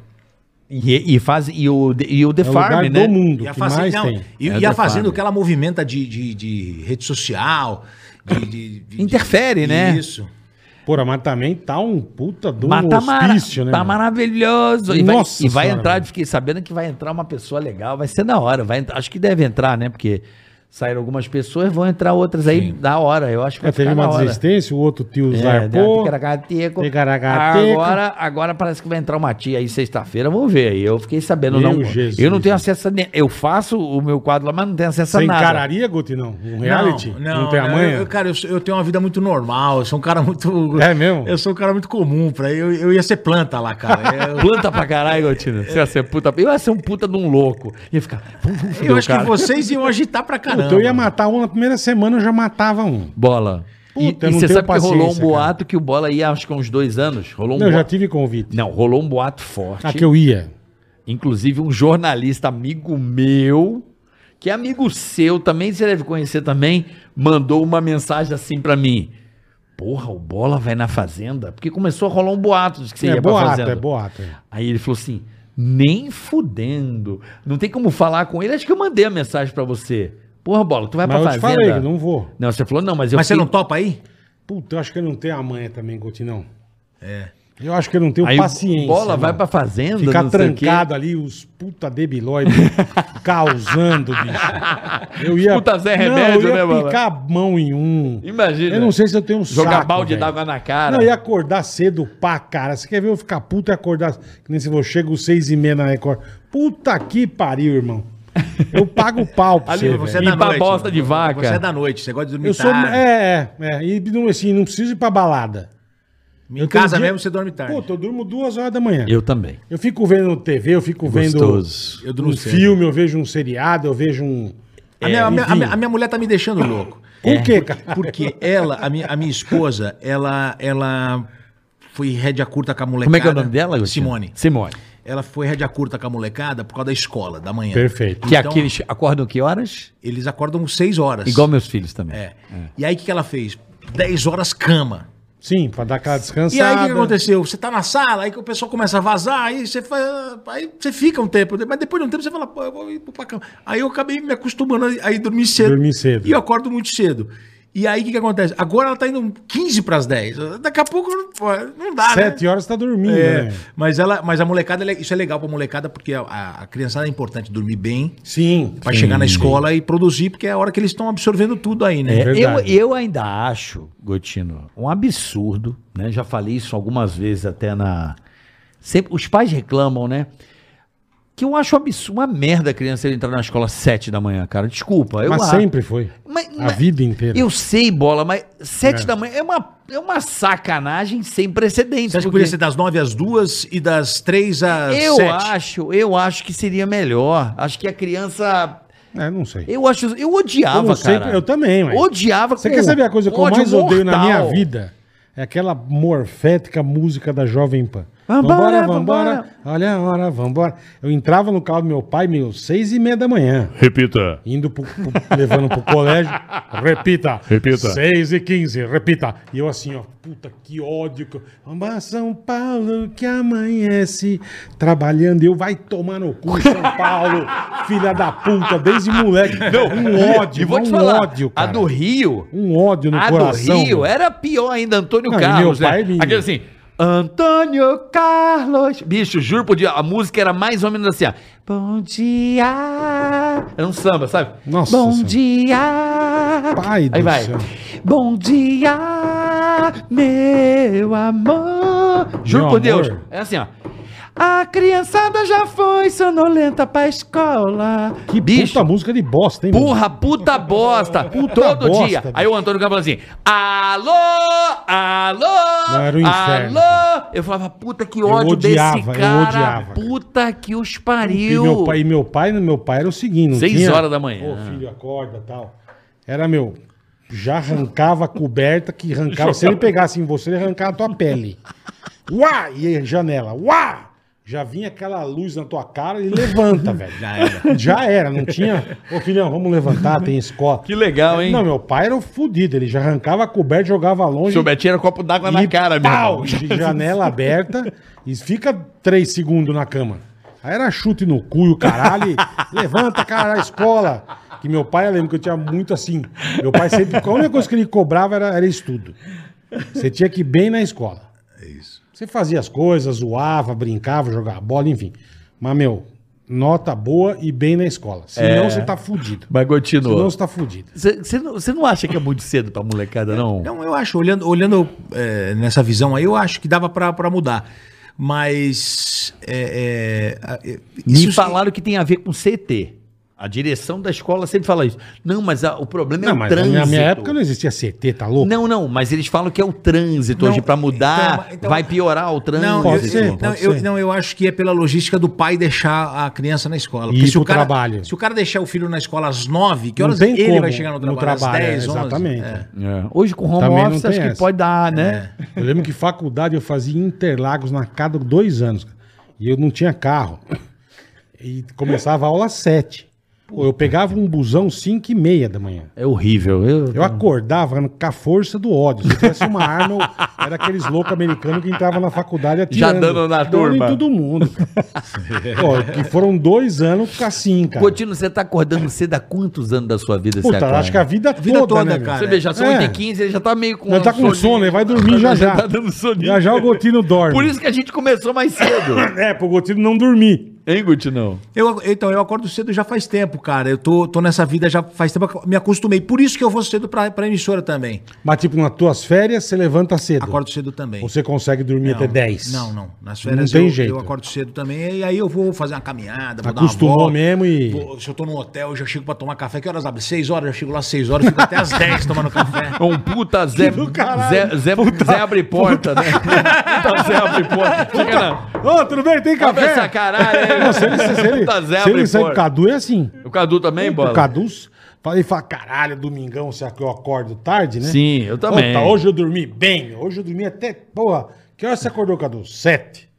Speaker 3: E, e faz e o e o The
Speaker 2: É o
Speaker 3: Farm,
Speaker 2: lugar
Speaker 3: né?
Speaker 2: do mundo
Speaker 4: E a
Speaker 2: que
Speaker 4: fazenda,
Speaker 2: mais
Speaker 4: não,
Speaker 2: tem.
Speaker 4: e,
Speaker 3: É
Speaker 4: e
Speaker 3: da
Speaker 4: a fazenda,
Speaker 3: Fábio.
Speaker 4: o que ela movimenta de, de, de rede social, de, de- de-
Speaker 3: Interfere,
Speaker 4: de-
Speaker 3: né?
Speaker 4: Isso.
Speaker 2: Porra, mas também tá um puta do
Speaker 3: Mas tá, mara-
Speaker 2: hospício, né?
Speaker 3: tá
Speaker 2: mano?
Speaker 3: maravilhoso. E vai,
Speaker 2: Nossa
Speaker 3: e vai
Speaker 2: Senhora,
Speaker 3: entrar,
Speaker 2: mano.
Speaker 3: fiquei sabendo que vai entrar uma pessoa legal, vai ser na hora. Vai, entrar- acho que deve entrar, né? Porque saíram algumas pessoas, vão entrar outras aí da hora. Eu acho que
Speaker 2: É,
Speaker 3: vai
Speaker 2: teve
Speaker 3: ficar Tá na
Speaker 2: uma
Speaker 3: hora.
Speaker 2: desistência, o outro tio
Speaker 3: É, deu uma
Speaker 2: zarpou.
Speaker 3: ticaracateco.
Speaker 2: Ticaracateco.
Speaker 3: Agora, agora parece que vai entrar uma tia aí sexta-feira, vamos ver aí. Eu fiquei sabendo,
Speaker 2: Meu
Speaker 3: não.
Speaker 2: Jesus.
Speaker 3: Eu não tenho acesso a nem, Eu faço o meu quadro lá, mas não tenho acesso
Speaker 2: Você
Speaker 3: a nada.
Speaker 2: encararia, Guti, não? Um reality?
Speaker 4: Não,
Speaker 2: Não,
Speaker 4: não, né?
Speaker 2: tem a manha?
Speaker 4: Eu, eu- cara, eu, sou- eu tenho uma vida muito normal, eu sou um cara muito...
Speaker 2: É mesmo?
Speaker 4: Eu sou um cara muito comum, pra, eu, eu ia ser planta lá, cara. É, Eu,
Speaker 3: Planta pra caralho, Gotina. Você ia ser puta. Eu ia ser um puta de um louco. Ia ficar. vamos, vamos foder
Speaker 4: eu
Speaker 3: o
Speaker 4: acho
Speaker 3: cara.
Speaker 4: que vocês iam agitar pra caramba.
Speaker 2: é Puta, eu ia matar um na primeira semana, eu já matava um.
Speaker 3: Bola. E-
Speaker 2: Puta, eu
Speaker 3: e
Speaker 2: não
Speaker 3: você
Speaker 2: tenho
Speaker 3: sabe que rolou um
Speaker 2: paciência, cara.
Speaker 3: boato que o Bola ia, acho que há uns dois anos. Rolou um
Speaker 2: Não, eu já
Speaker 3: boato.
Speaker 2: tive convite.
Speaker 3: Não, rolou um boato forte.
Speaker 2: Ah, que eu ia.
Speaker 3: Inclusive, um jornalista amigo meu, que é amigo seu também, você deve conhecer também, mandou uma mensagem assim pra mim. Porra, o Bola vai na fazenda? Porque começou a rolar um boato de que você
Speaker 2: é
Speaker 3: ia pra
Speaker 2: boato,
Speaker 3: fazenda.
Speaker 2: é boato. é.
Speaker 3: Aí ele falou assim, nem fudendo. Não tem como falar com ele. Acho que eu mandei a mensagem pra você. Porra, Bola, tu vai
Speaker 2: Mas eu
Speaker 3: pra
Speaker 2: te
Speaker 3: fazenda?
Speaker 2: falei que não vou.
Speaker 3: Não, você falou, não, mas eu
Speaker 4: Mas você
Speaker 3: fiquei-
Speaker 4: não topa aí?
Speaker 2: Puta, eu acho que eu não tenho a manha também, Guti, não. É. Eu acho que eu não tenho
Speaker 3: Aí
Speaker 2: paciência.
Speaker 3: Bola
Speaker 2: não.
Speaker 3: vai pra fazenda,
Speaker 2: Ficar
Speaker 3: não sei o quê.
Speaker 2: trancado ali, os puta debilóides causando, bicho. Eu ia.
Speaker 3: Puta Zé
Speaker 2: Não,
Speaker 3: Remédio,
Speaker 2: eu
Speaker 3: né,
Speaker 2: ia
Speaker 3: Bola?
Speaker 2: picar a mão em um.
Speaker 3: Imagina.
Speaker 2: Eu não sei se eu tenho um
Speaker 3: Jogar
Speaker 2: saco,
Speaker 3: balde
Speaker 2: velho.
Speaker 3: d'água na cara.
Speaker 2: Não, eu ia acordar cedo pra cara. Você quer ver eu ficar puto e acordar? Que nem se eu chego seis e meia na Record. Puta que pariu, irmão. Eu pago o pau pra você.
Speaker 4: Ali, você é
Speaker 2: velho.
Speaker 4: da
Speaker 3: Limpar
Speaker 4: noite.
Speaker 3: bosta de vaca.
Speaker 4: Você é da noite, você gosta de dormir
Speaker 2: Eu sou.
Speaker 4: tarde.
Speaker 2: É, é. é. E não, assim, não preciso ir pra balada.
Speaker 4: Em
Speaker 2: Eu tenho
Speaker 4: casa
Speaker 2: dia-
Speaker 4: mesmo você dorme tarde.
Speaker 2: Puta, eu durmo duas horas da manhã. Eu,
Speaker 3: Eu também.
Speaker 2: fico vendo TV, eu fico vendo
Speaker 3: Gostoso.
Speaker 4: Eu
Speaker 2: um
Speaker 4: durmo cedo.
Speaker 2: filme, eu vejo um seriado, eu vejo um...
Speaker 4: A, minha, a minha- a
Speaker 2: enfim.
Speaker 4: minha- a minha mulher tá me deixando louco.
Speaker 2: Por quê, cara?
Speaker 4: Porque ela, a minha, a minha esposa, ela, ela foi rédea curta com a molecada.
Speaker 3: Como é que é o nome dela, Agostinho?
Speaker 4: Simone.
Speaker 3: Simone.
Speaker 4: Ela foi rédea curta com a molecada por causa da escola, da manhã.
Speaker 2: Perfeito.
Speaker 3: Que é
Speaker 4: Então-
Speaker 3: aqui eles acordam que horas?
Speaker 4: Eles acordam seis horas.
Speaker 3: Igual meus filhos também.
Speaker 4: É. E aí o que que ela fez? 10 horas cama.
Speaker 2: Sim, pra dar aquela descansada.
Speaker 4: E aí o que que aconteceu? Você tá na sala, aí que o pessoal começa a vazar, aí você, fa- aí você fica um tempo, mas depois de um tempo você fala, pô, eu vou ir pra cama. Aí eu acabei me acostumando a- a ir dormir cedo.
Speaker 2: Dormir cedo.
Speaker 4: E eu acordo muito cedo. E aí o que, que acontece? Agora ela tá indo 15 pras 10. Daqui a pouco pô, não dá, né?
Speaker 2: Sete horas você tá dormindo,
Speaker 4: É,
Speaker 2: né?
Speaker 4: mas, ela, mas a molecada, ela- isso é legal pra molecada, porque a, a criançada é importante dormir bem,
Speaker 2: Sim.
Speaker 4: pra
Speaker 2: Sim.
Speaker 4: chegar na escola e produzir, porque é a hora que eles estão absorvendo tudo aí, né?
Speaker 3: É, eu,
Speaker 2: verdade.
Speaker 3: eu ainda acho, Gotino, um absurdo, né? Já falei isso algumas vezes até na. Sempre, os pais reclamam, né? Que eu acho um absurdo, uma merda a criança entrar na escola às sete da manhã, cara. Desculpa. Eu
Speaker 2: Mas
Speaker 3: acho.
Speaker 2: sempre foi.
Speaker 3: Mas-
Speaker 2: A
Speaker 3: mas-
Speaker 2: vida inteira.
Speaker 3: Eu sei, bola, mas sete
Speaker 2: É.
Speaker 3: da manhã é uma, é uma sacanagem sem precedentes.
Speaker 4: Você acha que
Speaker 3: porque-
Speaker 4: podia ser das 9 às 2 e das 3 às
Speaker 3: Eu
Speaker 4: 7?
Speaker 3: acho, eu acho que seria melhor. Acho que a criança.
Speaker 2: É, não sei.
Speaker 3: Eu acho, eu odiava,
Speaker 2: Eu não sei,
Speaker 3: cara.
Speaker 2: eu também, mas-
Speaker 3: Odiava
Speaker 2: Você
Speaker 3: com um
Speaker 2: quer saber a coisa que eu
Speaker 3: ódio
Speaker 2: mais odeio na minha
Speaker 3: mortal.
Speaker 2: vida? É aquela morfética música da Jovem Pan.
Speaker 3: Vambora,
Speaker 2: Vambora, vambora, Olha a hora, vambora. Eu entrava no carro do meu pai, meu, seis e meia da manhã.
Speaker 5: Repita.
Speaker 2: Indo pro, pro, levando pro colégio. Repita.
Speaker 5: Repita.
Speaker 2: Seis e quinze, repita. E eu assim, ó, puta, que ódio. Que eu... Vambora, São Paulo que amanhece trabalhando. E eu, vai tomar no cu, São Paulo. filha da puta, desde moleque. um ódio,
Speaker 3: E vou te
Speaker 2: um
Speaker 3: falar,
Speaker 2: ódio,
Speaker 3: a
Speaker 2: cara.
Speaker 3: do Rio,
Speaker 2: Um ódio no
Speaker 3: a
Speaker 2: coração.
Speaker 3: Ah, do Rio é?
Speaker 2: meu.
Speaker 3: era pior ainda, Antônio
Speaker 2: Não, e
Speaker 3: Carlos,
Speaker 2: meu pai
Speaker 3: né?
Speaker 2: me-
Speaker 3: Aquele assim, Antônio Carlos. Bicho, juro por dia, a música era mais ou menos assim, ó. Bom dia. Era um samba, sabe?
Speaker 2: Nossa
Speaker 3: Bom
Speaker 2: Senhora.
Speaker 3: dia.
Speaker 2: Pai
Speaker 3: Aí
Speaker 2: do
Speaker 3: vai.
Speaker 2: céu.
Speaker 3: Bom dia, meu amor. Juro
Speaker 2: Meu
Speaker 3: por Deus.
Speaker 2: amor.
Speaker 3: É assim, ó. A criançada já foi sonolenta pra escola.
Speaker 2: Que puta música de bosta, hein? meu?
Speaker 3: Burra, puta bosta.
Speaker 2: Puta
Speaker 3: todo
Speaker 2: bosta,
Speaker 3: dia.
Speaker 2: bicho.
Speaker 3: Aí o Antônio Campos assim: alô, alô,
Speaker 2: Não, era o inferno,
Speaker 3: alô. Eu falava, puta que
Speaker 2: Eu
Speaker 3: ódio
Speaker 2: odiava,
Speaker 3: desse
Speaker 2: eu
Speaker 3: cara.
Speaker 2: odiava, cara.
Speaker 3: Puta que os
Speaker 2: E
Speaker 3: pariu.
Speaker 2: meu pai, e meu pai, né, meu pai era o seguinte, não
Speaker 3: Seis
Speaker 2: tinha-
Speaker 3: horas da manhã.
Speaker 2: Ô, filho, acorda, tal. Era meu, já arrancava a coberta que arrancava, se ele pegasse em você, ele arrancava a tua pele. Uá! E a janela, uá! Já vinha aquela luz na tua cara e levanta, velho. Já era. Já era, não tinha. Ô, filhão, vamos levantar, tem escola.
Speaker 3: Que legal, hein?
Speaker 2: Não, meu pai era o fudido, ele já arrancava a coberta, jogava longe.
Speaker 3: Seu Betinho era um copo d'água na
Speaker 2: E
Speaker 3: cara, meu.
Speaker 2: pau,
Speaker 3: irmão.
Speaker 2: de janela aberta e fica três segundos na cama. Aí era chute no cu e o caralho. e levanta, cara, a escola. Que meu pai, eu lembro que eu tinha muito assim. Meu pai sempre. A única coisa que ele cobrava era, era estudo. Você tinha que ir bem na escola.
Speaker 4: É isso.
Speaker 2: Você fazia as coisas, zoava, brincava, jogava bola, enfim. Mas, meu, nota boa e bem na escola. Senão você tá fudido.
Speaker 3: Mas
Speaker 2: Senão
Speaker 3: continua.
Speaker 2: você tá fudido.
Speaker 3: Você não, cê não acha que é muito cedo pra molecada, não?
Speaker 4: Não, eu acho, olhando, olhando é, nessa visão aí, eu acho que dava pra, pra mudar. Mas. É, é, a- é,
Speaker 3: Me
Speaker 4: isso-
Speaker 3: falaram que tem a ver com CT. A direção da escola sempre fala isso. Não, mas a- o problema é
Speaker 2: Não,
Speaker 3: o
Speaker 2: mas na
Speaker 3: trânsito.
Speaker 2: minha, minha época não existia CT, tá louco?
Speaker 3: Não, não, mas eles falam que é o trânsito
Speaker 4: Não,
Speaker 3: hoje para mudar,
Speaker 4: então- então-
Speaker 3: vai piorar o
Speaker 4: Não,
Speaker 3: trânsito.
Speaker 4: eu,
Speaker 2: Pode ser,
Speaker 4: não,
Speaker 2: pode
Speaker 4: eu,
Speaker 2: ser.
Speaker 4: não, eu acho que é pela logística do pai deixar a criança na escola.
Speaker 2: E ir
Speaker 4: se o
Speaker 2: pro
Speaker 4: cara,
Speaker 2: trabalho.
Speaker 4: Se o cara deixar o filho na escola às 9, que
Speaker 2: Não
Speaker 4: horas
Speaker 2: tem
Speaker 4: ele
Speaker 2: como
Speaker 4: vai chegar no
Speaker 2: no
Speaker 4: trabalho?
Speaker 2: trabalho,
Speaker 4: às 10, 11?
Speaker 2: exatamente.
Speaker 4: É.
Speaker 3: É, Hoje com home
Speaker 2: Também não
Speaker 3: office acho
Speaker 2: tem
Speaker 3: que
Speaker 2: essa.
Speaker 3: pode dar, né?
Speaker 2: Eu lembro que faculdade eu fazia Interlagos na cada dois anos. cara. E eu não tinha carro. E começava a aula às sete. Pô, eu pegava um busão cinco e meia da manhã.
Speaker 3: É, horrível. Eu,
Speaker 2: Eu acordava com a força do ódio. Se tivesse uma arma, eu- era aqueles loucos americanos que entravam na faculdade atirando.
Speaker 3: dando na
Speaker 2: Dando
Speaker 3: turma.
Speaker 2: em todo mundo. cara. Pô, que foram dois anos assim, cara.
Speaker 3: Continua, você tá acordando cedo há quantos anos da sua vida?
Speaker 2: Puta,
Speaker 3: você acorda?
Speaker 2: acho que a vida,
Speaker 4: Vida
Speaker 2: toda,
Speaker 4: toda,
Speaker 2: né,
Speaker 4: cara.
Speaker 2: cara.
Speaker 3: Você vê, já são
Speaker 2: É.
Speaker 3: 8h15, ele já tá meio com.
Speaker 2: Ele tá com sono, ele vai dormir já já.
Speaker 3: Tá dando soninho.
Speaker 2: Já já o Gotino dorme.
Speaker 3: Por isso que a gente começou mais cedo.
Speaker 2: É, pro Gotino não dormir.
Speaker 3: Hein, Gutinão?
Speaker 4: Eu, então, eu acordo cedo já faz tempo, cara. Eu tô, tô nessa vida já faz tempo, me acostumei. Por isso que eu vou cedo pra, pra emissora também.
Speaker 2: Mas, tipo, nas tuas férias, você levanta cedo.
Speaker 4: Acordo cedo também.
Speaker 2: Você consegue dormir até 10.
Speaker 4: Não, não. Nas férias
Speaker 2: Não tem
Speaker 4: eu,
Speaker 2: jeito.
Speaker 4: eu acordo cedo também. E aí eu vou fazer uma caminhada, vou
Speaker 2: Acostumou
Speaker 4: dar uma volta.
Speaker 2: mesmo e-
Speaker 4: Vou- se eu tô num hotel, eu já chego pra tomar café. Que horas abre? Seis horas, eu já chego lá seis horas, fico até às dez tomando café.
Speaker 3: Um puta Zé.
Speaker 2: do caralho.
Speaker 3: Zé, Zé, Zé abre porta, né? Puta Zé abre porta. Fica na.
Speaker 2: Ô, tudo bem? Tem
Speaker 3: Abre
Speaker 2: café?
Speaker 3: essa caralho.
Speaker 2: Não, se ele, se ele, se ele,
Speaker 3: Puta Zé
Speaker 2: se ele
Speaker 3: abre
Speaker 2: sai pro
Speaker 3: porta.
Speaker 2: Cadu, é assim.
Speaker 3: O Cadu também, bola?
Speaker 2: O Cadu fala, ele fala, caralho, domingão, será que eu acordo tarde, né?
Speaker 3: Sim, eu também.
Speaker 2: Puta, hoje eu dormi bem. Hoje eu dormi até, porra, que hora você acordou, Cadu? Sete.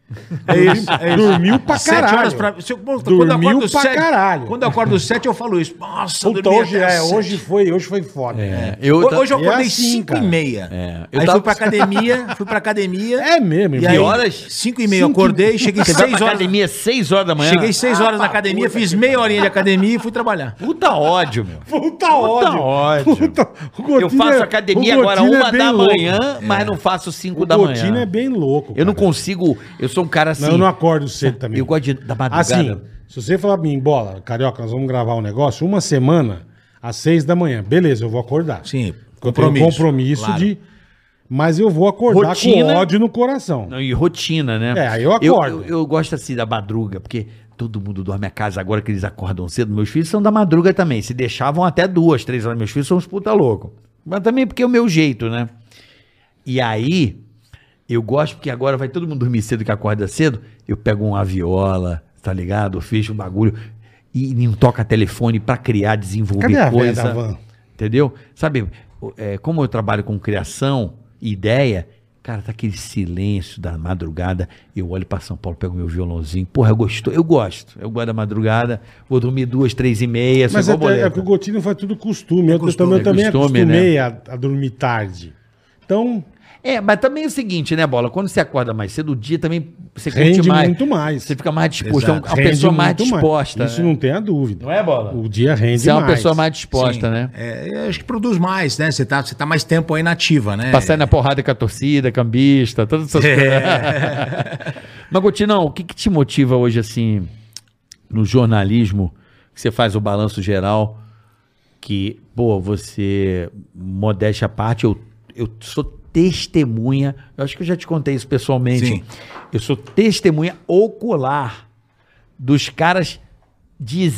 Speaker 4: É isso, é isso.
Speaker 2: Dormiu pra
Speaker 4: Sete
Speaker 2: caralho.
Speaker 4: horas pra- se eu- pô, quando eu
Speaker 2: Dormiu
Speaker 4: acordo
Speaker 2: pra
Speaker 4: sete,
Speaker 2: caralho.
Speaker 4: Quando eu acordo sete, eu falo isso. Nossa,
Speaker 2: Puta,
Speaker 4: dormi
Speaker 2: hoje,
Speaker 4: até
Speaker 2: é,
Speaker 4: às sete.
Speaker 2: hoje, foi, hoje foi foda.
Speaker 3: É, eu
Speaker 4: Ho-
Speaker 3: ta-
Speaker 4: Hoje eu
Speaker 2: é
Speaker 4: acordei
Speaker 2: assim,
Speaker 4: 5
Speaker 2: cara.
Speaker 4: e meia.
Speaker 3: É, eu
Speaker 4: Aí
Speaker 3: tava-
Speaker 4: fui pra academia, fui pra academia.
Speaker 2: É mesmo,
Speaker 4: e
Speaker 2: irmão.
Speaker 4: aí,
Speaker 2: Que
Speaker 3: horas?
Speaker 4: 5 e meia eu acordei, cheguei
Speaker 3: Você vai
Speaker 4: 6
Speaker 3: pra
Speaker 4: horas.
Speaker 3: academia Ah, 6 horas da manhã?
Speaker 4: Cheguei 6 horas na academia, fiz meia horinha de academia e fui trabalhar.
Speaker 3: Puta ódio, meu.
Speaker 2: Puta ódio.
Speaker 3: ódio.
Speaker 2: Puta- o
Speaker 3: eu
Speaker 2: Gotinho
Speaker 3: faço
Speaker 2: é-
Speaker 3: academia
Speaker 2: o
Speaker 3: agora
Speaker 2: Gotinho é
Speaker 3: uma
Speaker 2: bem
Speaker 3: da
Speaker 2: louco.
Speaker 3: manhã, mas não faço 5
Speaker 2: O
Speaker 3: da
Speaker 2: Gotinho
Speaker 3: manhã.
Speaker 2: é bem louco.
Speaker 3: Eu não
Speaker 2: cara.
Speaker 3: consigo. Eu sou um cara assim.
Speaker 2: Não, eu não acordo cedo também.
Speaker 3: Eu gosto de, da madrugada.
Speaker 2: Assim, se você falar pra mim, bola, carioca, nós vamos gravar um negócio uma semana às seis da manhã. Beleza, eu vou acordar.
Speaker 4: Sim,
Speaker 2: Eu tenho
Speaker 4: compromisso,
Speaker 2: compromisso
Speaker 4: claro.
Speaker 2: de. Mas eu vou acordar
Speaker 3: Rotina.
Speaker 2: com ódio no coração.
Speaker 3: Não, e rotina, né?
Speaker 2: É, aí eu acordo.
Speaker 3: Eu, eu gosto assim da madruga, porque todo mundo dorme a casa agora que eles acordam cedo. Meus filhos são da madruga também. Se deixavam até duas, três horas. Meus filhos são uns puta louco. Mas também porque é o meu jeito, né? E aí, eu gosto porque agora vai todo mundo dormir cedo que acorda cedo. Eu pego uma viola, tá ligado? Eu fecho um bagulho. E não toca telefone pra criar, desenvolver
Speaker 2: Cadê a véia
Speaker 3: coisa.
Speaker 2: da van?
Speaker 3: Entendeu? Sabe, o- é, como eu trabalho com criação e ideia, cara, tá aquele silêncio da madrugada. Eu olho pra São Paulo, pego meu violãozinho. Porra, eu gosto, eu gosto. Eu gosto da madrugada. Vou dormir duas, três e meia. só
Speaker 2: Mas
Speaker 3: vou
Speaker 2: é, é
Speaker 3: boleto.
Speaker 2: que o Gotinho faz tudo costume. eu
Speaker 4: costume,
Speaker 2: também, eu
Speaker 3: é
Speaker 2: também
Speaker 3: costume,
Speaker 2: acostumei a, a dormir tarde. Então,
Speaker 3: É, mas também é o seguinte, né, Bola? Quando você acorda mais cedo, o dia também você
Speaker 2: Rende
Speaker 3: curte mais.
Speaker 2: muito mais.
Speaker 3: Você fica mais disposto. É
Speaker 4: Exato.
Speaker 3: uma pessoa mais
Speaker 2: muito
Speaker 3: disposta.
Speaker 2: Isso
Speaker 3: né?
Speaker 2: não tem a dúvida.
Speaker 3: Não é, Bola?
Speaker 2: O dia rende
Speaker 3: Você é uma
Speaker 2: mais.
Speaker 3: pessoa mais disposta, né?
Speaker 4: É, eu acho que produz mais, né? Você tá, você tá mais tempo aí na ativa, né? É.
Speaker 3: Passar na porrada com a torcida, cambista, todas essas coisas. Mas, Gotinão, o que, que te motiva hoje, assim, no jornalismo, que você faz o balanço geral, que, pô, você, modéstia à parte, eu, eu sou testemunha, eu acho que eu já te contei isso pessoalmente,
Speaker 4: Sim.
Speaker 3: eu sou testemunha ocular dos caras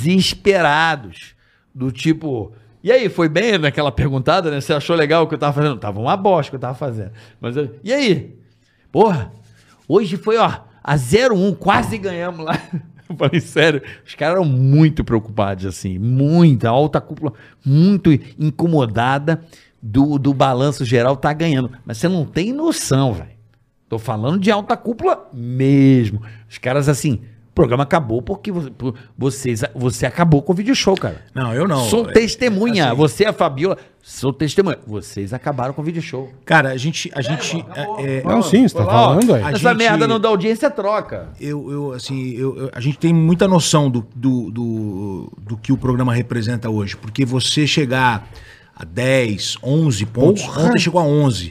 Speaker 3: desesperados. Do tipo, e aí, foi bem naquela perguntada, né? Você achou legal o que eu tava fazendo? Tava uma bosta o que eu tava fazendo. Mas, eu- e aí? Porra, hoje foi, ó, a 0-1, quase ganhamos lá. Eu falei, sério, os caras eram muito preocupados, assim, muita alta cúpula, muito incomodada do, do balanço geral tá ganhando. Mas você não tem noção, velho. Tô falando de alta cúpula mesmo. Os caras assim, o programa acabou porque vo- por- vocês, você acabou com o video show, cara.
Speaker 4: Não, eu não.
Speaker 3: Sou
Speaker 4: É,
Speaker 3: testemunha.
Speaker 4: assim,
Speaker 3: Você e a Fabiola, sou testemunha. Vocês acabaram com o video show.
Speaker 4: Cara, a gente. A gente é, é,
Speaker 2: Não, sim, você tá falando aí.
Speaker 4: A
Speaker 3: Essa
Speaker 4: gente-
Speaker 3: merda não dá audiência, troca.
Speaker 4: eu, eu, assim, eu, eu- a gente tem muita noção do, do, do, do que o programa representa hoje, porque você chegar a 10, 11 pontos, ontem chegou a 11.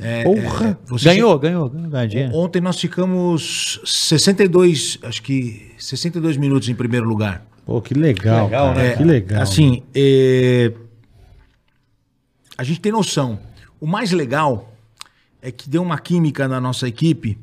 Speaker 4: É,
Speaker 2: Porra.
Speaker 4: é, você
Speaker 3: Ganhou, ganhou, ganhou, ganhou.
Speaker 4: che- Ontem nós ficamos 62, acho que 62 minutos em primeiro lugar.
Speaker 2: Pô, que legal.
Speaker 3: Que legal,
Speaker 2: cara,
Speaker 4: É,
Speaker 2: Que legal.
Speaker 4: Assim, é, a gente tem noção. O mais legal é que deu uma química na nossa equipe.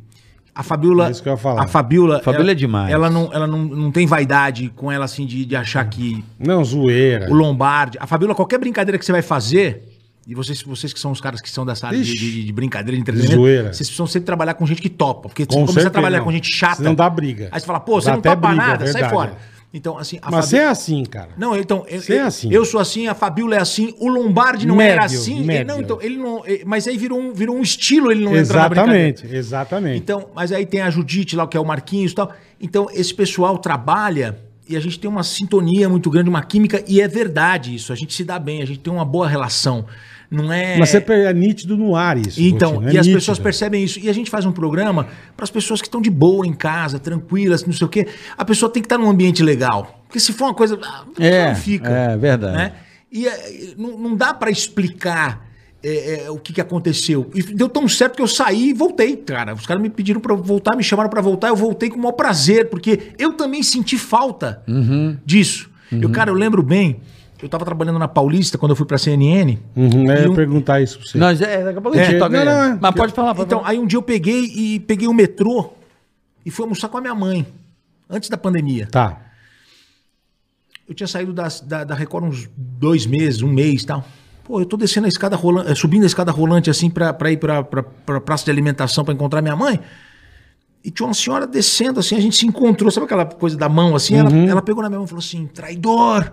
Speaker 4: A Fabiola.
Speaker 2: É isso que eu ia falar.
Speaker 4: A Fabiola.
Speaker 3: Fabiola
Speaker 4: ela-
Speaker 3: é demais.
Speaker 4: Ela, não, ela não, não tem vaidade com ela, assim, de, de achar que
Speaker 2: Não, zoeira.
Speaker 4: o Lombardi. A Fabiola, qualquer brincadeira que você vai fazer. E vocês, vocês que são os caras que são dessa área de,
Speaker 2: Ixi.
Speaker 4: de- de brincadeira, de entretenimento,
Speaker 2: Zoeira.
Speaker 4: vocês precisam sempre trabalhar com gente que topa. Porque se você
Speaker 2: Com
Speaker 4: começar a
Speaker 2: certeza,
Speaker 4: trabalhar
Speaker 2: não.
Speaker 4: com gente chata.
Speaker 2: Senão dá briga.
Speaker 4: Aí você fala, pô, você
Speaker 2: Dá
Speaker 4: não
Speaker 2: até
Speaker 4: topa
Speaker 2: briga, é
Speaker 4: nada, sai
Speaker 2: verdade,
Speaker 4: fora.
Speaker 2: é.
Speaker 4: Então, assim, a
Speaker 2: Mas você
Speaker 4: Fabi-
Speaker 2: é assim, cara.
Speaker 4: não, então, eu,
Speaker 2: Você é
Speaker 4: eu-
Speaker 2: assim.
Speaker 4: eu sou assim, a Fabíola é assim, o Lombardi não era
Speaker 2: Médio,
Speaker 4: assim. ele-
Speaker 2: médio.
Speaker 4: não, então, ele não, eh, mas aí virou um, virou um estilo, ele não entra na brincadeira.
Speaker 2: exatamente, exatamente.
Speaker 4: Então, mas aí tem a Judite lá, que é o Marquinhos e tal. Então, esse pessoal trabalha e a gente tem uma sintonia muito grande, uma química, e é verdade isso. A gente se dá bem, a gente tem uma boa relação. Não é.
Speaker 2: Mas você per- é nítido no ar isso.
Speaker 4: Então,
Speaker 2: Coutinho, é
Speaker 4: e as
Speaker 2: nítido.
Speaker 4: pessoas percebem isso. E a gente faz um programa para as pessoas que estão de boa em casa, tranquilas, não sei o quê. A pessoa tem que estar num ambiente legal. Porque se for uma coisa. ah, a pessoa
Speaker 3: É,
Speaker 4: não fica.
Speaker 3: é verdade.
Speaker 4: né? E eh, não, não dá para explicar é, é, o que, que aconteceu. E deu tão certo que eu saí e voltei, cara. Os caras me pediram pra eu voltar, me chamaram pra voltar, eu voltei com o maior prazer, porque eu também senti falta
Speaker 2: Uhum.
Speaker 4: disso. Eu, cara, eu lembro bem, eu tava trabalhando na Paulista quando eu fui pra CNN.
Speaker 2: Uhum, é,
Speaker 4: e
Speaker 2: eu
Speaker 4: um-
Speaker 2: ia perguntar isso pra você.
Speaker 3: Nós, é, daqui a pouco a gente
Speaker 2: É,
Speaker 3: toca.
Speaker 2: não,
Speaker 3: nele.
Speaker 2: não, é.
Speaker 3: Mas pode falar, pode
Speaker 4: Então, aí um dia eu peguei e peguei o metrô e fui almoçar com a minha mãe, antes da pandemia.
Speaker 2: Tá.
Speaker 4: Eu tinha saído da, da, da Record uns dois meses, um mês e tal. Pô, eu tô descendo a escada rolante, eh, subindo a escada rolante assim pra, pra ir pra, pra, pra praça de alimentação pra encontrar minha mãe. E tinha uma senhora descendo assim, a gente se encontrou, sabe aquela coisa da mão assim?
Speaker 2: Uhum.
Speaker 4: Ela, ela pegou na minha mão e falou assim: traidor!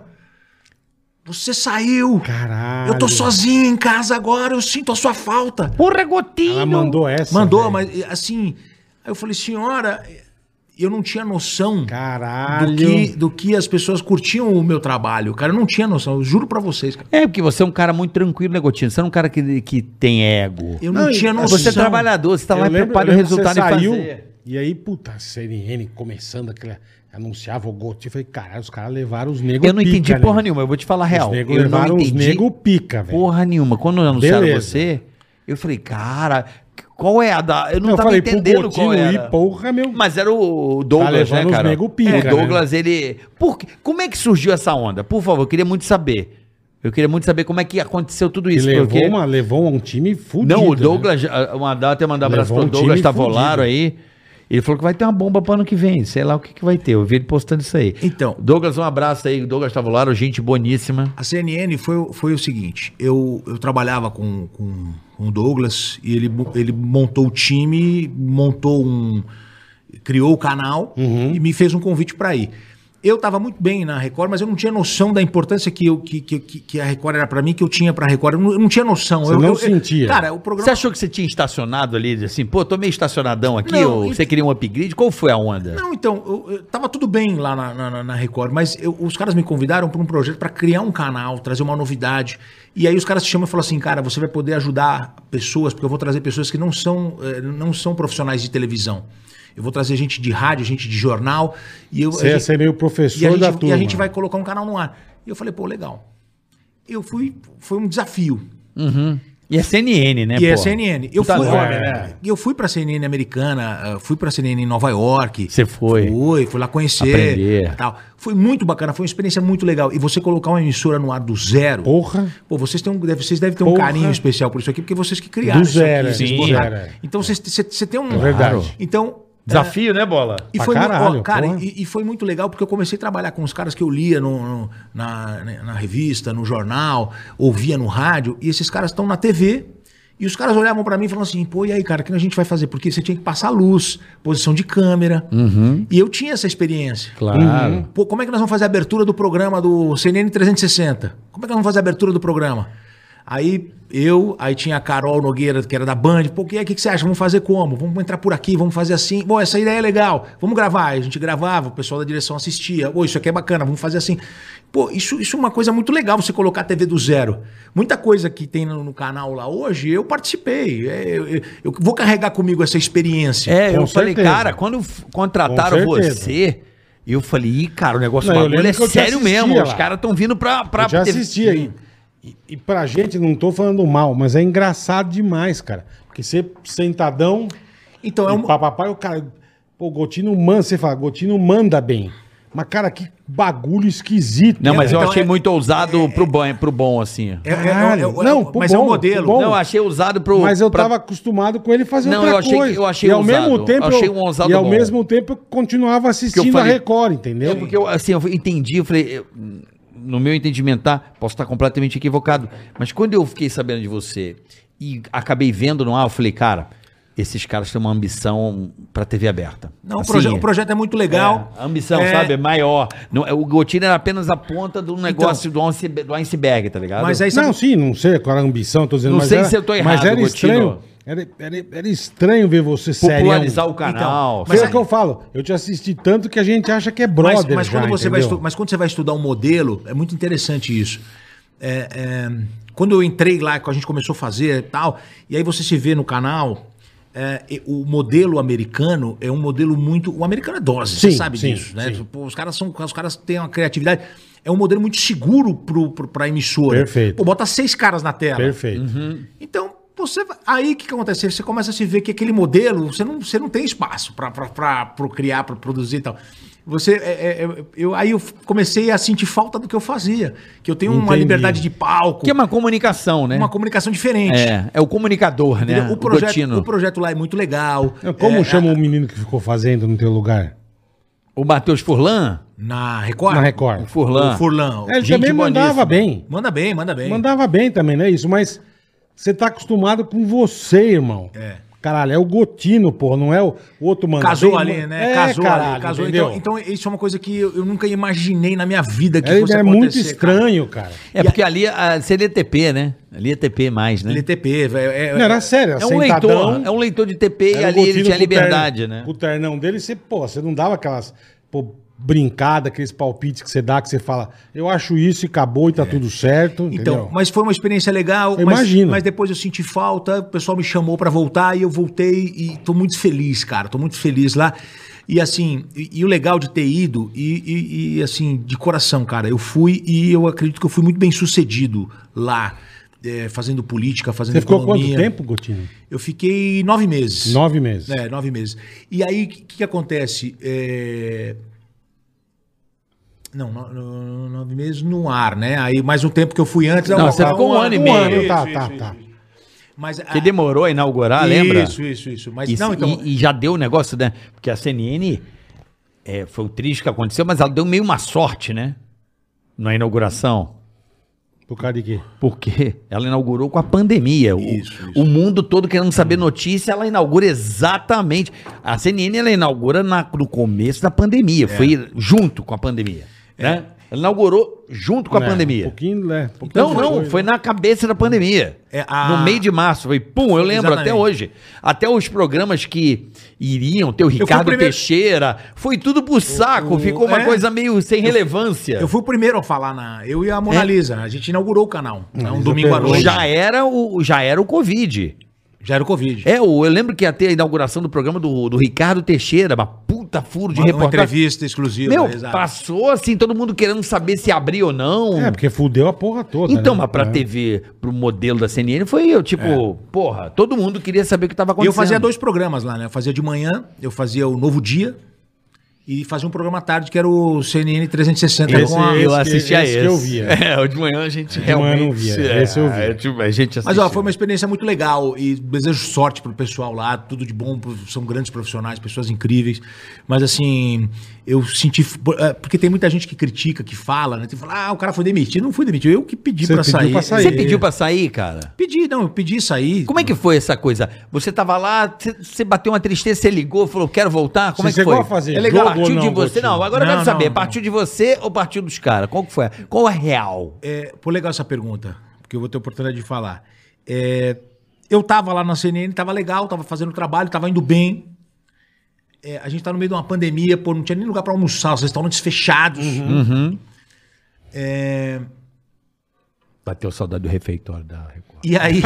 Speaker 4: Você saiu!
Speaker 2: Caralho.
Speaker 4: Eu tô sozinha em casa agora, eu sinto a sua falta.
Speaker 5: Porra, Gotinho!
Speaker 2: Ela mandou essa.
Speaker 4: Mandou,
Speaker 2: velho.
Speaker 4: mas assim. Aí eu falei, senhora, eh, eu não tinha noção do
Speaker 2: Caralho.
Speaker 4: que, do que as pessoas curtiam o meu trabalho. Cara, eu não tinha noção. Eu juro pra vocês, cara.
Speaker 3: É, porque você é um cara muito tranquilo, né, Gotinho? Você é um cara que, que tem ego.
Speaker 4: Eu não,
Speaker 2: Não, e
Speaker 4: tinha noção.
Speaker 3: Você é trabalhador, você tá
Speaker 2: Eu
Speaker 3: lá e
Speaker 2: lembro-
Speaker 3: prepara
Speaker 2: eu
Speaker 3: o
Speaker 2: lembro que
Speaker 3: resultado
Speaker 2: você
Speaker 3: e
Speaker 2: saiu,
Speaker 3: fazer.
Speaker 2: E aí, puta, a CNN começando aquele... Anunciava o Gotinho. Eu falei, caralho, os caras levaram os negros
Speaker 3: Eu não entendi
Speaker 2: pica,
Speaker 3: porra
Speaker 2: né?
Speaker 3: nenhuma, eu vou te falar a real.
Speaker 2: Os negros
Speaker 3: Eu não
Speaker 2: levaram os
Speaker 3: entendi
Speaker 2: negros pica, velho.
Speaker 3: porra nenhuma. Quando anunciaram
Speaker 2: Beleza.
Speaker 3: você, eu falei, cara, qual é a da... Eu não
Speaker 2: Eu
Speaker 3: tava
Speaker 2: falei, pro
Speaker 3: entendendo qual
Speaker 2: Gotinho
Speaker 3: era.
Speaker 2: ir, porra, meu...
Speaker 3: Mas era o Douglas,
Speaker 2: levando
Speaker 3: né,
Speaker 2: os
Speaker 3: cara?
Speaker 2: nego pica,
Speaker 3: o
Speaker 2: né?
Speaker 3: Douglas, ele. Por quê? Como é que surgiu essa onda? Por favor, eu queria muito saber. Eu queria muito saber como é que aconteceu tudo
Speaker 2: E
Speaker 3: isso.
Speaker 2: levou,
Speaker 3: porque...
Speaker 2: uma, levou um time fudido.
Speaker 3: Não, o
Speaker 2: né?
Speaker 3: Douglas, ah, uma data eu mandar um abraço
Speaker 2: Levou
Speaker 3: pro
Speaker 2: um time
Speaker 3: Douglas
Speaker 2: fudido.
Speaker 3: Tavolaro aí. Ele falou que vai ter uma bomba pro ano que vem, sei lá o que, que vai ter. Eu vi ele postando isso aí.
Speaker 4: Então.
Speaker 3: Douglas, um abraço aí. Douglas Tavolaro, gente boníssima.
Speaker 4: A CNN foi, o- foi o seguinte: eu, eu trabalhava com, com, com o Douglas e ele, mo- ele montou o time, montou um. criou o canal
Speaker 2: Uhum.
Speaker 4: e me fez um convite para ir. Eu estava muito bem na Record, mas eu não tinha noção da importância que, eu, que, que, que- que a Record era para mim, que eu tinha para a Record. Eu não, eu não tinha noção.
Speaker 2: Você
Speaker 4: eu,
Speaker 2: não
Speaker 4: eu- eu-
Speaker 2: sentia.
Speaker 4: Cara, o programa.
Speaker 3: Você achou que você tinha estacionado ali, assim, pô, tô meio estacionadão aqui,
Speaker 4: Não,
Speaker 3: ou
Speaker 4: ent-
Speaker 3: você queria um upgrade? Qual foi a onda?
Speaker 4: Não, então, eu, eu tava tudo bem lá na, na- na- na Record, mas eu- os caras me convidaram para um projeto para criar um canal, trazer uma novidade. E aí os caras se chamam e falam assim, cara, você vai poder ajudar pessoas, porque eu vou trazer pessoas que não são, eh, não são profissionais de televisão. Eu vou trazer gente de rádio, gente de jornal. E eu,
Speaker 2: Você
Speaker 4: a
Speaker 2: ia
Speaker 4: gente-
Speaker 2: ser meio
Speaker 4: e a,
Speaker 2: professor
Speaker 4: gente,
Speaker 2: da
Speaker 4: e
Speaker 2: turma.
Speaker 4: a gente vai colocar um canal no ar. E eu falei, pô, legal. Eu fui, foi um desafio.
Speaker 3: E é CNN, né?
Speaker 4: E é
Speaker 3: pô?
Speaker 4: CNN. Eu
Speaker 3: Puta
Speaker 4: fui, é,
Speaker 3: nome,
Speaker 2: né?
Speaker 4: eu fui pra CNN americana, eh, fui pra CNN em Nova York.
Speaker 3: Você foi.
Speaker 4: Fui, fui lá conhecer.
Speaker 3: Aprender.
Speaker 4: Tal. Foi muito bacana, foi uma experiência muito legal. E você colocar uma emissora no ar do zero.
Speaker 2: Porra.
Speaker 4: Pô, vocês, têm um, deve- vocês devem ter um
Speaker 2: Porra.
Speaker 4: carinho especial por isso aqui, porque vocês que criaram
Speaker 2: Do
Speaker 4: isso
Speaker 2: zero,
Speaker 4: aqui. vocês
Speaker 2: sim.
Speaker 4: botaram.
Speaker 2: zero, é.
Speaker 4: Então vocês- você você tem um.
Speaker 2: É verdade.
Speaker 4: Então.
Speaker 3: Desafio, né, Bola?
Speaker 4: E
Speaker 2: Pra
Speaker 4: foi, muito- ó,
Speaker 2: caralho,
Speaker 4: cara,
Speaker 2: porra.
Speaker 4: e, e foi muito legal porque eu comecei a trabalhar com os caras que eu lia no, no- na, na revista, no jornal, ouvia no rádio, e esses caras estão na TV. E os caras olhavam pra mim e falavam assim: pô, e aí, cara, o que a gente vai fazer? Porque você tinha que passar luz, posição de câmera.
Speaker 3: Uhum.
Speaker 4: E eu tinha essa experiência.
Speaker 3: Claro.
Speaker 2: Uhum.
Speaker 4: Pô, como é que nós vamos fazer a abertura do programa do CNN 360? Como é que nós vamos fazer a abertura do programa? Aí eu, aí tinha a Carol Nogueira, que era da Band. Pô, que, é, que, que você acha? Vamos fazer como? Vamos entrar por aqui, vamos fazer assim. Bom, essa ideia é legal. Vamos gravar. Aí a gente gravava, o pessoal da direção assistia. Pô, isso aqui é bacana, vamos fazer assim. Pô, isso, isso é uma coisa muito legal, você colocar a TV do zero. Muita coisa que tem no, no canal lá hoje, eu participei. É, eu, eu- eu vou carregar comigo essa experiência.
Speaker 3: É,
Speaker 2: Com
Speaker 3: eu falei,
Speaker 2: certeza.
Speaker 3: cara, quando f- contrataram
Speaker 2: Com certeza.
Speaker 3: você, eu falei, Ih, cara, o negócio
Speaker 2: Não, eu
Speaker 3: do bagulho
Speaker 2: lembro
Speaker 3: é
Speaker 2: que eu te
Speaker 3: sério
Speaker 2: assistia
Speaker 3: mesmo.
Speaker 2: lá.
Speaker 3: Os caras estão vindo pra. pra
Speaker 2: Eu já assisti aí. E, e pra gente, não tô falando mal, mas é engraçado demais, cara. Porque você sentadão,
Speaker 4: Então, é
Speaker 2: e
Speaker 4: um,
Speaker 2: papapai, o cara... Pô, Gotino manda, você fala, Gotino manda bem. Mas, cara, que bagulho esquisito.
Speaker 3: Não,
Speaker 2: né,
Speaker 3: mas eu
Speaker 4: Então
Speaker 3: achei
Speaker 4: é-
Speaker 3: muito ousado pro, bom, pro bom, assim.
Speaker 4: É, é- é-
Speaker 2: Caralho.
Speaker 4: é-
Speaker 2: Não,
Speaker 4: é-
Speaker 2: pro
Speaker 4: mas é um
Speaker 2: bom,
Speaker 4: modelo.
Speaker 2: pro bom.
Speaker 3: Não, eu achei ousado pro.
Speaker 2: Mas eu
Speaker 3: pra-
Speaker 2: tava acostumado com ele fazer
Speaker 3: Não,
Speaker 2: outra
Speaker 3: eu achei-
Speaker 2: coisa.
Speaker 3: eu achei
Speaker 2: e ao
Speaker 3: ousado.
Speaker 2: mesmo tempo
Speaker 3: Achei
Speaker 2: eu-
Speaker 3: um ousado
Speaker 2: E ao
Speaker 3: bom.
Speaker 2: mesmo tempo eu continuava assistindo
Speaker 3: falei-
Speaker 2: a Record, entendeu?
Speaker 3: É, porque eu, assim, eu entendi, eu falei, eu- no meu entendimento, tá? Posso estar completamente equivocado, mas quando eu fiquei sabendo de você e acabei vendo no ar, eu falei, cara, esses caras têm uma ambição pra TV aberta.
Speaker 4: Não, o,
Speaker 3: Assim,
Speaker 4: proje- o projeto é muito legal.
Speaker 3: A ambição,
Speaker 4: É, Então.
Speaker 3: sabe, é maior. Não, é, o Gotino era apenas a ponta do negócio do, iceberg, do iceberg, tá ligado?
Speaker 4: Mas aí sabe,
Speaker 2: Não, sim, não sei qual era a ambição, tô dizendo.
Speaker 3: Não
Speaker 2: mas
Speaker 3: sei
Speaker 2: era,
Speaker 3: se eu tô
Speaker 2: Mas
Speaker 3: errado,
Speaker 2: era
Speaker 3: Gotino.
Speaker 2: estranho. Era, era- era estranho ver você sério.
Speaker 3: popularizar o canal.
Speaker 2: Mas é o
Speaker 3: sabe?
Speaker 2: que eu falo, eu te assisti tanto que a gente acha que é brother.
Speaker 4: mas, mas
Speaker 2: já,
Speaker 4: quando você vai
Speaker 2: entendeu?
Speaker 4: estu- mas quando você vai estudar um modelo, é muito interessante isso. É, é, quando eu entrei lá, que a gente começou a fazer e tal, e aí você se vê no canal, é, e- o modelo americano é um modelo muito. O americano é dose, você
Speaker 2: Sim,
Speaker 4: sabe
Speaker 2: sim,
Speaker 4: disso, né?
Speaker 2: sim.
Speaker 4: Pô, os caras são, os caras têm uma criatividade. É um modelo muito seguro pro, pro, pra emissora.
Speaker 2: Perfeito.
Speaker 4: Pô, bota seis caras na tela.
Speaker 2: Perfeito.
Speaker 4: Então, você vai- aí o que, que acontece? Você começa a se ver que aquele modelo, você não, você não tem espaço para procriar, para produzir e tal. Você, é- é- é- eu, aí eu comecei a sentir falta do que eu fazia. Que eu tenho uma
Speaker 2: Entendi.
Speaker 4: liberdade de palco,
Speaker 3: Que é uma comunicação, né?
Speaker 4: uma comunicação diferente.
Speaker 3: É, é o comunicador, né?
Speaker 4: entendeu? O, projeto,
Speaker 3: Gotino.
Speaker 4: o projeto lá é muito legal.
Speaker 2: Então, Como
Speaker 4: É,
Speaker 2: chama o menino que ficou fazendo no teu lugar?
Speaker 3: O Matheus Furlan?
Speaker 4: Na Record?
Speaker 2: Na Record. É,
Speaker 3: O Furlan.
Speaker 4: O Furlan.
Speaker 2: Ele
Speaker 3: Gente
Speaker 2: também mandava
Speaker 3: boníssima.
Speaker 2: bem.
Speaker 4: Manda bem, manda bem.
Speaker 2: Mandava bem também, né? Isso, mas você tá acostumado com você, irmão.
Speaker 4: É.
Speaker 2: Caralho, é o Gotino, porra, não é o o outro mandava
Speaker 4: Casou
Speaker 2: bem,
Speaker 4: ali,
Speaker 2: mano.
Speaker 4: né?
Speaker 2: É,
Speaker 4: casou
Speaker 2: caralho,
Speaker 4: ali, casou.
Speaker 2: entendeu?
Speaker 4: Então, então, isso é uma coisa que eu, eu nunca imaginei na minha vida que
Speaker 2: é,
Speaker 4: fosse
Speaker 2: é
Speaker 4: acontecer.
Speaker 2: muito
Speaker 4: cara.
Speaker 2: estranho, cara.
Speaker 3: É porque ali a, seria TP, né? Ali é TP mais, né?
Speaker 4: LTP, velho. é-
Speaker 2: Não, era sério,
Speaker 3: É um leitor, é um leitor de TP e
Speaker 2: Era o
Speaker 3: ali ele
Speaker 2: Gotino
Speaker 3: tinha
Speaker 2: com o
Speaker 3: liberdade,
Speaker 2: terno-
Speaker 3: né?
Speaker 2: com O ternão dele, você, pô, você não dava aquelas pô, brincada, aqueles palpites que você dá, que você fala, eu acho isso e acabou e tá tudo certo.
Speaker 4: Então,
Speaker 2: entendeu?
Speaker 4: mas foi uma experiência legal.
Speaker 2: Eu
Speaker 4: mas,
Speaker 2: imagino.
Speaker 4: Mas depois eu senti falta, o pessoal me chamou pra voltar e eu voltei e tô muito feliz, cara. Tô muito feliz lá. E assim, e, e o legal de ter ido, e, e- e, assim, de coração, cara, eu fui e eu acredito que eu fui muito bem sucedido lá, eh, fazendo política, fazendo
Speaker 2: você ficou
Speaker 4: economia.
Speaker 2: quanto tempo, Gotino?
Speaker 4: Eu fiquei nove meses.
Speaker 2: Nove meses.
Speaker 4: É, nove meses. E aí, o que, que acontece? É... Não, no- no- nove meses no ar, né? Aí, mais um tempo que eu fui antes.
Speaker 3: Não,
Speaker 4: eu-
Speaker 3: você
Speaker 4: eu-
Speaker 3: ficou um ano e meio.
Speaker 2: tá,
Speaker 4: Isso,
Speaker 2: tá,
Speaker 4: isso,
Speaker 2: tá.
Speaker 4: Mas, ah,
Speaker 3: Que demorou a inaugurar, lembra?
Speaker 4: Isso, isso, isso. Mas,
Speaker 3: E,
Speaker 4: não, então,
Speaker 3: e- e já deu o negócio, né? Porque a CNN é, foi o triste que aconteceu, mas ela deu meio uma sorte, né? Na inauguração.
Speaker 2: Por causa de quê?
Speaker 3: Porque ela inaugurou com a pandemia. O,
Speaker 4: Isso, Uhum.
Speaker 3: o mundo todo querendo saber notícia, ela inaugura exatamente. A CNN ela inaugura na- no começo da
Speaker 4: É.
Speaker 3: pandemia. Foi junto com a pandemia. Né? Ela inaugurou junto com a
Speaker 2: É, Um
Speaker 3: pandemia.
Speaker 2: pouquinho, né? um pouquinho
Speaker 3: Não, não,
Speaker 2: depois,
Speaker 3: foi
Speaker 2: né?
Speaker 3: na cabeça da pandemia.
Speaker 4: É, a-
Speaker 3: No meio de março. Foi, pum, eu lembro
Speaker 4: Exatamente.
Speaker 3: até hoje. Até os programas que iriam, ter o
Speaker 4: fui o
Speaker 3: Ricardo
Speaker 4: primeiro-
Speaker 3: Teixeira. Foi tudo pro saco.
Speaker 4: o-
Speaker 3: ficou uma
Speaker 4: é.
Speaker 3: coisa meio sem relevância.
Speaker 4: eu fui o primeiro a falar na. Eu e a
Speaker 3: É?
Speaker 4: Mona Lisa. A gente inaugurou o canal. né, um domingo à
Speaker 2: pegou.
Speaker 4: noite.
Speaker 3: já, era o, já era o Covid.
Speaker 4: Já era o Covid.
Speaker 3: É, o- eu lembro que ia ter a inauguração do programa do, do Ricardo Teixeira, uma puta furo de
Speaker 4: uma, uma
Speaker 3: reportagem.
Speaker 4: entrevista exclusiva.
Speaker 3: Meu,
Speaker 4: exato.
Speaker 3: passou assim, todo mundo querendo saber se abrir ou não.
Speaker 4: um-
Speaker 2: É, porque fudeu a porra toda.
Speaker 3: Então,
Speaker 2: né?
Speaker 3: mas pra
Speaker 2: É.
Speaker 3: TV, pro modelo da CNN, foi eu, tipo, porra, todo mundo queria saber o que tava
Speaker 4: E
Speaker 3: acontecendo.
Speaker 4: eu fazia dois programas lá, né? Eu fazia de manhã, eu fazia o Novo Dia e fazia um programa à tarde que era o CNN 360.
Speaker 2: Esse-
Speaker 4: com a-
Speaker 2: esse
Speaker 3: Eu
Speaker 2: que-
Speaker 3: assistia
Speaker 2: esse
Speaker 3: esse.
Speaker 2: que eu via.
Speaker 3: É, o de manhã a gente
Speaker 2: manhã eu não
Speaker 3: realmente...
Speaker 2: via,
Speaker 3: é,
Speaker 2: esse eu via.
Speaker 3: é, tipo, a gente
Speaker 4: Mas
Speaker 3: assistia.
Speaker 4: ó, foi uma experiência muito legal e desejo sorte pro pessoal lá, tudo de bom, pro- são grandes profissionais, pessoas incríveis. Mas assim, eu senti. por- é, Porque tem muita gente que critica, que fala, né? Tem que falar, ah, o cara foi demitido. Não fui demitido, eu que pedi
Speaker 2: Você
Speaker 4: pra
Speaker 2: pediu
Speaker 4: sair.
Speaker 2: pra sair.
Speaker 3: Você pediu pra sair, cara?
Speaker 4: Pedi, não, eu pedi sair.
Speaker 3: Como é que foi essa coisa? Você tava lá, você- você bateu uma tristeza, você ligou, falou, quero voltar? Como
Speaker 2: Você
Speaker 3: é que
Speaker 2: chegou
Speaker 3: foi?
Speaker 2: a fazer
Speaker 3: é legal.
Speaker 2: jogo
Speaker 3: Partiu
Speaker 2: ou
Speaker 3: de
Speaker 2: não,
Speaker 3: você?
Speaker 2: Gotinho?
Speaker 3: Não, agora eu
Speaker 4: Não,
Speaker 3: quero saber,
Speaker 4: não, não.
Speaker 3: partiu de você ou partiu dos caras? Qual que foi? Qual é a real?
Speaker 4: É, pô, legal essa pergunta, porque eu vou ter oportunidade de falar. É, eu tava lá na CNN, tava legal, tava fazendo o trabalho, tava indo bem. É, a gente tá no meio de uma pandemia, pô, não tinha nem lugar pra almoçar, os restaurantes fechados.
Speaker 2: Uhum.
Speaker 4: É,
Speaker 3: Bateu saudade do refeitório da Record.
Speaker 4: e aí.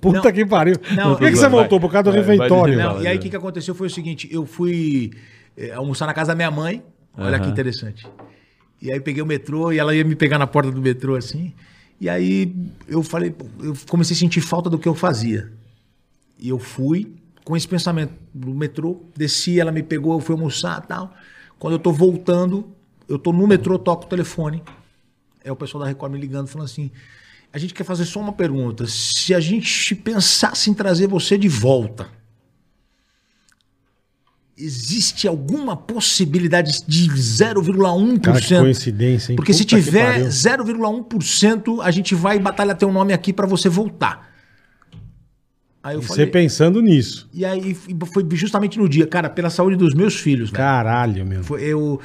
Speaker 2: Puta
Speaker 4: Não.
Speaker 2: que pariu.
Speaker 4: Não,
Speaker 2: Por que, que
Speaker 4: eu-
Speaker 2: você voltou? Por causa do
Speaker 3: Vai, vai
Speaker 2: refeitório.
Speaker 3: dizer,
Speaker 4: Não, e aí o que, que aconteceu foi o seguinte: eu fui eh, almoçar na casa da minha mãe. Olha que interessante. E aí peguei o metrô e ela ia me pegar na porta do metrô assim. E aí eu falei, pô, eu comecei a sentir falta do que eu fazia. E eu fui com esse pensamento no metrô, desci, ela me pegou, eu fui almoçar, tal. Quando eu tô voltando, eu tô no metrô, toco o telefone. É o pessoal da Record me ligando, falando assim: a gente quer fazer só uma pergunta. Se a gente pensasse em trazer você de volta, existe alguma possibilidade de
Speaker 2: Cara, que
Speaker 4: 0,1%?
Speaker 2: coincidência, hein?
Speaker 4: Porque se
Speaker 2: Puta que
Speaker 4: tiver
Speaker 2: pariu.
Speaker 4: 0,1%, a gente vai batalhar teu nome aqui pra você voltar. Aí eu
Speaker 2: E Você
Speaker 4: falei.
Speaker 2: pensando nisso.
Speaker 4: E aí f- foi justamente no dia, cara, pela saúde dos meus filhos, né?
Speaker 2: Caralho, meu.
Speaker 4: Foi- eu,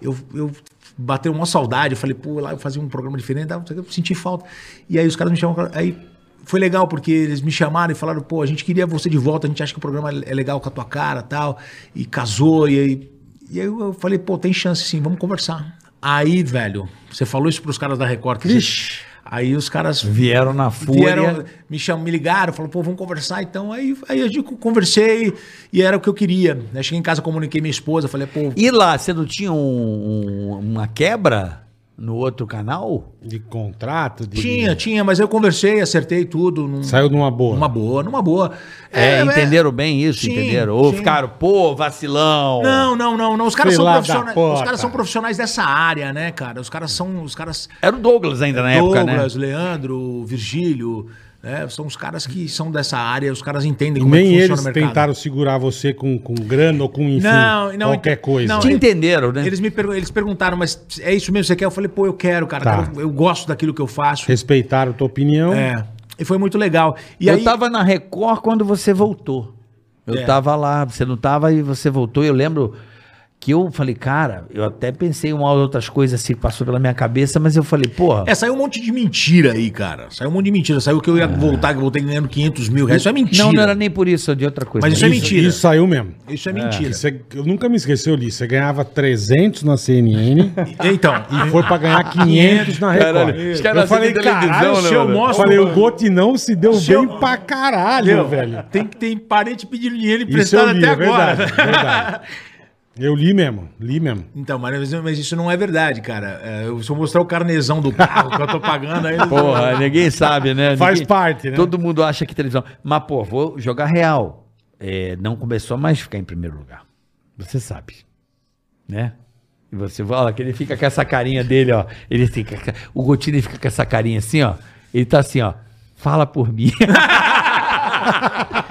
Speaker 4: eu, eu bateu uma saudade, eu falei, pô, lá eu fazia um programa diferente, tava- eu senti falta. E aí os caras me chamaram, aí foi legal, porque eles me chamaram e falaram, pô, a gente queria você de volta, a gente acha que o programa é legal com a tua cara tal, e casou, e aí, e aí eu eu falei, pô, tem chance sim, vamos conversar. Aí, velho, você falou isso pros caras da Record. Que você- Aí os caras
Speaker 3: Vieram na
Speaker 4: vieram,
Speaker 3: fúria.
Speaker 4: me, cham, me ligaram, falaram, pô, vamos conversar então. Aí, aí eu digo, conversei e era o que eu queria. Né? Cheguei em casa, comuniquei minha esposa, falei, pô,
Speaker 3: E lá, você não tinha um- um- uma quebra no outro canal?
Speaker 2: De contrato? De...
Speaker 4: tinha, tinha, mas eu conversei, acertei tudo. Num,
Speaker 2: Saiu numa boa.
Speaker 4: Numa boa, numa boa.
Speaker 3: É, entenderam bem isso,
Speaker 4: Sim,
Speaker 3: entenderam? Ou
Speaker 4: sim.
Speaker 3: ficaram, pô, vacilão.
Speaker 4: Não, não, não, não. Os caras, são
Speaker 2: Filha da
Speaker 4: profissionais,
Speaker 2: puta.
Speaker 4: os caras são profissionais dessa área, né, cara? Os caras são. Os caras.
Speaker 3: Era o Douglas ainda na época, né?
Speaker 4: Douglas, Leandro, Virgílio. né, são os caras que são dessa área, os caras entendem
Speaker 2: E
Speaker 4: como é que
Speaker 2: nem
Speaker 4: funciona
Speaker 2: eles
Speaker 4: o mercado.
Speaker 2: tentaram segurar você com, com grana ou com enfim,
Speaker 4: Não, não,
Speaker 2: qualquer
Speaker 4: então-
Speaker 2: coisa.
Speaker 4: não,
Speaker 3: Te entenderam, né?
Speaker 4: Eles me pergun- eles perguntaram, mas é isso mesmo que você quer? Eu falei, pô, eu quero, cara.
Speaker 2: Tá. Então,
Speaker 4: quero- eu gosto daquilo que eu faço.
Speaker 2: Respeitaram tua opinião.
Speaker 4: É, e foi muito legal. E
Speaker 3: eu
Speaker 4: aí,
Speaker 3: tava na Record quando você voltou. Eu
Speaker 4: É.
Speaker 3: tava lá, você não tava e você voltou. Eu lembro que eu falei, cara, eu até pensei em uma ou outras coisas assim que passou pela minha cabeça, mas eu falei, porra.
Speaker 4: É, saiu um monte de mentira aí, cara. Saiu um monte de mentira. Saiu que eu ia
Speaker 2: É.
Speaker 4: voltar, que eu voltei ganhando 500 mil reais. Isso é mentira.
Speaker 3: não, não era nem por isso, de outra coisa.
Speaker 4: Mas isso é mentira.
Speaker 2: Isso saiu mesmo.
Speaker 4: Isso é mentira.
Speaker 2: Você- eu nunca me esqueci, eu li. Você ganhava 300 na CNN
Speaker 4: Então,
Speaker 2: e foi pra ganhar 500 na Record.
Speaker 3: os caras
Speaker 2: eu falei,
Speaker 3: assistem televisão,
Speaker 2: caralho,
Speaker 3: né,
Speaker 2: se eu
Speaker 4: um
Speaker 3: mano?
Speaker 2: mostro... Falei, o Gotinão se deu
Speaker 4: Se
Speaker 2: bem
Speaker 4: eu-
Speaker 2: pra caralho,
Speaker 4: Meu,
Speaker 2: velho.
Speaker 4: Tem que ter parente pedindo dinheiro
Speaker 2: Isso eu
Speaker 4: emprestado
Speaker 2: li,
Speaker 4: até
Speaker 2: é
Speaker 4: agora.
Speaker 2: verdade, verdade. Eu li mesmo, li mesmo.
Speaker 4: Então, mas, mas isso não é verdade, cara. É, eu, se eu mostrar o carnezão do carro que eu tô pagando, aí.
Speaker 3: Porra, ninguém sabe, né?
Speaker 2: Faz
Speaker 3: Ninguém-
Speaker 2: parte, né?
Speaker 3: Todo mundo acha que televisão. Mas, pô, vou jogar real. É, não começou mais a ficar em primeiro lugar. Você sabe. Né? E você fala que ele fica com essa carinha dele, ó. Ele fica. O Gotini fica com essa carinha assim, ó. Ele tá assim, ó. Fala por mim.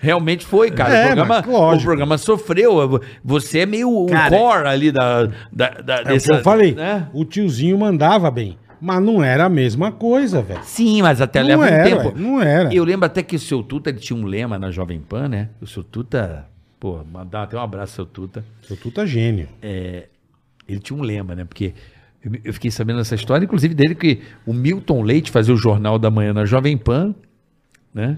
Speaker 3: Realmente foi, cara.
Speaker 2: É,
Speaker 3: o, programa,
Speaker 2: mas lógico.
Speaker 3: o programa sofreu. Você é meio o
Speaker 4: Cara,
Speaker 3: core ali da. da, da né?
Speaker 2: É o que eu falei, o tiozinho mandava bem, mas não era a mesma coisa, velho.
Speaker 3: Sim, mas até
Speaker 2: Não
Speaker 3: leva
Speaker 2: era,
Speaker 3: um tempo.
Speaker 2: ué, não era.
Speaker 3: Eu lembro até que o seu Tuta ele tinha um lema na Jovem Pan, né? O seu Tuta, pô, mandar até um abraço, seu Tuta.
Speaker 2: Seu tuta é gênio.
Speaker 3: Ele tinha um lema, né? Porque eu, eu fiquei sabendo essa história, inclusive dele que o Milton Leite fazia o Jornal da Manhã na Jovem Pan, né?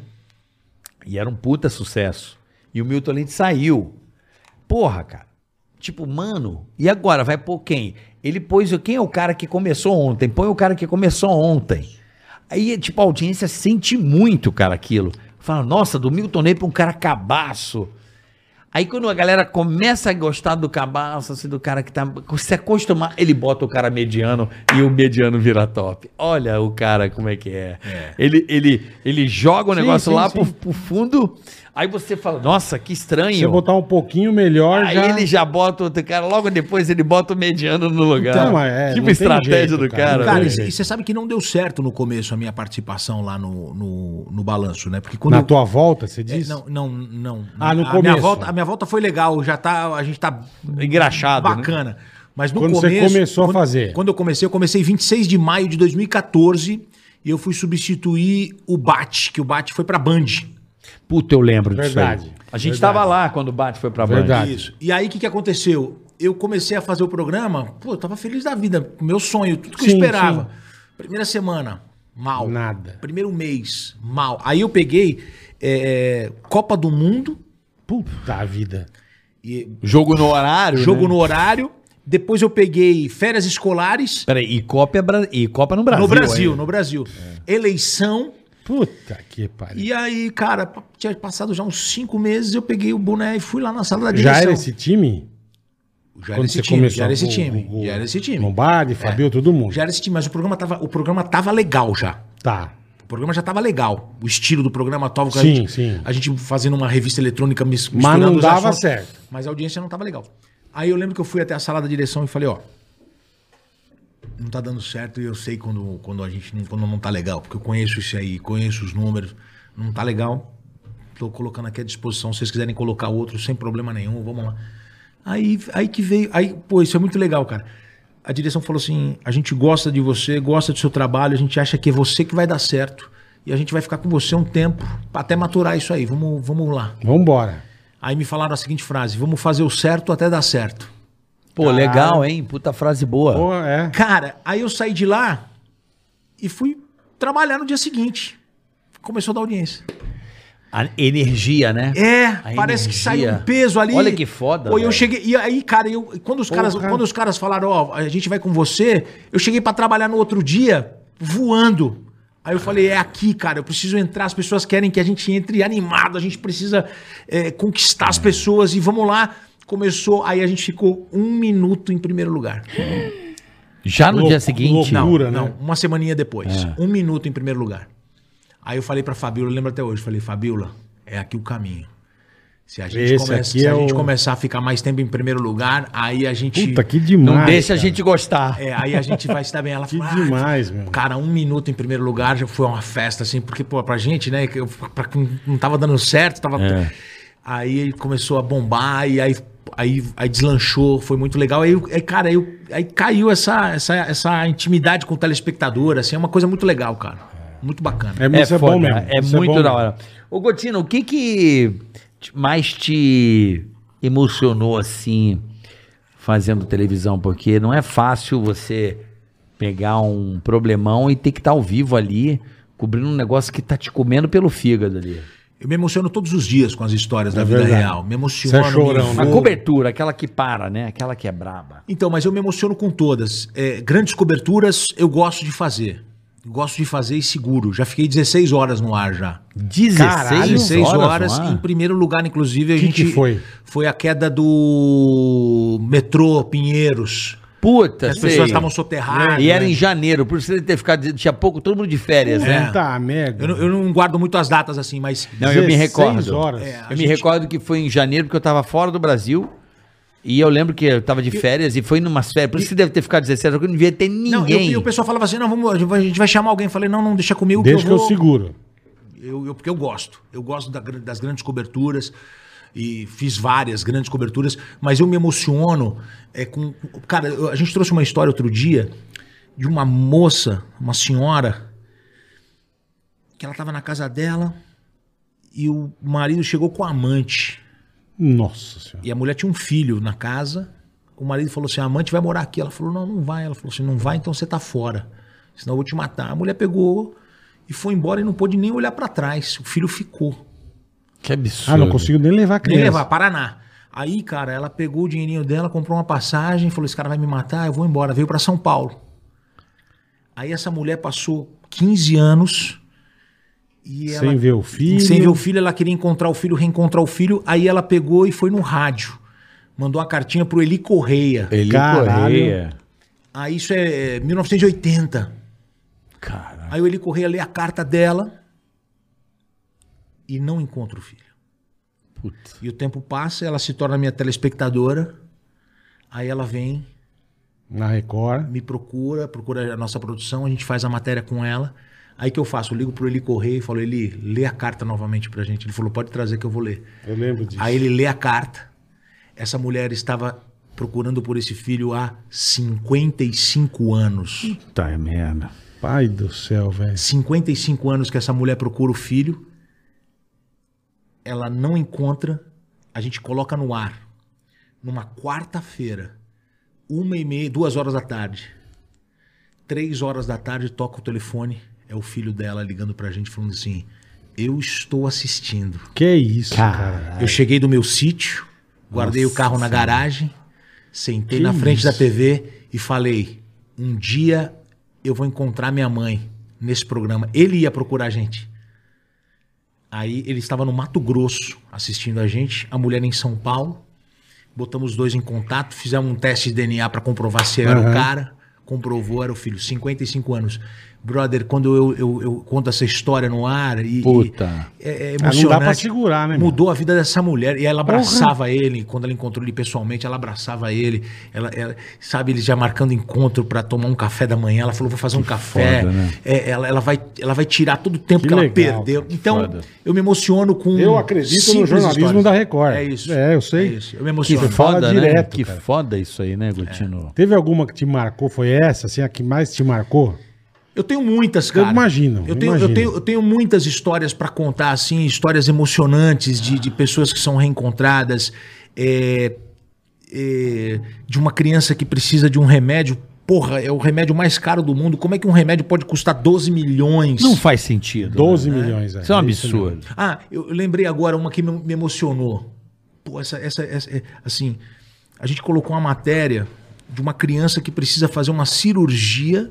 Speaker 3: E era um puta sucesso. E o Milton Leite saiu. Porra, cara. Tipo, mano, e agora? Vai pôr quem? Ele pôs o quem é o cara que começou ontem? Põe o cara que começou ontem. Aí, tipo, a audiência sente muito, cara, aquilo. Fala, nossa, do Milton Leite pra um cara cabaço. Aí quando a galera começa a gostar do cabaço, assim, do cara que tá. Se acostumar, ele bota o cara mediano e o mediano vira top. Olha o cara como é que é. Ele, ele, ele joga o
Speaker 2: Sim,
Speaker 3: negócio
Speaker 2: sim,
Speaker 3: lá
Speaker 2: sim.
Speaker 3: pro, pro fundo. Aí você fala, nossa, que estranho.
Speaker 2: Se eu botar um pouquinho melhor,
Speaker 3: Aí
Speaker 2: já...
Speaker 3: Ah, ele já bota outro cara, logo depois ele bota o mediano no lugar.
Speaker 2: Então, é, não
Speaker 3: que
Speaker 2: tem
Speaker 3: uma estratégia
Speaker 2: jeito,
Speaker 3: do
Speaker 2: cara.
Speaker 3: cara.
Speaker 4: Cara,
Speaker 3: né?
Speaker 4: e e você sabe que não deu certo no começo a minha participação lá no, no, no balanço, né? Porque quando.
Speaker 2: Na
Speaker 4: eu-
Speaker 2: tua volta, você
Speaker 4: É,
Speaker 2: diz?
Speaker 4: não, não, não.
Speaker 2: Ah, no
Speaker 4: a Minha
Speaker 2: começo.
Speaker 4: volta, a minha volta foi legal, já tá, a gente tá
Speaker 3: Engraxado. né?
Speaker 4: bacana. Mas no
Speaker 2: Quando você
Speaker 4: começo.
Speaker 2: começou a
Speaker 4: quando-
Speaker 2: fazer.
Speaker 4: Quando eu comecei, eu comecei 26 de maio de 2014 e eu fui substituir o Bat, que o Bat foi pra Band.
Speaker 3: Puta, eu lembro disso.
Speaker 2: Verdade.
Speaker 3: aí. A gente
Speaker 2: Verdade.
Speaker 3: tava lá quando o Bate foi pra Band.
Speaker 2: É Verdade.
Speaker 4: Isso. E aí o que, que aconteceu? Eu comecei a fazer o programa, pô, eu tava feliz da vida, meu sonho, tudo que
Speaker 2: Sim,
Speaker 4: eu esperava. Primeira semana, mal.
Speaker 2: Nada.
Speaker 4: Primeiro mês, mal. Aí eu peguei é, Copa do Mundo,
Speaker 2: Puta vida.
Speaker 4: e-
Speaker 3: Jogo no horário.
Speaker 4: jogo
Speaker 3: né?
Speaker 4: no horário. Depois eu peguei férias escolares
Speaker 3: Peraí, e Copa, é Bra- e Copa no Brasil.
Speaker 4: no Brasil,
Speaker 2: é.
Speaker 3: aí.
Speaker 4: no Brasil. Eleição.
Speaker 2: Puta que pariu.
Speaker 4: E aí, cara, p- tinha passado já uns cinco meses, eu peguei o boné e fui lá na sala da direção.
Speaker 2: Já era esse time?
Speaker 4: já era esse time, já era esse time, já era esse time.
Speaker 2: Lombardi, Fabio, todo mundo.
Speaker 4: Já era esse time, mas o programa tava, o programa tava legal já.
Speaker 2: Tá.
Speaker 4: O programa já tava legal. O estilo do programa tava com a,
Speaker 2: Sim,
Speaker 4: gente,
Speaker 2: sim.
Speaker 4: a gente fazendo uma revista eletrônica mis-
Speaker 2: Mas
Speaker 4: misturando
Speaker 2: não
Speaker 4: os
Speaker 2: dava
Speaker 4: assuntos,
Speaker 2: certo.
Speaker 4: Mas a audiência não tava legal. Aí eu lembro que eu fui até a sala da direção e falei, ó, não tá dando certo e eu sei quando, quando a gente não, quando não tá legal, porque eu conheço isso aí, conheço os números, não tá legal. Tô colocando aqui à disposição, se vocês quiserem colocar outro sem problema nenhum, vamos lá. Aí, aí que veio, aí, pô, isso é muito legal, cara. A direção falou assim: a gente gosta de você, gosta do seu trabalho, a gente acha que é você que vai dar certo e a gente vai ficar com você um tempo pra até maturar isso aí. Vamos, vamos lá.
Speaker 2: Vambora.
Speaker 4: Aí me falaram a seguinte frase: vamos fazer o certo até dar certo.
Speaker 3: Pô, legal, hein? Puta frase boa.
Speaker 2: Boa, é.
Speaker 4: Cara, aí eu saí de lá e fui trabalhar no dia seguinte. Começou a dar audiência.
Speaker 3: A energia, né?
Speaker 4: É,
Speaker 3: A
Speaker 4: parece que
Speaker 3: energia.
Speaker 4: saiu um peso ali.
Speaker 3: Olha que foda,
Speaker 4: Pô, eu
Speaker 3: velho.
Speaker 4: cheguei. E aí, cara, eu, quando, os caras,
Speaker 2: Porra.
Speaker 4: quando os caras falaram, ó, a gente vai com você, eu cheguei pra trabalhar no outro dia. voando. Aí eu falei, é aqui, cara, eu preciso entrar, as pessoas querem que a gente entre animado, a gente precisa é, conquistar as pessoas e vamos lá. Começou, aí a gente ficou um minuto em primeiro lugar.
Speaker 3: Já no
Speaker 2: Lou-
Speaker 3: dia seguinte.
Speaker 2: loucura.
Speaker 3: Não.
Speaker 2: Jura,
Speaker 4: não,
Speaker 2: né? É.
Speaker 4: uma semaninha depois. Um minuto em primeiro lugar. Aí eu falei pra Fabiola, eu lembro até hoje, falei, Fabiola, é aqui o caminho. Se a gente,
Speaker 2: Esse
Speaker 4: começa-
Speaker 2: aqui
Speaker 4: se a
Speaker 2: é
Speaker 4: gente
Speaker 2: o-
Speaker 4: começar a ficar mais tempo em primeiro lugar, aí a gente.
Speaker 2: Puta, que demais.
Speaker 3: Não deixa a
Speaker 2: cara.
Speaker 3: gente gostar.
Speaker 4: É, aí a gente vai se dar bem. Ela
Speaker 2: Que
Speaker 4: fala, "Ah,
Speaker 2: demais, meu.
Speaker 4: Cara, um minuto em primeiro lugar já foi uma festa, assim, porque, pô, pra gente, né, que eu- pra quem não tava dando certo, tava.
Speaker 2: É.
Speaker 4: Aí ele começou a bombar, e aí, aí, aí deslanchou, foi muito legal. Aí, eu- aí, cara, aí, eu- aí caiu essa, essa, essa intimidade com o telespectador, assim, é uma coisa muito legal, cara. Muito bacana.
Speaker 2: É, isso é,
Speaker 3: foda,
Speaker 2: bom mesmo.
Speaker 3: É
Speaker 2: isso
Speaker 3: muito
Speaker 2: bom
Speaker 3: da
Speaker 2: mesmo.
Speaker 3: hora. Ô, Gotino, o que que te- mais te emocionou assim, fazendo televisão? Porque não é fácil você pegar um problemão e ter que estar ao vivo ali, cobrindo um negócio que tá te comendo pelo fígado ali.
Speaker 4: Eu me emociono todos os dias com as histórias da vida
Speaker 2: É verdade.
Speaker 4: real. Me
Speaker 2: Você é
Speaker 4: emociono.
Speaker 2: chorão,
Speaker 4: me
Speaker 2: né?
Speaker 3: A
Speaker 2: Boa.
Speaker 3: cobertura, aquela que para, né? Aquela que é braba.
Speaker 4: Então, mas eu me emociono com todas. É, grandes coberturas eu gosto de fazer. Eu Gosto de fazer e seguro. Já fiquei 16 horas no ar já.
Speaker 3: 16,
Speaker 4: 16 horas,
Speaker 3: horas no ar?
Speaker 4: em primeiro lugar, inclusive, a
Speaker 2: é? Que
Speaker 4: gente
Speaker 2: que foi?
Speaker 4: foi a queda do metrô Pinheiros.
Speaker 3: Puta,
Speaker 4: As
Speaker 3: sei.
Speaker 4: pessoas estavam soterradas.
Speaker 3: Tá E era em
Speaker 4: né?
Speaker 3: janeiro, por isso ele ter ficado. Tinha pouco, todo mundo de férias, né?
Speaker 2: Puta merda.
Speaker 4: É. eu, não- eu não guardo muito as datas assim, mas
Speaker 3: Não, eu me
Speaker 2: 16
Speaker 3: recordo.
Speaker 2: horas.
Speaker 4: É, a
Speaker 3: eu me
Speaker 4: gente-
Speaker 3: recordo que foi em janeiro, porque eu tava fora do Brasil. E eu lembro que eu tava de férias e foi numa férias. Por isso que deve ter ficado 17 horas, que não devia ter
Speaker 4: não, eu-
Speaker 3: ninguém.
Speaker 4: e o pessoal falava assim: não, vamos, a gente vai chamar alguém. Eu falei, não, não, deixa comigo
Speaker 2: Deixa que eu
Speaker 4: vou-
Speaker 2: seguro.
Speaker 4: Eu, eu- porque eu gosto. Eu gosto da gran- das grandes coberturas e fiz várias grandes coberturas, mas eu me emociono é, com. Cara, eu- a gente trouxe uma história outro dia de uma moça, uma senhora, que ela estava na casa dela e o marido chegou com a amante.
Speaker 2: Nossa senhora.
Speaker 4: E a mulher tinha um filho na casa. O marido falou assim: a amante vai morar aqui. Ela falou: não, não vai. Ela falou assim: não vai, então você tá fora. Senão eu vou te matar. A mulher pegou e foi embora e não pôde nem olhar pra trás. O filho ficou.
Speaker 3: Que absurdo.
Speaker 2: Ah, não consigo nem levar a
Speaker 4: Nem
Speaker 2: criança.
Speaker 4: levar, Paraná. Aí, cara, ela pegou o dinheirinho dela, comprou uma passagem, falou: esse cara vai me matar, eu vou embora. Veio pra São Paulo. Aí essa mulher passou 15 anos. E
Speaker 2: Sem
Speaker 4: ela-
Speaker 2: ver o filho.
Speaker 4: sem ver o filho, ela queria encontrar o filho, reencontrar o filho. Aí ela pegou e foi no rádio. Mandou uma cartinha pro Eli Correia.
Speaker 3: Ele
Speaker 2: Caralho.
Speaker 3: correia.
Speaker 4: Aí isso é é, 1980.
Speaker 3: Cara.
Speaker 4: Aí o Eli Correia lê a carta dela e não encontra o filho.
Speaker 3: Puta.
Speaker 4: E o tempo passa, ela se torna minha telespectadora. Aí ela vem,
Speaker 2: Na Record.
Speaker 4: me procura, procura a nossa produção, a gente faz a matéria com ela. Aí o que eu faço? Eu ligo pro Eli Correia e falo, Eli, lê a carta novamente pra gente. Ele falou, pode trazer que eu vou ler.
Speaker 2: Eu lembro disso.
Speaker 4: Aí ele lê a carta. Essa mulher estava procurando por esse filho há 55 anos.
Speaker 2: Puta merda. Pai do céu, velho.
Speaker 4: 55 anos que essa mulher procura o filho. Ela não encontra. A gente coloca no ar. Numa quarta-feira, uma e meia, duas horas da tarde. Três horas da tarde, toca o telefone. É o filho dela ligando pra gente, falando assim: Eu estou assistindo.
Speaker 2: Que isso, cara.
Speaker 4: Eu cheguei do meu sítio, guardei o carro na garagem, sentei
Speaker 2: Que
Speaker 4: na frente
Speaker 2: isso?
Speaker 4: da TV e falei: um dia eu vou encontrar minha mãe nesse programa. Ele ia procurar a gente. Aí ele estava no Mato Grosso assistindo a gente, a mulher em São Paulo. Botamos os dois em contato, fizemos um teste de DNA para comprovar se era
Speaker 2: Aham.
Speaker 4: o cara. Comprovou, era o filho, 55 anos. Brother, quando eu, eu- eu conto essa história no ar e. e-
Speaker 3: Puta.
Speaker 4: é, é
Speaker 2: Ah, não dá pra
Speaker 4: emocionante.
Speaker 2: segurar, né? meu?
Speaker 4: Mudou a vida dessa mulher. E ela abraçava ele. Quando ela encontrou ele pessoalmente, ela abraçava ele. Ela, ela- sabe, eles já marcando encontro pra tomar um café da manhã. Ela falou: vou fazer um café.
Speaker 3: foda, né?
Speaker 4: É, ela, ela vai, ela vai tirar todo o tempo
Speaker 2: Que
Speaker 4: que,
Speaker 2: legal,
Speaker 4: ela perdeu. Então,
Speaker 3: foda.
Speaker 4: eu me emociono com.
Speaker 2: Eu acredito no
Speaker 4: Hum, simples
Speaker 2: jornalismo
Speaker 4: histórias.
Speaker 2: da Record.
Speaker 4: É isso.
Speaker 2: É, eu sei.
Speaker 4: É isso. Eu me
Speaker 3: Que
Speaker 4: emociono.
Speaker 2: fala
Speaker 3: foda, né?
Speaker 2: direto,
Speaker 3: que
Speaker 2: cara.
Speaker 3: foda isso aí, né, Gotino?
Speaker 2: Teve alguma que te marcou? Foi essa, assim, a que mais te marcou?
Speaker 4: Eu tenho muitas,
Speaker 2: Eu
Speaker 4: cara.
Speaker 2: imagino,
Speaker 4: Eu tenho,
Speaker 2: imagino.
Speaker 4: Eu tenho, eu tenho muitas histórias pra contar, assim, histórias emocionantes de, de pessoas que são reencontradas, é, é, de uma criança que precisa de um remédio. Porra, é o remédio mais caro do mundo. Como é que um remédio pode custar 12 milhões?
Speaker 3: Não faz sentido.
Speaker 2: 12 milhões.
Speaker 3: Isso é um
Speaker 2: mesmo.
Speaker 3: absurdo.
Speaker 4: Ah, eu eu lembrei agora uma que me me emocionou. Pô, essa, essa, essa- é, assim, a gente colocou uma matéria de uma criança que precisa fazer uma cirurgia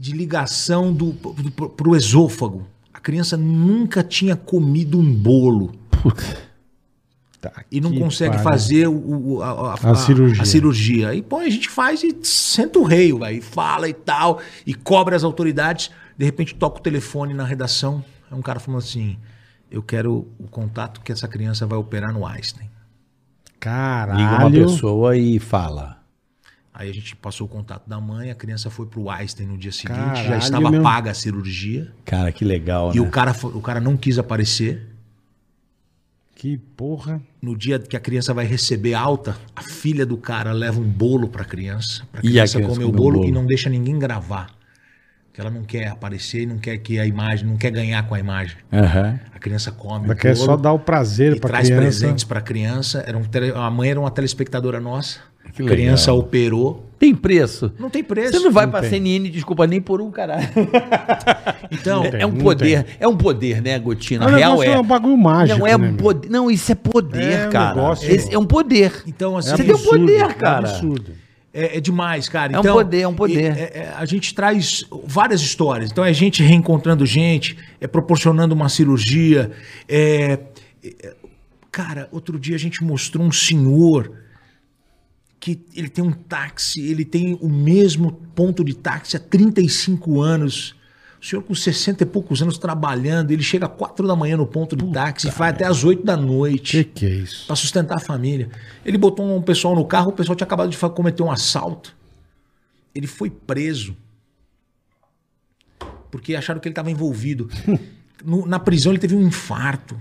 Speaker 4: de ligação do, do, pro, pro esôfago. A criança nunca tinha comido um bolo e não
Speaker 2: Que
Speaker 4: consegue
Speaker 2: pariu.
Speaker 4: fazer o- o- a,
Speaker 2: A cirurgia.
Speaker 4: a cirurgia. E põe, a gente faz e senta o rei, velho, e fala e tal, e cobra as autoridades. De repente toca o telefone na redação, é um cara falando assim: Eu quero o contato que essa criança vai operar no Einstein.
Speaker 2: Caralho.
Speaker 3: Liga uma pessoa e fala.
Speaker 4: Aí a gente passou o contato da mãe, a criança foi pro Einstein no dia seguinte, já
Speaker 2: Caralho,
Speaker 4: estava
Speaker 2: meu.
Speaker 4: paga a cirurgia.
Speaker 3: Cara, que legal,
Speaker 4: E
Speaker 3: né?
Speaker 4: o cara, fo- o cara não quis aparecer.
Speaker 2: Que porra.
Speaker 4: No dia que a criança vai receber alta, a filha do cara leva um bolo pra criança. Pra
Speaker 3: E a
Speaker 4: criança,
Speaker 3: criança
Speaker 4: comer o
Speaker 3: come o
Speaker 4: bolo,
Speaker 3: bolo.
Speaker 4: e não deixa ninguém gravar. Porque ela não quer aparecer, não quer que a imagem, não quer ganhar com a imagem.
Speaker 3: Aham.
Speaker 4: A criança come
Speaker 2: Ela
Speaker 4: o
Speaker 2: quer
Speaker 4: bolo
Speaker 2: só dar o
Speaker 3: um
Speaker 2: prazer
Speaker 4: e
Speaker 2: pra
Speaker 4: traz
Speaker 2: criança.
Speaker 4: presentes pra criança. Era um tele- a mãe era uma telespectadora nossa. A
Speaker 3: Que legal.
Speaker 4: criança operou.
Speaker 3: Tem preço.
Speaker 4: Não tem preço.
Speaker 3: Você não vai pra
Speaker 2: tem.
Speaker 3: CNN, desculpa, nem por um caralho.
Speaker 4: Então,
Speaker 3: é um
Speaker 2: não
Speaker 3: poder, é um poder, né, Gotina?
Speaker 2: Mas o
Speaker 3: real
Speaker 2: negócio
Speaker 3: é.
Speaker 2: é um bagulho mágico,
Speaker 3: Não, é um
Speaker 2: né, meu?
Speaker 3: poder. Não, isso é poder,
Speaker 2: É um
Speaker 3: cara.
Speaker 2: negócio-
Speaker 3: Esse é um poder.
Speaker 4: então assim,
Speaker 3: Você tem um o
Speaker 2: Absurdo,
Speaker 3: poder, cara.
Speaker 2: Absurdo.
Speaker 4: É, é demais, cara.
Speaker 3: É um poder, é um poder.
Speaker 4: e- é- é- a gente traz várias histórias. Então é gente reencontrando gente, é proporcionando uma cirurgia. é- é- cara, outro dia a gente mostrou um senhor que ele tem um táxi, ele tem o mesmo ponto de táxi há 35 anos. O senhor com 60 e poucos anos trabalhando, ele chega às 4 da manhã no ponto de táxi e vai até às 8 da noite
Speaker 2: Que que é isso?
Speaker 4: para sustentar a família. Ele botou um pessoal no carro, o pessoal tinha acabado de fa- cometer um assalto. Ele foi preso porque acharam que ele estava envolvido. No- na prisão ele teve um infarto.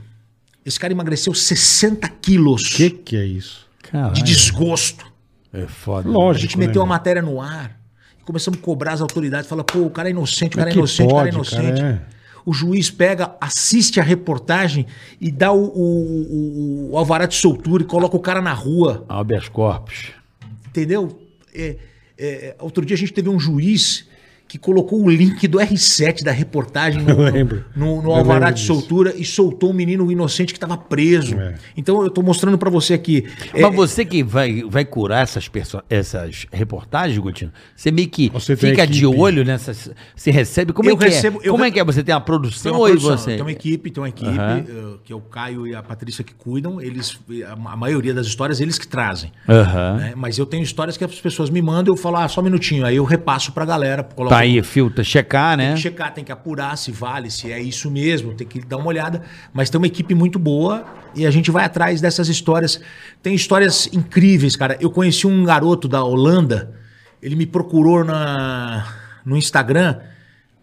Speaker 4: Esse cara emagreceu 60 quilos
Speaker 2: Que que é isso?
Speaker 4: de desgosto.
Speaker 3: É foda.
Speaker 4: A
Speaker 2: Lógico.
Speaker 4: gente meteu
Speaker 2: né,
Speaker 4: a matéria no ar. e Começamos a cobrar as autoridades. Fala, pô, o cara é inocente, o cara é
Speaker 2: que
Speaker 4: inocente, o cara é
Speaker 2: pode, cara,
Speaker 4: inocente.
Speaker 2: é.
Speaker 4: O juiz pega, assiste a reportagem e dá o, o, o- o alvará de soltura e coloca o cara na rua.
Speaker 3: Habeas corpus.
Speaker 4: Entendeu? É, é, outro dia a gente teve um juiz que colocou o link do R7 da reportagem no,
Speaker 2: Eu lembro.
Speaker 4: no, no
Speaker 2: Eu
Speaker 4: Alvará
Speaker 2: lembro
Speaker 4: de
Speaker 2: disso.
Speaker 4: Soltura e soltou um menino inocente que estava preso.
Speaker 2: É.
Speaker 4: Então eu tô mostrando para você aqui. É,
Speaker 3: Mas você que vai, vai curar essas, perso- essas reportagens, Gutino, você meio que
Speaker 2: Você tem
Speaker 3: fica de
Speaker 2: equipe.
Speaker 3: olho nessas. Você recebe. Como
Speaker 4: Eu
Speaker 3: é que
Speaker 4: recebo-
Speaker 3: é?
Speaker 4: eu
Speaker 3: Como é
Speaker 4: re-
Speaker 3: que é? Você tem a produção,
Speaker 4: tem uma
Speaker 3: ou
Speaker 4: produção,
Speaker 3: você.
Speaker 4: Tem uma equipe, tem uma equipe, eh, que é o Caio e a Patrícia que cuidam. Eles, a, a maioria das histórias eles que trazem.
Speaker 3: Aham.
Speaker 4: né? Mas eu tenho histórias que as pessoas me mandam, eu falo, ah, só um minutinho. Aí eu repasso pra galera. Coloco
Speaker 3: Tá aí, filtra, checar, né?
Speaker 4: Tem que checar, tem que apurar se vale, se é isso mesmo, tem que dar uma olhada. Mas tem uma equipe muito boa e a gente vai atrás dessas histórias. Tem histórias incríveis, cara. Eu conheci um garoto da Holanda, ele me procurou na, no Instagram.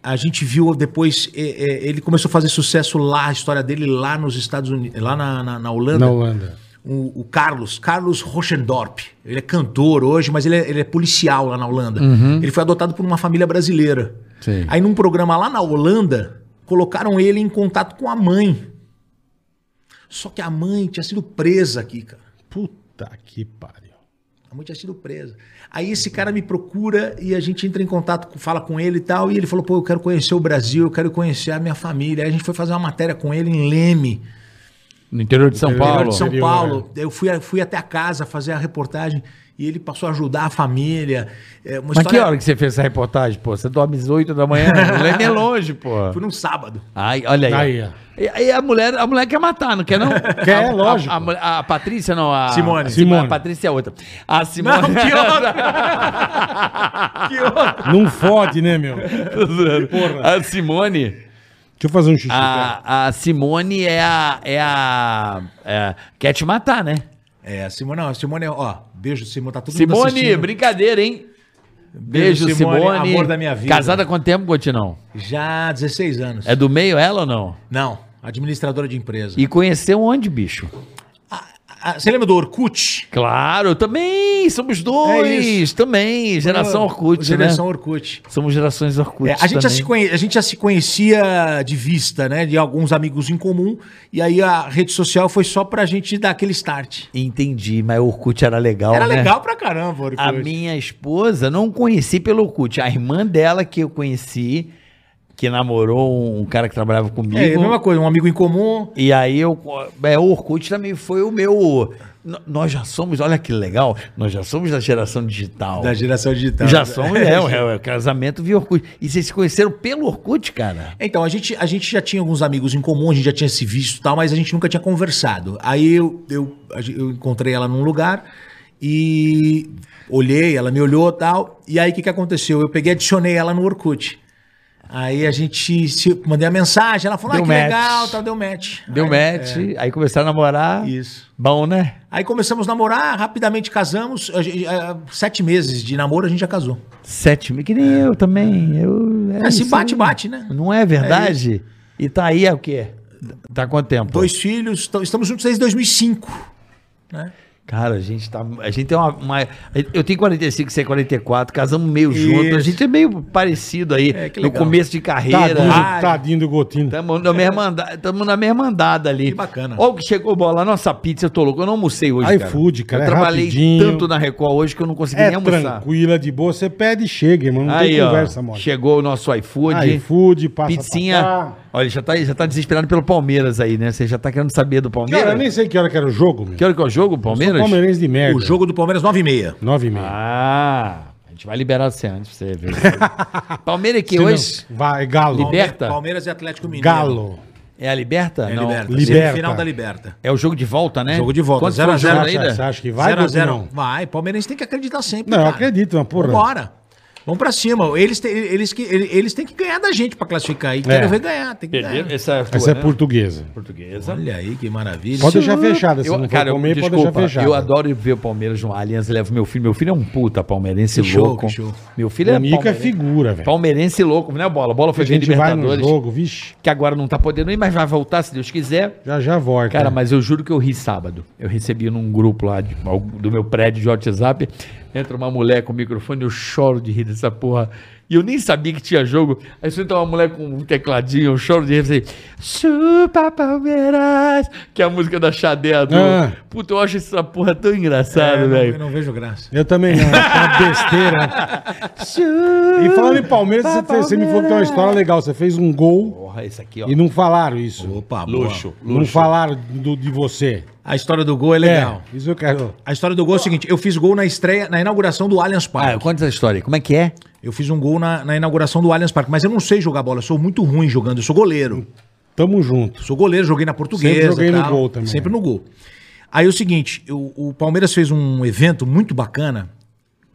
Speaker 4: A gente viu depois, é, é, ele começou a fazer sucesso lá, a história dele lá nos Estados Unidos, lá na, na- na Holanda
Speaker 2: Na Holanda.
Speaker 4: o, o Carlos, Carlos Rochendorp. Ele é cantor hoje, mas ele é, ele é policial lá na Holanda. Ele foi adotado por uma família brasileira.
Speaker 3: Sim.
Speaker 4: Aí num programa lá na Holanda, colocaram ele em contato com a mãe. Só que a mãe tinha sido presa aqui, cara.
Speaker 2: Puta que pariu.
Speaker 4: A mãe tinha sido presa. Aí esse cara me procura e a gente entra em contato, com- fala com ele e tal. E ele falou: pô, eu quero conhecer o Brasil, eu quero conhecer a minha família. Aí a gente foi fazer uma matéria com ele em Leme.
Speaker 3: No interior é. de São
Speaker 2: Interior de
Speaker 3: Paulo.
Speaker 4: de São
Speaker 2: Interior,
Speaker 4: Paulo. Eu fui, fui até a casa fazer a reportagem e ele passou a ajudar a família. É, uma
Speaker 3: Mas que
Speaker 4: história-
Speaker 3: hora que você fez essa reportagem, pô? Você dorme às 8 da manhã, Leme é longe, pô.
Speaker 4: Foi num sábado.
Speaker 3: Ai, olha aí.
Speaker 2: Aí, ó.
Speaker 3: E, aí a mulher, a mulher quer matar, não quer não?
Speaker 2: Quer,
Speaker 3: a,
Speaker 2: lógico.
Speaker 3: A, a mulher- a Patrícia não, a
Speaker 4: Simone.
Speaker 2: Simone.
Speaker 3: A Patrícia é outra. A Simone.
Speaker 4: Não, que
Speaker 3: outra?
Speaker 4: Que horror.
Speaker 2: Não fode, né, meu? Deixa
Speaker 3: a Simone,
Speaker 2: eu fazer um xixi. cara.
Speaker 3: a, a Simone é a, é a, é- quer te matar, né?
Speaker 4: É, a Simone, não, a Simone, ó, beijo, Simone, tá tudo
Speaker 3: Simone, brincadeira, hein? Beijo, Simone,
Speaker 4: Amor da minha vida.
Speaker 3: Casada há quanto tempo, Gotinão?
Speaker 4: Já há 16 anos.
Speaker 3: É do meio ela ou não?
Speaker 4: Não, administradora de empresa.
Speaker 3: E conheceu onde, bicho?
Speaker 4: Ah, você lembra do Orkut?
Speaker 3: Claro, também, somos
Speaker 4: É
Speaker 3: dois, também, geração Orkut,
Speaker 4: Geração
Speaker 3: né?
Speaker 4: Orkut.
Speaker 3: Somos gerações Orkut
Speaker 4: É, a, gente já
Speaker 3: também.
Speaker 4: se conhe- a gente já se conhecia de vista, né? De alguns amigos em comum. E aí a rede social foi só pra gente dar aquele start.
Speaker 3: Entendi, mas o Orkut era legal,
Speaker 4: Era
Speaker 3: né?
Speaker 4: legal pra caramba, Orkut.
Speaker 3: A minha esposa não conheci pelo Orkut, a irmã dela que eu conheci, que namorou um cara que trabalhava comigo.
Speaker 4: É, a mesma coisa, um amigo em comum.
Speaker 3: E aí eu. É, o Orkut também foi o meu. no- nós já somos, olha que legal, nós já somos da geração digital.
Speaker 4: Da geração digital.
Speaker 3: Já somos, é, é, é, casamento via Orkut. E vocês se conheceram pelo Orkut, cara?
Speaker 4: Então, a gente, a gente já tinha alguns amigos em comum, a gente já tinha se visto e tal, mas a gente nunca tinha conversado. Aí eu, eu, a gen- eu encontrei ela num lugar e olhei, ela me olhou e tal. E aí o que, que aconteceu? Eu peguei e adicionei ela no Orkut. Aí a gente se, mandei a mensagem, ela falou:
Speaker 3: Deu
Speaker 4: ah, que
Speaker 3: match.
Speaker 4: legal, tal, deu match.
Speaker 3: Deu
Speaker 4: É,
Speaker 3: match, aí começaram a namorar.
Speaker 4: Isso.
Speaker 3: Bom, né?
Speaker 4: Aí começamos a namorar, rapidamente casamos. a gente- a- Sete meses de namoro, a gente já casou.
Speaker 3: Sete mil, que nem eu também. Eu, é
Speaker 4: É, se
Speaker 3: isso
Speaker 4: bate,
Speaker 3: aí.
Speaker 4: bate, né?
Speaker 3: Não é verdade? E tá aí é o quê? Tá há quanto tempo?
Speaker 4: Dois filhos, t- estamos juntos desde 2005. Né?
Speaker 3: Cara, a gente tá. A gente tem uma. uma- eu tenho 45, você é 44, casamos meio
Speaker 4: Isso.
Speaker 3: junto. A gente é meio parecido aí.
Speaker 4: É, que
Speaker 3: no
Speaker 4: legal. Tá
Speaker 3: começo de
Speaker 2: Tadinho,
Speaker 3: carreira.
Speaker 4: Ai.
Speaker 2: tadinho do Gotino.
Speaker 3: Estamos na mesma andada, tamo na mesma andada ali.
Speaker 4: Que bacana.
Speaker 3: Olha o que chegou, bola. A nossa pizza, eu tô louco. Eu não almocei hoje.
Speaker 2: iFood, cara,
Speaker 3: Eu
Speaker 2: é
Speaker 3: trabalhei
Speaker 2: rapidinho.
Speaker 3: tanto na Record hoje que eu não consegui
Speaker 2: É
Speaker 3: nem almoçar.
Speaker 2: tranquila, de boa. Você pede e chega, irmão. Não
Speaker 3: Aí,
Speaker 2: tem
Speaker 3: ó.
Speaker 2: conversa, mole.
Speaker 3: Chegou o nosso iFood.
Speaker 2: iFood, passa pra
Speaker 3: Pizzinha.
Speaker 2: cá.
Speaker 3: Olha, já tá, já tá desesperado pelo Palmeiras aí, né? Você já tá querendo saber do Palmeiras?
Speaker 2: Cara, eu nem sei que hora que era o jogo, meu.
Speaker 3: Que hora que é o jogo,
Speaker 2: Sou
Speaker 3: Palmeiras?
Speaker 2: palmeirense de merda.
Speaker 4: O jogo do Palmeiras, nove e meia.
Speaker 2: Nove e meia.
Speaker 3: Ah, a gente vai liberar você antes pra você ver. Palmeiras que
Speaker 2: Se não-
Speaker 3: hoje
Speaker 2: Vai, Galo.
Speaker 3: Liber- Liberta?
Speaker 4: Palmeiras e Atlético Mineiro.
Speaker 2: Galo.
Speaker 3: é a Liberta?
Speaker 4: É
Speaker 3: não.
Speaker 4: Liberta.
Speaker 2: Liberta.
Speaker 4: Final da Liberta.
Speaker 3: É o jogo de volta, né?
Speaker 4: Jogo de volta,
Speaker 3: Quanto
Speaker 4: 0 a 0
Speaker 3: 0
Speaker 2: Você acha, você acha que vai,
Speaker 4: Vai, 0 a
Speaker 2: Gotino?
Speaker 4: 0 Vai, Palmeirense tem que acreditar sempre.
Speaker 2: Não, eu acredito, mas porra.
Speaker 4: Bora. Vamos pra cima. Eles, te- eles, que- eles, têm que ganhar da gente pra classificar. E
Speaker 2: É.
Speaker 4: quero ver ganhar. Tem que
Speaker 3: Perderam?
Speaker 4: ganhar.
Speaker 3: Essa é a tua,
Speaker 2: Essa é
Speaker 3: né?
Speaker 2: portuguesa.
Speaker 3: portuguesa.
Speaker 4: Olha aí que maravilha.
Speaker 2: Pode deixar fechada. Se
Speaker 3: Eu,
Speaker 2: não for
Speaker 3: cara, eu,
Speaker 2: comer, pode
Speaker 3: desculpa,
Speaker 2: deixar fechada.
Speaker 3: eu adoro ver o Palmeiras no Allianz, levo meu filho. Meu filho é um puta palmeirense
Speaker 4: Que show,
Speaker 3: louco.
Speaker 4: que show.
Speaker 3: Meu filho é
Speaker 2: O Nico é
Speaker 3: palmeirense.
Speaker 2: figura, velho.
Speaker 3: Palmeirense louco, né, Bola? Bola
Speaker 2: A
Speaker 3: foi bem
Speaker 2: gente vai no
Speaker 3: Libertadores,
Speaker 2: jogo, vixe.
Speaker 3: que agora não tá podendo ir, mas vai voltar se Deus quiser.
Speaker 2: Já já volta.
Speaker 3: Cara, mas eu juro que eu ri sábado. Eu recebi num grupo lá de- do meu prédio de WhatsApp. Entra uma mulher com o microfone, eu choro de rir dessa porra. E eu nem sabia que tinha jogo. Aí você entra uma mulher com um tecladinho, eu choro de rir. Assim, Chupa Palmeiras! Que é a música da Xadé do.
Speaker 2: Ah.
Speaker 3: Puta, eu acho essa porra tão engraçada,
Speaker 4: Eu não, eu
Speaker 3: velho.
Speaker 4: não vejo graça.
Speaker 2: Eu também não. É uma besteira. E falando em Palmeiras, você, você me falou que tem uma história legal. Você fez um gol
Speaker 3: Porra, esse aqui, ó.
Speaker 2: e não falaram isso.
Speaker 4: Opa, boa.
Speaker 3: Luxo,
Speaker 2: não
Speaker 3: luxo.
Speaker 2: falaram do- de você.
Speaker 4: A história do gol é legal.
Speaker 2: É, isso eu quero.
Speaker 4: A história do gol é o seguinte: eu fiz gol na estreia, na inauguração do Allianz Parque.
Speaker 3: Ah, conta essa história. Como é que é?
Speaker 4: Eu fiz um gol na, na inauguração do Allianz Parque, mas eu não sei jogar bola, eu sou muito ruim jogando, eu sou goleiro.
Speaker 2: Tamo junto.
Speaker 4: Sou goleiro, joguei na portuguesa.
Speaker 2: Sempre joguei no
Speaker 4: tal,
Speaker 2: gol também. né?
Speaker 4: Sempre no gol. Aí é o seguinte: eu- o Palmeiras fez um evento muito bacana.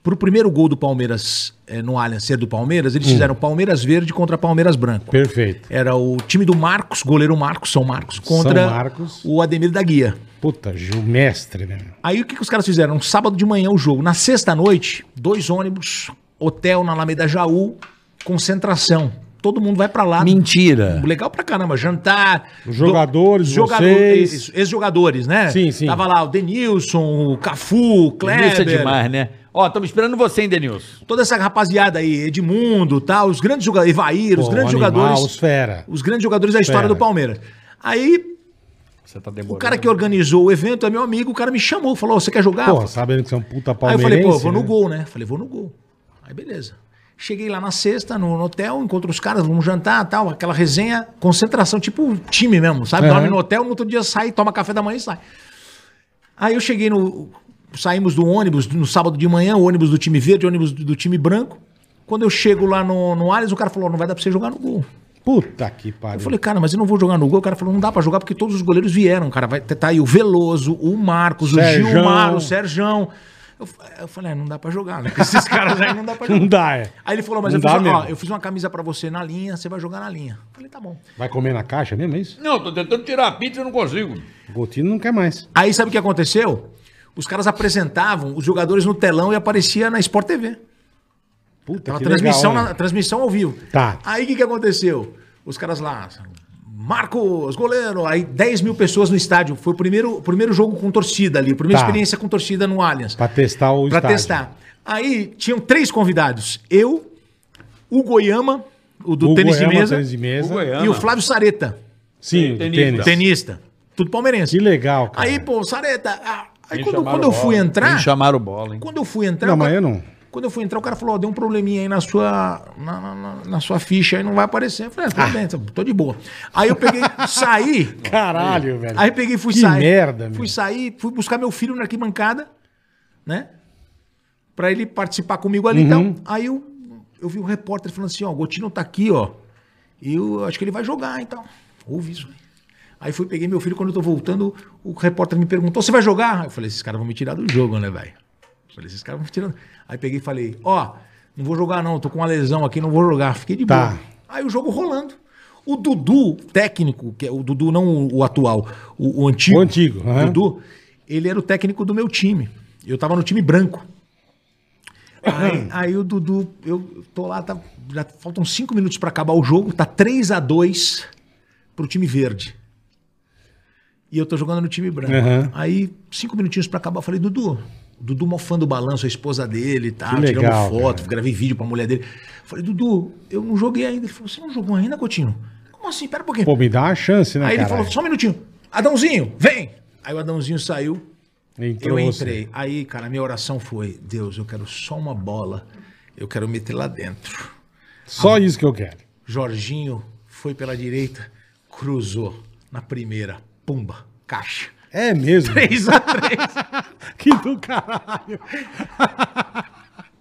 Speaker 4: Pro primeiro gol do Palmeiras eh, no Allianz ser do Palmeiras,
Speaker 2: Hum.
Speaker 4: eles fizeram Palmeiras Verde contra Palmeiras Branco.
Speaker 2: Perfeito.
Speaker 4: Era o time do Marcos, goleiro Marcos, São Marcos, contra
Speaker 2: Marcos.
Speaker 4: o Ademir da Guia.
Speaker 2: Puta, Gil, mestre, né?
Speaker 4: Aí o que, que os caras fizeram? Um sábado de manhã o jogo. Na sexta-noite, dois ônibus, hotel na Alameda Jaú, concentração. Todo mundo vai pra lá.
Speaker 3: Mentira.
Speaker 4: Legal pra caramba, jantar.
Speaker 2: Os jogadores,
Speaker 4: Do- jogador-
Speaker 2: vocês.
Speaker 4: isso, Ex-jogadores, né?
Speaker 2: Sim, sim.
Speaker 4: Tava lá o Denilson, o Cafu, o Kleber.
Speaker 3: Isso é demais, né? Ó, estamos esperando você, hein, Denilson.
Speaker 4: Toda essa rapaziada aí, Edmundo, tal, os grandes jogadores, Evair, os
Speaker 2: Pô,
Speaker 4: grandes
Speaker 2: animal,
Speaker 4: jogadores.
Speaker 2: Os fera.
Speaker 4: Os grandes jogadores da história
Speaker 2: Fera.
Speaker 4: do Palmeiras. Aí,
Speaker 3: Você tá
Speaker 4: o cara que organizou o evento é meu amigo, o cara me chamou, falou: "Ó, você quer jogar?
Speaker 2: Porra, sabendo que você é um puta
Speaker 4: Aí eu
Speaker 2: palmeirense.
Speaker 4: falei, pô, vou no
Speaker 2: né?
Speaker 4: gol, né? Falei, vou no gol. Aí beleza. Cheguei lá na sexta, no, no hotel, encontro os caras, vamos jantar tal, aquela resenha, concentração, tipo time mesmo, sabe?
Speaker 2: Aham.
Speaker 4: Dorme no hotel, no outro dia sai, toma café da manhã e sai. Aí eu cheguei no. Saímos do ônibus no sábado de manhã, o ônibus do time verde, o ônibus do, do time branco. Quando eu chego lá no, no Allianz, o cara falou: não vai dar pra você jogar no gol.
Speaker 2: né? Puta que pariu.
Speaker 4: Eu falei, cara, mas eu não vou jogar no gol. O cara falou, não dá pra jogar porque todos os goleiros vieram, cara. Vai, tá aí o Veloso, o Marcos,
Speaker 2: Serjão.
Speaker 4: o Gilmar, o Serjão. Eu, f- eu falei, ah, não dá pra jogar, né? Esses caras aí não dá pra jogar.
Speaker 2: não dá, é.
Speaker 4: Aí ele falou, mas
Speaker 2: Não
Speaker 4: eu fiz,
Speaker 2: dá
Speaker 4: uma, ó,
Speaker 2: mesmo.
Speaker 4: eu fiz uma camisa pra você na linha, você vai jogar na linha. Eu falei, tá bom.
Speaker 2: Vai comer na caixa mesmo, é isso?
Speaker 5: Não, tô tentando tirar a pizza e não consigo.
Speaker 2: O Gotino não quer mais.
Speaker 4: Aí sabe o que aconteceu? Os caras apresentavam os jogadores no telão e aparecia na Sport TV.
Speaker 2: Puta
Speaker 4: Tava
Speaker 2: que
Speaker 4: transmissão,
Speaker 2: legal,
Speaker 4: na,
Speaker 2: né?
Speaker 4: transmissão ao vivo.
Speaker 2: Tá.
Speaker 4: Aí o que, que aconteceu? Os caras lá. Marcos, goleiro. Aí 10 mil pessoas no estádio. Foi o primeiro, o primeiro jogo com torcida ali. a Primeira
Speaker 2: Tá.
Speaker 4: experiência com torcida no Allianz.
Speaker 2: Pra testar o
Speaker 4: Pra
Speaker 2: estádio.
Speaker 4: testar. Aí tinham três convidados. Eu, o Goiama, o do
Speaker 2: O
Speaker 4: tênis de
Speaker 2: Goiama,
Speaker 4: mesa.
Speaker 2: tênis de mesa.
Speaker 4: E o Flávio Sareta,
Speaker 2: Sim, o tênis.
Speaker 4: tenista. Tudo palmeirense.
Speaker 2: Que legal, cara.
Speaker 4: Aí, pô, Sareta. ah, Aí quando, quando eu fui entrar.
Speaker 3: Me chamaram bola, hein?
Speaker 4: Quando eu fui entrar.
Speaker 2: Não,
Speaker 4: o
Speaker 2: mas
Speaker 4: cara-
Speaker 2: eu não.
Speaker 4: Quando eu fui entrar, o cara falou, ó, deu um probleminha aí na sua, na, na- na- na sua ficha, aí não vai aparecer. Eu falei, ah, tudo bem, tô- tô de boa. Aí eu peguei, saí,
Speaker 2: Caralho, velho.
Speaker 4: Aí peguei e fui
Speaker 2: Que
Speaker 4: sair.
Speaker 2: merda, meu.
Speaker 4: Fui sair, fui buscar meu filho na arquibancada, né? Pra ele participar comigo ali.
Speaker 2: Uhum.
Speaker 4: Então, aí eu, eu vi o repórter falando assim, ó, o Gotino tá aqui, ó. E eu acho que ele vai jogar, então. Ouvi isso aí. Aí fui, peguei meu filho, quando eu tô voltando, o repórter me perguntou, você vai jogar? Eu falei, esses caras vão me tirar do jogo, né, velho? Eu Falei, esses caras vão me tirar. do-". Aí peguei e falei, ó, não vou jogar não, tô com uma lesão aqui, não vou jogar. Fiquei de
Speaker 2: Tá.
Speaker 4: boa. Aí o jogo rolando. O Dudu, técnico, que é o Dudu, não o- o atual, o, o antigo.
Speaker 2: O antigo, aham.
Speaker 4: Dudu, ele era o técnico do meu time. Eu tava no time branco. Aí, aí o Dudu, eu tô lá, tá- já faltam cinco minutos pra acabar o jogo, tá 3 a 2 pro time verde. E eu tô jogando no time branco.
Speaker 2: Aham.
Speaker 4: Aí, cinco minutinhos pra acabar, eu falei, Dudu, o Dudu mó fã do balanço, a esposa dele e tal,
Speaker 2: Que legal,
Speaker 4: tiramos foto,
Speaker 2: cara.
Speaker 4: gravei vídeo pra mulher dele. Eu Falei, Dudu, eu não joguei ainda. Ele falou, você não jogou ainda, Coutinho? Como assim? Pera um pouquinho.
Speaker 2: Pô, me dá uma chance, né,
Speaker 4: Aí ele
Speaker 2: cara?
Speaker 4: falou, só um minutinho. Adãozinho, vem! Aí o Adãozinho saiu, eu entrei. Aí, cara, minha oração foi: Deus, eu quero só uma bola. Eu quero meter lá dentro.
Speaker 2: Só isso que eu quero.
Speaker 4: Jorginho foi pela direita, cruzou na primeira, pumba, caixa.
Speaker 2: É mesmo?
Speaker 4: 3 a 3.
Speaker 2: Que do caralho.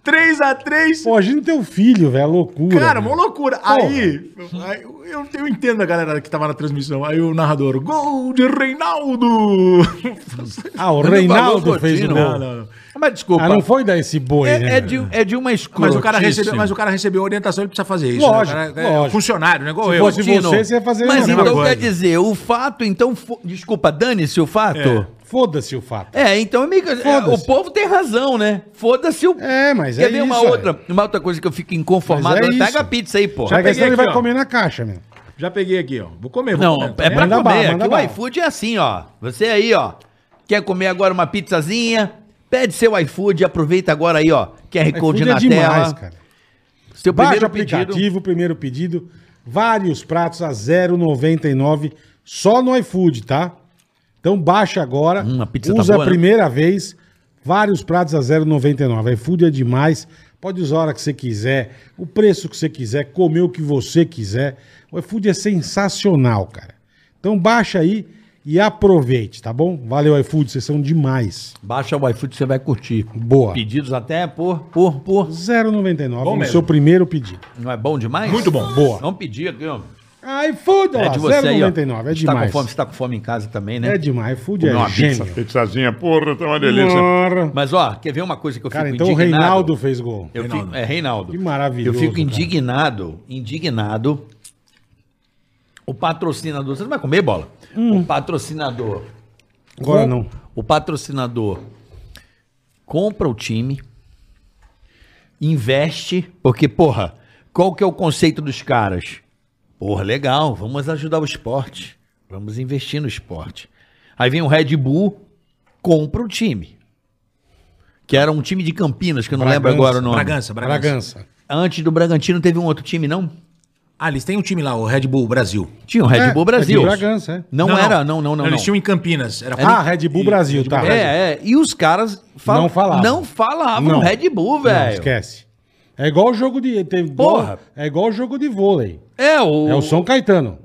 Speaker 4: 3 a 3.
Speaker 2: Pô, imagina teu filho, velho. é Loucura.
Speaker 4: Cara,
Speaker 2: meu.
Speaker 4: uma loucura. Aí, aí eu, eu- eu entendo a galera que tava na transmissão. Aí o narrador, gol de Reinaldo!
Speaker 2: Ah, o
Speaker 3: Mas não
Speaker 2: Reinaldo
Speaker 3: falou
Speaker 2: fez o
Speaker 3: Gotino.
Speaker 2: gol.
Speaker 4: Não, não, não.
Speaker 3: Mas desculpa.
Speaker 2: Ah, não foi dar esse boi, né?
Speaker 3: é, é de,
Speaker 4: um
Speaker 3: é de uma escrotice.
Speaker 4: Mas o, cara recebeu, mas o cara recebeu orientação, ele precisa fazer isso.
Speaker 2: Lógico,
Speaker 4: né? O cara é
Speaker 2: lógico.
Speaker 4: funcionário, né? Igual
Speaker 2: Se
Speaker 4: eu.
Speaker 2: fosse
Speaker 4: Tino.
Speaker 2: você, você ia fazer
Speaker 3: Mas
Speaker 2: a mesma
Speaker 3: então
Speaker 2: coisa.
Speaker 3: quer dizer, o fato, então. fo- Desculpa, dane-se o fato.
Speaker 2: Foda-se o fato.
Speaker 3: É, então, amigo, é,
Speaker 2: É. Foda-se.
Speaker 3: o povo tem razão, né? Foda-se o.
Speaker 2: É, mas
Speaker 3: Quer
Speaker 2: é
Speaker 3: ver
Speaker 2: isso,
Speaker 3: uma,
Speaker 2: é.
Speaker 3: outra, uma outra coisa que eu fico inconformado?
Speaker 2: Mas é isso.
Speaker 3: Pega a pizza aí, pô.
Speaker 2: Já que
Speaker 4: peguei
Speaker 2: senão ele
Speaker 4: aqui,
Speaker 2: vai
Speaker 4: ó.
Speaker 2: comer na caixa, meu.
Speaker 4: Já peguei aqui, ó. Vou comer, vou
Speaker 3: Não,
Speaker 4: comer.
Speaker 3: é pra
Speaker 2: Manda
Speaker 3: comer.
Speaker 2: bala, manda
Speaker 3: Aqui
Speaker 2: bala.
Speaker 3: o iFood é assim, ó. Você aí, ó, quer comer agora uma pizzazinha? Pede seu iFood, aproveita agora aí, ó. QR Code
Speaker 2: iFood
Speaker 3: na
Speaker 2: é demais,
Speaker 3: tela.
Speaker 2: cara.
Speaker 3: Seu
Speaker 2: Baixa o
Speaker 3: primeiro
Speaker 2: aplicativo,
Speaker 3: pedido.
Speaker 2: primeiro pedido. Vários pratos a 0,99 só no iFood, tá? Então baixa agora.
Speaker 3: Hum, a pizza tá
Speaker 2: usa
Speaker 3: boa,
Speaker 2: a
Speaker 3: né?
Speaker 2: primeira vez. Vários pratos a 0,99. iFood é demais. Pode usar a hora que você quiser, o preço que você quiser, comer o que você quiser. O iFood é sensacional, cara. Então baixa aí e aproveite, tá bom? Valeu, iFood, vocês são demais.
Speaker 3: Baixa o iFood, você vai curtir.
Speaker 2: Boa.
Speaker 3: Pedidos até por, por, por.
Speaker 2: 0,99 no
Speaker 4: mesmo.
Speaker 2: seu primeiro pedido.
Speaker 3: Não é bom demais?
Speaker 4: Muito bom.
Speaker 2: Boa.
Speaker 3: Vamos pedir aqui, ó.
Speaker 2: iFood, ó,
Speaker 3: É de você aí, ó.
Speaker 2: 0,99. É
Speaker 3: Você tá com
Speaker 2: demais.
Speaker 3: fome, você tá com fome em casa também, né?
Speaker 2: É demais, iFood é
Speaker 3: Comer uma
Speaker 2: gênio.
Speaker 5: Pizzazinha, porra, tá uma delícia.
Speaker 2: Porra.
Speaker 3: Mas, ó, quer ver uma coisa que eu
Speaker 2: Cara,
Speaker 3: fico
Speaker 2: então o
Speaker 3: indignado?
Speaker 2: Reinaldo fez gol.
Speaker 3: Eu Fico, é, Reinaldo.
Speaker 2: Que maravilhoso,
Speaker 3: Eu fico
Speaker 2: cara.
Speaker 3: indignado, indignado. O patrocinador. Você não vai comer bola?
Speaker 2: Hum.
Speaker 3: O patrocinador.
Speaker 2: Agora
Speaker 3: com-
Speaker 2: não.
Speaker 3: O patrocinador compra o time, investe, porque, porra, qual que é o conceito dos caras? Porra, legal, vamos ajudar o esporte. Vamos investir no esporte. Aí vem o Red Bull, compra o time. Que era um time de Campinas, que eu não lembro
Speaker 2: Bragança,
Speaker 3: agora o nome.
Speaker 4: Bragança, Bragança.
Speaker 2: Bragança.
Speaker 3: Antes do Bragantino teve um outro time, não?
Speaker 4: Ah, eles têm um time lá, o Red Bull Brasil.
Speaker 3: Tinha o Red
Speaker 2: É,
Speaker 3: Bull
Speaker 2: é
Speaker 3: Brasil.
Speaker 2: de Bragança, é.
Speaker 3: Não, era, não, não, não.
Speaker 4: Eles
Speaker 3: não.
Speaker 4: tinham em Campinas. Era
Speaker 2: Ah, Red Bull Brasil, tá.
Speaker 3: É, é. E os caras
Speaker 2: Não falavam.
Speaker 3: Não falavam
Speaker 2: Não.
Speaker 3: Red Bull,
Speaker 2: Não,
Speaker 3: velho.
Speaker 2: esquece. É igual o jogo de. Teve
Speaker 3: Porra.
Speaker 2: gol- é igual o jogo de vôlei.
Speaker 3: É o.
Speaker 2: É o São Caetano.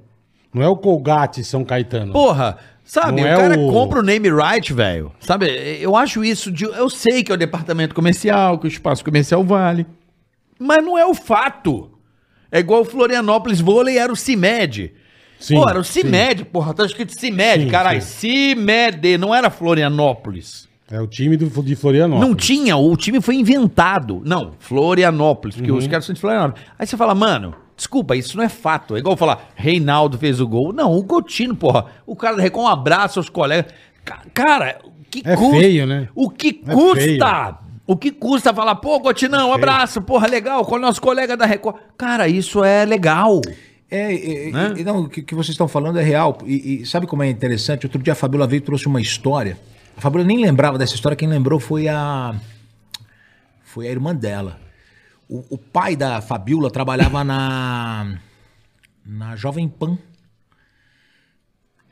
Speaker 2: Não é o Colgate São Caetano.
Speaker 3: Porra. Sabe,
Speaker 2: Não
Speaker 3: o
Speaker 2: é
Speaker 3: cara
Speaker 2: o-
Speaker 3: compra o name right, velho. Sabe, eu acho isso de. Eu sei que é o departamento comercial, que o espaço comercial vale. Mas não é o fato. É igual o Florianópolis Vôlei era o CIMED.
Speaker 2: Sim,
Speaker 3: Pô, era o
Speaker 2: sim.
Speaker 3: CIMED, porra, tá escrito CIMED,
Speaker 2: Sim,
Speaker 3: caralho. CIMED, não era Florianópolis.
Speaker 2: É o time do, de Florianópolis.
Speaker 3: Não tinha, o time foi inventado. Não, Florianópolis, porque
Speaker 2: Uhum.
Speaker 3: os caras são de Florianópolis. Aí você fala, mano, desculpa, isso não é fato. É igual falar, Reinaldo fez o gol. Não, o Coutinho, porra. O cara da Record, um abraço aos colegas. Ca- Cara, o que
Speaker 2: É feio, É né?
Speaker 3: O que
Speaker 2: É
Speaker 3: custa? O que custa falar, pô, Gotinão, abraço, porra, legal, com o nosso colega da Record. Cara, isso é legal.
Speaker 4: É, é, é,
Speaker 2: Né?
Speaker 4: e não, o que, que vocês estão falando é real. E, e sabe como é interessante? Outro dia a Fabiola veio e trouxe uma história. A Fabiola nem lembrava dessa história, quem lembrou foi a. Foi a irmã dela. O, o pai da Fabiola trabalhava na. Na Jovem Pan.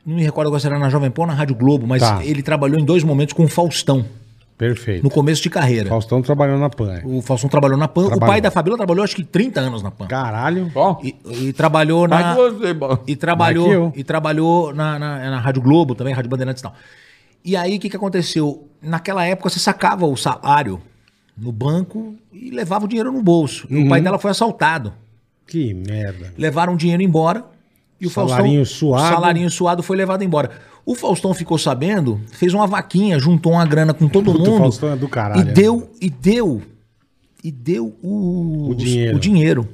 Speaker 4: Não me recordo agora se era na Jovem Pan ou na Rádio Globo, mas
Speaker 2: Tá.
Speaker 4: ele trabalhou em dois momentos com o Faustão.
Speaker 2: Perfeito.
Speaker 4: no começo de carreira.
Speaker 2: Faustão trabalhou na PAN. é.
Speaker 4: O Faustão trabalhou na PAN.
Speaker 2: Trabalhou.
Speaker 4: O pai da Fabíola trabalhou acho que 30 anos na PAN.
Speaker 2: Caralho.
Speaker 3: Bom,
Speaker 4: E, e trabalhou
Speaker 3: mas
Speaker 4: na.
Speaker 3: você, bom.
Speaker 2: Mais
Speaker 4: E
Speaker 2: que eu.
Speaker 4: trabalhou, e trabalhou na, na, na Rádio Globo também, Rádio Bandeirantes e tal. E aí, o que, que aconteceu? Naquela época, você sacava o salário no banco e levava o dinheiro no bolso. E o
Speaker 2: Uhum.
Speaker 4: pai dela foi assaltado.
Speaker 2: Que merda.
Speaker 4: Levaram o dinheiro embora e o
Speaker 2: Salarinho
Speaker 4: Faustão...
Speaker 2: suado.
Speaker 4: Salarinho suado foi levado embora. O Faustão ficou sabendo, fez uma vaquinha, juntou uma grana com todo
Speaker 2: Puta, o
Speaker 4: mundo.
Speaker 2: Faustão é do caralho,
Speaker 4: E
Speaker 2: né?
Speaker 4: deu, e deu, e deu o,
Speaker 2: O dinheiro.
Speaker 4: o dinheiro.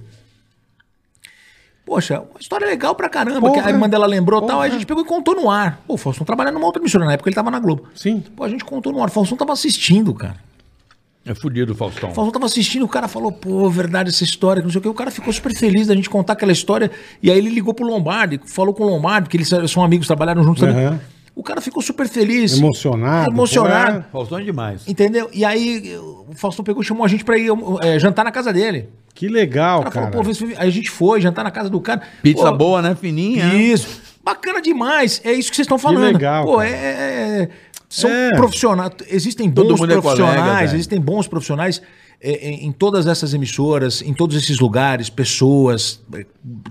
Speaker 4: Poxa, uma história legal pra caramba.
Speaker 2: Porra.
Speaker 4: que a irmã dela lembrou e tal,
Speaker 2: Porra.
Speaker 4: aí a gente pegou e contou no ar. Pô, o Faustão trabalhava numa outra emissora, na época ele tava na Globo.
Speaker 2: Sim.
Speaker 4: Pô, a gente contou no ar. O Faustão tava assistindo, cara.
Speaker 3: É fudido, Faustão.
Speaker 4: O Faustão tava assistindo, o cara falou, pô, verdade essa história, que não sei o quê. O cara ficou super feliz da gente contar aquela história. E aí ele ligou pro Lombardi, falou com o Lombardi, porque eles são amigos, trabalharam juntos
Speaker 2: Aham.
Speaker 4: também. O cara ficou super feliz.
Speaker 2: Emocionado, né?
Speaker 4: Emocionado.
Speaker 3: Faustão é demais.
Speaker 4: Entendeu? E aí o Faustão pegou e chamou a gente pra ir eh, jantar na casa dele.
Speaker 2: né? Que legal,
Speaker 4: O cara,
Speaker 2: cara.
Speaker 4: falou, pô, vê se- aí a gente foi jantar na casa do cara.
Speaker 3: Pizza
Speaker 4: Pô,
Speaker 3: boa, né? Fininha.
Speaker 4: Isso. Bacana demais. É isso que vocês estão falando.
Speaker 2: legal,
Speaker 4: Pô,
Speaker 2: cara.
Speaker 4: é, é- é- São
Speaker 2: É.
Speaker 4: profissionais. Existem bons
Speaker 3: Todo mundo é
Speaker 4: profissionais.
Speaker 3: colega, velho.
Speaker 4: existem bons profissionais é, é, em todas essas emissoras, em todos esses lugares, pessoas, é,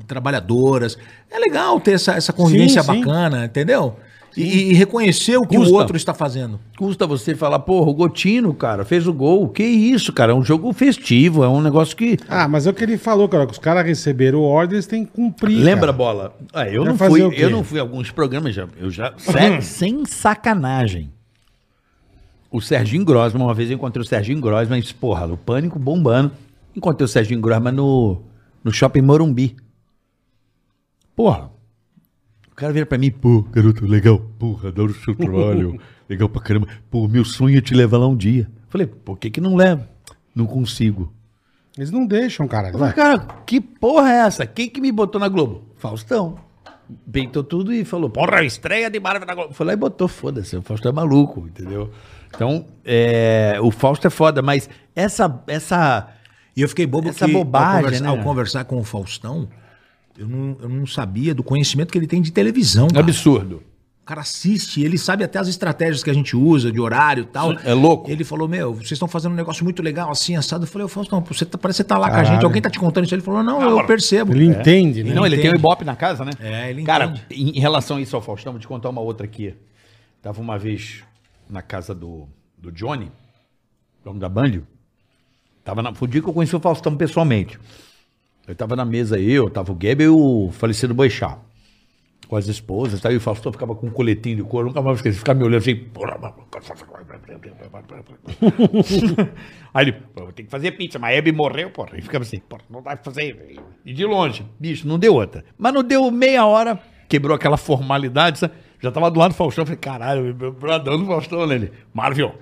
Speaker 4: trabalhadoras. É legal ter essa, essa convivência
Speaker 2: Sim, sim.
Speaker 4: bacana, entendeu? E, e reconhecer o que
Speaker 3: Custa.
Speaker 4: o outro está fazendo.
Speaker 3: Custa você falar, porra, o Gotino, cara, fez o gol. Que isso, cara? É um jogo festivo, é um negócio que.
Speaker 2: Ah, mas é o que ele falou, cara. Que os caras receberam ordens, tem que cumprir.
Speaker 3: Lembra,
Speaker 2: cara.
Speaker 3: bola? Ah, eu,
Speaker 2: Vai
Speaker 3: não
Speaker 2: fazer
Speaker 3: fui,
Speaker 2: o quê?
Speaker 3: eu não fui a alguns programas, já, eu já. Sério, sem sacanagem. O Serginho Grossman, uma vez eu encontrei o Serginho Grossman, disse, porra, o pânico bombando. Encontrei o Serginho Grossman no, no shopping Morumbi. Porra. O cara vira pra mim, pô, garoto, legal, porra, adoro o seu trabalho, legal pra caramba. Pô, meu sonho é te levar lá um dia. Falei, por que que não leva? Não consigo.
Speaker 2: Eles não deixam, cara.
Speaker 3: Mas, cara, que porra é essa? Quem que me botou na Globo? Faustão. Peitou tudo e falou, porra, estreia de Marvel na Globo. Foi lá e botou, foda-se, o Fausto é maluco, entendeu? Então, é, o Fausto é foda, mas essa, essa...
Speaker 4: E eu fiquei bobo
Speaker 3: Essa
Speaker 4: que
Speaker 3: bobagem,
Speaker 4: ao, conversa-
Speaker 3: né?
Speaker 4: ao conversar com o Faustão, eu não, eu não sabia do conhecimento que ele tem de televisão. cara.
Speaker 3: Absurdo.
Speaker 4: O cara assiste, ele sabe até as estratégias que a gente usa, de horário e tal.
Speaker 3: É louco.
Speaker 4: Ele falou, meu, vocês estão fazendo um negócio muito legal, assim, assado. Eu falei, ô Faustão, você tá, parece que você tá lá com
Speaker 2: Caralho. Ah,
Speaker 4: a gente, alguém tá te contando isso. Ele falou, não, eu percebo.
Speaker 2: Ele entende, né?
Speaker 3: Não, ele
Speaker 4: entende.
Speaker 3: tem o Ibope na casa, né?
Speaker 4: É, ele
Speaker 3: Cara,
Speaker 4: entende.
Speaker 3: em em relação a isso ao Faustão, vou te contar uma outra aqui. Tava uma vez na casa do, do Johnny, dono da Band. Tava na, foi o dia que eu conheci o Faustão pessoalmente. Eu tava na mesa, eu, tava o Gueber e o falecido Boixá. Com as esposas, tá? E o Faustão ficava com um coletinho de couro, nunca mais esqueci, ficava me olhando assim. porra, Aí ele, pô, vou ter que fazer pizza, mas a Hebe morreu, porra. E ficava assim, porra, não dá pra fazer. velho. E de longe, bicho, não deu outra. Mas não deu meia hora, quebrou aquela formalidade, sabe? Já tava do lado do Faustão, falei, caralho, meu bradão do Faustão, né? Ele, Marvel,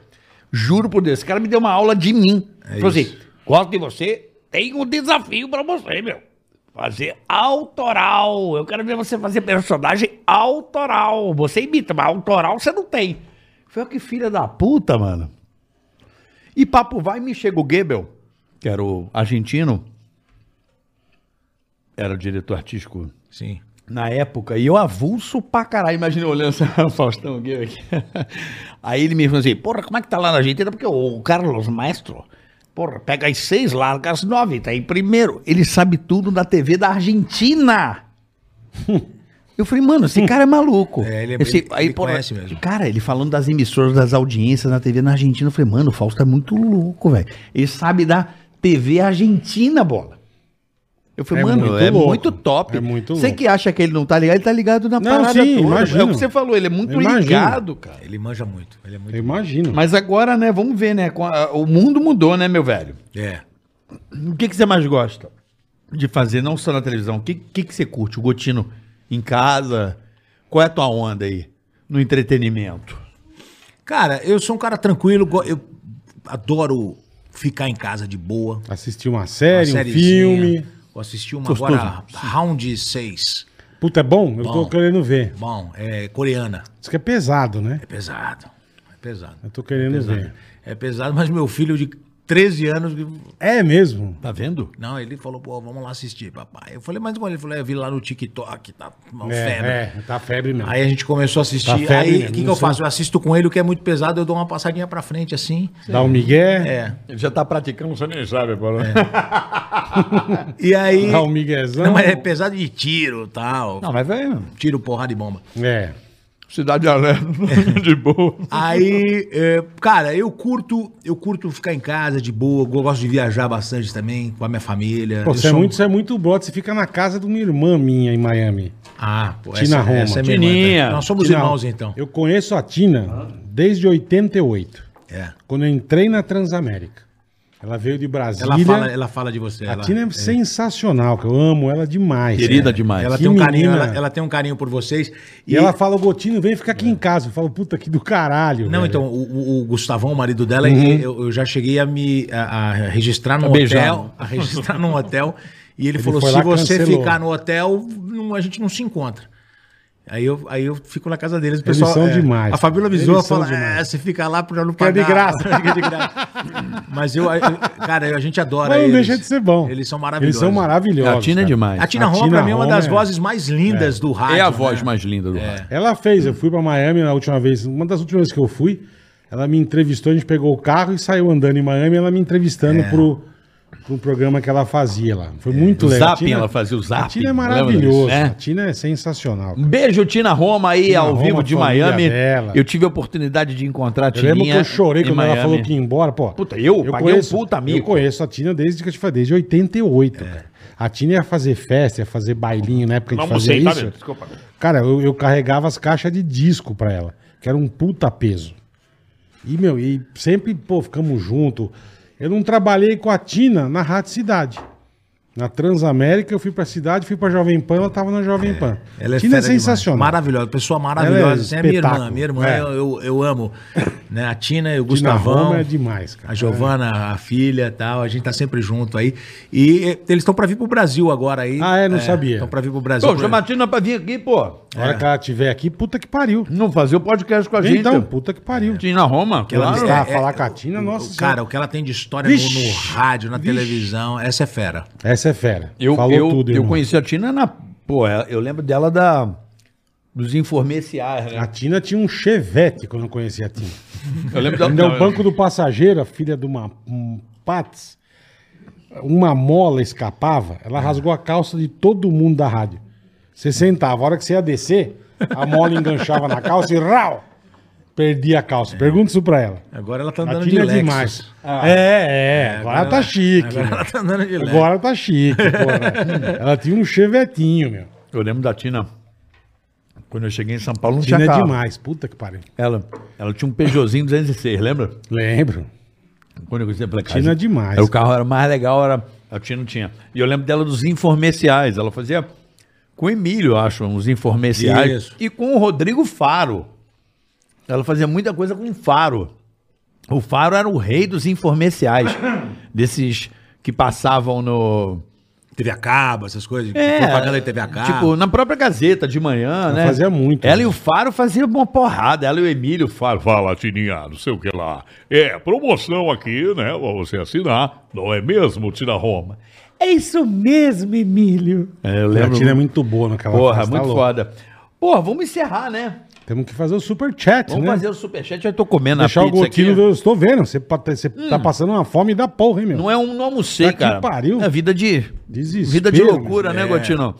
Speaker 3: juro por Deus, esse cara me deu uma aula de mim. Falou assim, gosto de você, tem um desafio pra você, meu. Fazer autoral. Eu quero ver você fazer personagem autoral. Você imita, mas autoral você não tem. Foi que filha da puta, mano. E papo vai, me chega o Goebel, que era o argentino, era o diretor artístico
Speaker 4: Sim.
Speaker 3: na época, e eu avulso pra caralho. Imagina eu olhando assim, o Faustão Guerra aqui. Aí ele me falou assim: porra, como é que tá lá na Argentina? Porque o Carlos Maestro, porra, pega as seis, larga as nove, tá em primeiro. Ele sabe tudo da TV da Argentina. Eu falei, mano, esse cara é maluco.
Speaker 4: É, ele é-
Speaker 3: Esse-
Speaker 4: ele- ele conhece mesmo.
Speaker 3: Cara, ele falando das emissoras, das audiências na TV na Argentina, eu falei, mano, o Fausto é muito louco, velho. Ele sabe da TV Argentina, bola. Eu falei,
Speaker 2: É
Speaker 3: mano,
Speaker 2: muito
Speaker 3: é
Speaker 2: louco.
Speaker 3: muito top.
Speaker 2: É muito
Speaker 3: Você
Speaker 2: louco.
Speaker 3: que acha que ele não tá ligado, ele tá ligado na
Speaker 2: Não,
Speaker 3: parada
Speaker 2: sim,
Speaker 3: toda.
Speaker 2: imagino.
Speaker 3: É o que você falou, ele é muito
Speaker 2: Imagino.
Speaker 3: ligado, cara.
Speaker 4: Ele manja muito. Ele é muito.
Speaker 2: Eu imagino.
Speaker 3: Mas agora, né, vamos ver, né, com a- o mundo mudou, né, meu velho?
Speaker 4: É.
Speaker 3: O que, que você mais gosta de fazer, não só na televisão? O que, que, que você curte? O Gotino em casa? Qual é a tua onda aí no entretenimento?
Speaker 4: Cara, eu sou um cara tranquilo, go- eu adoro ficar em casa de boa.
Speaker 2: Assistir uma
Speaker 4: Uma
Speaker 2: série, um
Speaker 4: sériezinha.
Speaker 2: filme.
Speaker 4: Eu assisti uma
Speaker 3: Gostoso.
Speaker 4: agora, Round 6.
Speaker 2: Puta, é bom? Eu tô
Speaker 4: Bom.
Speaker 2: querendo ver.
Speaker 4: Bom, é coreana.
Speaker 2: Isso que é pesado, né?
Speaker 4: É pesado. É pesado.
Speaker 2: Eu tô querendo
Speaker 4: pesado.
Speaker 2: ver.
Speaker 4: É pesado, mas meu filho de 13 anos.
Speaker 2: É mesmo?
Speaker 3: Tá vendo?
Speaker 4: Não, ele falou, pô, vamos lá assistir, papai. Eu falei, mas como ele falou, é, eu vi lá no TikTok, tá uma febre.
Speaker 2: É, é, tá febre mesmo.
Speaker 4: Aí a gente começou a assistir.
Speaker 2: Tá febre
Speaker 4: aí
Speaker 2: mesmo,
Speaker 4: o que, que
Speaker 2: não
Speaker 4: eu
Speaker 2: sei.
Speaker 4: faço? Eu assisto com ele, o que é muito pesado, eu dou uma passadinha pra frente assim.
Speaker 2: Dá um migué,
Speaker 4: É.
Speaker 5: Ele já tá praticando, você nem sabe, Paulo.
Speaker 3: É.
Speaker 4: E aí.
Speaker 2: dá um
Speaker 4: Não,
Speaker 2: miguezão.
Speaker 4: mas é pesado de tiro tal.
Speaker 5: Não, mas é- velho.
Speaker 4: Tiro, porrada e bomba.
Speaker 2: É.
Speaker 5: Cidade Alerta,
Speaker 3: É.
Speaker 5: de boa.
Speaker 4: Aí, é, cara, eu curto, eu curto ficar em casa de boa, eu gosto de viajar bastante também com a minha família.
Speaker 2: Pô,
Speaker 4: Eu
Speaker 2: você é,
Speaker 4: sou- um
Speaker 2: muito, você é muito brother, você fica na casa de uma irmã minha em Miami.
Speaker 4: Ah, pô,
Speaker 2: Tina
Speaker 4: essa,
Speaker 2: Roma.
Speaker 4: essa é minha irmã,
Speaker 3: Tininha.
Speaker 4: tá? Nós somos
Speaker 2: Tina,
Speaker 4: irmãos então.
Speaker 2: Eu conheço a Tina desde 88,
Speaker 4: É.
Speaker 2: quando eu entrei na Transamérica. Ela veio de Brasília.
Speaker 4: Ela fala, ela fala de você.
Speaker 2: a
Speaker 4: ela-
Speaker 2: Tina é, sensacional, que eu amo ela demais.
Speaker 3: Querida
Speaker 2: cara.
Speaker 3: demais.
Speaker 4: Ela
Speaker 2: Que
Speaker 4: tem um carinho,
Speaker 2: menina.
Speaker 4: ela, ela tem um carinho por vocês.
Speaker 2: E, ela fala, o Gotino, vem ficar aqui em casa. Eu falo, puta, que do caralho.
Speaker 4: Não,
Speaker 2: velho.
Speaker 4: então, o, o- o Gustavão, o marido
Speaker 2: Uhum.
Speaker 4: dela, eu, eu já cheguei a me a, a registrar num
Speaker 3: A beijar.
Speaker 4: hotel. A registrar num hotel. E ele,
Speaker 2: Tá Ele
Speaker 4: falou:
Speaker 2: foi
Speaker 4: se
Speaker 2: lá,
Speaker 4: você
Speaker 2: cancelou."
Speaker 4: ficar no hotel, não- a gente não se encontra. Aí eu, aí eu fico na casa deles. O
Speaker 2: Eles
Speaker 4: pessoal,
Speaker 2: são
Speaker 4: é,
Speaker 2: demais,
Speaker 4: A Fabíola
Speaker 2: cara.
Speaker 4: avisou,
Speaker 2: Eles são
Speaker 4: fala:
Speaker 2: demais.
Speaker 4: é, você fica lá pra não
Speaker 2: Fica
Speaker 4: pagar.
Speaker 2: de graça.
Speaker 4: Fica de graça. Mas eu, eu- cara, a gente adora.
Speaker 2: Mas não
Speaker 4: eles.
Speaker 2: deixa de ser bom.
Speaker 4: Eles são maravilhosos.
Speaker 2: Eles são maravilhosos.
Speaker 3: A Tina é
Speaker 2: cara.
Speaker 3: demais.
Speaker 4: A Tina
Speaker 2: A
Speaker 4: Roma,
Speaker 2: Tina
Speaker 4: pra mim, é uma
Speaker 2: Roma
Speaker 4: das
Speaker 2: é-
Speaker 4: vozes mais lindas do rádio.
Speaker 3: É a voz
Speaker 4: né?
Speaker 3: mais linda do rádio.
Speaker 2: Ela fez, eu fui pra Miami na última vez, uma das últimas vezes que eu fui, ela me entrevistou, a gente pegou o carro e saiu andando em Miami, ela me entrevistando pro, pro programa que ela fazia lá. Foi muito
Speaker 3: É. O
Speaker 2: legal.
Speaker 3: Zapping, ela fazia o Zapping,
Speaker 2: A Tina é
Speaker 3: lembra
Speaker 2: maravilhosa,
Speaker 3: disso, né?
Speaker 2: a Tina é sensacional. cara.
Speaker 3: Um beijo, Tina Roma, aí
Speaker 2: Tina
Speaker 3: ao
Speaker 2: Roma,
Speaker 3: vivo de
Speaker 2: família
Speaker 3: Miami.
Speaker 2: dela.
Speaker 3: Eu tive a oportunidade de encontrar a
Speaker 2: Eu
Speaker 3: Tininha.
Speaker 2: lembro que eu chorei
Speaker 3: em
Speaker 2: quando ela
Speaker 3: Miami.
Speaker 2: falou que ia embora, pô.
Speaker 3: Puta, eu paguei um puta mico.
Speaker 2: Eu conheço a Tina desde que eu te falei, desde 88, cara. A Tina ia fazer festa, ia fazer bailinho na época de fazer
Speaker 5: sei,
Speaker 2: isso.
Speaker 5: Desculpa.
Speaker 2: Cara, eu, eu carregava as caixas de disco pra ela, que era um puta peso. E, meu, e sempre, pô, ficamos junto. Eu não trabalhei com a Tina na Rádio Cidade. Na Transamérica, eu fui pra cidade, fui pra Jovem Pan, ela tava na Jovem Pan.
Speaker 4: Ela é
Speaker 2: Tina é
Speaker 4: fera demais.
Speaker 2: sensacional.
Speaker 4: Maravilhosa, pessoa
Speaker 2: Ela é
Speaker 4: maravilhosa. Você é, minha irmã,
Speaker 2: espetáculo.
Speaker 4: minha irmã,
Speaker 2: É.
Speaker 4: eu, eu, eu amo. né? A Tina e o
Speaker 2: Tina
Speaker 4: Gustavão.
Speaker 2: Roma é demais, cara.
Speaker 4: A Giovana, a filha tal, a gente tá sempre junto aí. E eh, eles estão pra vir pro Brasil agora aí.
Speaker 2: Ah, é? Não sabia.
Speaker 4: Estão pra vir pro Brasil.
Speaker 3: Pô, chama a Tina pra vir aqui, pô.
Speaker 2: A hora que ela estiver aqui, puta que pariu.
Speaker 3: Não fazer o podcast com a gente.
Speaker 2: Então, puta que pariu.
Speaker 3: Tina Roma,
Speaker 4: ela
Speaker 3: claro.
Speaker 4: está-
Speaker 2: Ah, falar com a Tina, nossa
Speaker 4: Cara,
Speaker 2: senhora.
Speaker 4: o que ela tem de história no,
Speaker 2: Vixe,
Speaker 4: no rádio, na
Speaker 2: vixe.
Speaker 4: televisão, essa é fera.
Speaker 2: Essa é fera.
Speaker 3: Eu, eu, eu
Speaker 2: irmão.
Speaker 3: conheci a Tina na. Pô, ela- eu lembro dela da. Dos informeciais,
Speaker 2: A
Speaker 3: né?
Speaker 2: Tina tinha um chevette quando eu conheci a Tina.
Speaker 3: Eu lembro da.
Speaker 2: Ainda
Speaker 3: não,
Speaker 2: o banco do passageiro, a filha de uma um, Pats, uma mola escapava, ela rasgou a calça de todo mundo da rádio. Você sentava, a hora que você ia descer, a mola enganchava na calça e rau! Perdia a calça. Pergunta isso pra ela.
Speaker 4: Agora ela tá
Speaker 2: A
Speaker 4: andando
Speaker 2: Tina é
Speaker 4: de Lexus.
Speaker 2: demais. É, é, agora, ela tá chique.
Speaker 4: Agora ela tá andando de Lexus.
Speaker 2: Agora tá chique, porra. Ela tinha um chevetinho, meu.
Speaker 3: Eu lembro da Tina. Quando eu cheguei em São Paulo, não
Speaker 2: Tina
Speaker 3: tinha
Speaker 2: é
Speaker 3: carro.
Speaker 2: demais, puta que pariu.
Speaker 3: Ela, ela tinha um Peugeotzinho 206, lembra?
Speaker 2: Lembro.
Speaker 3: Quando eu conheci a Black
Speaker 2: Tina é demais.
Speaker 3: Aí o carro era mais legal, era, a Tina tinha. E eu lembro dela dos informeciais. Ela fazia com o Emílio, eu acho, uns informeciais.
Speaker 4: Isso.
Speaker 3: E com o Rodrigo Faro. Ela fazia muita coisa com o Faro. O Faro era o rei dos informeciais. desses que passavam no.
Speaker 4: TV a cabo, essas coisas.
Speaker 2: É,
Speaker 4: propaganda de TV a cabo.
Speaker 3: Tipo, na própria Gazeta de manhã, né?
Speaker 2: fazia muito.
Speaker 3: Ela e o Faro faziam uma porrada. Ela e o Emílio Faro.
Speaker 10: Fala, Tininha, não sei o que lá. É, promoção aqui, né? Pra você assinar, não é mesmo, Tina Roma?
Speaker 3: É isso mesmo, Emílio. É, eu
Speaker 2: A
Speaker 3: lembro.
Speaker 2: Tina é muito boa naquela
Speaker 3: Porra,
Speaker 2: festa, tá
Speaker 3: muito
Speaker 2: louco.
Speaker 3: foda. Porra, vamos encerrar, né?
Speaker 2: Temos que fazer o super chat,
Speaker 3: Vamos
Speaker 2: né?
Speaker 3: fazer o superchat. Eu tô comendo
Speaker 2: Deixar
Speaker 3: a
Speaker 2: o
Speaker 3: pizza aqui. Hum.
Speaker 2: Gotino, ver, eu estou vendo. Você, pa- você tá passando uma fome da porra, hein, meu?
Speaker 3: Não é um não almocei,
Speaker 2: Tá que
Speaker 3: cara.
Speaker 2: pariu.
Speaker 3: É vida de.
Speaker 2: Desespero, É.
Speaker 3: vida de loucura,
Speaker 2: meu.
Speaker 3: né, Gotino?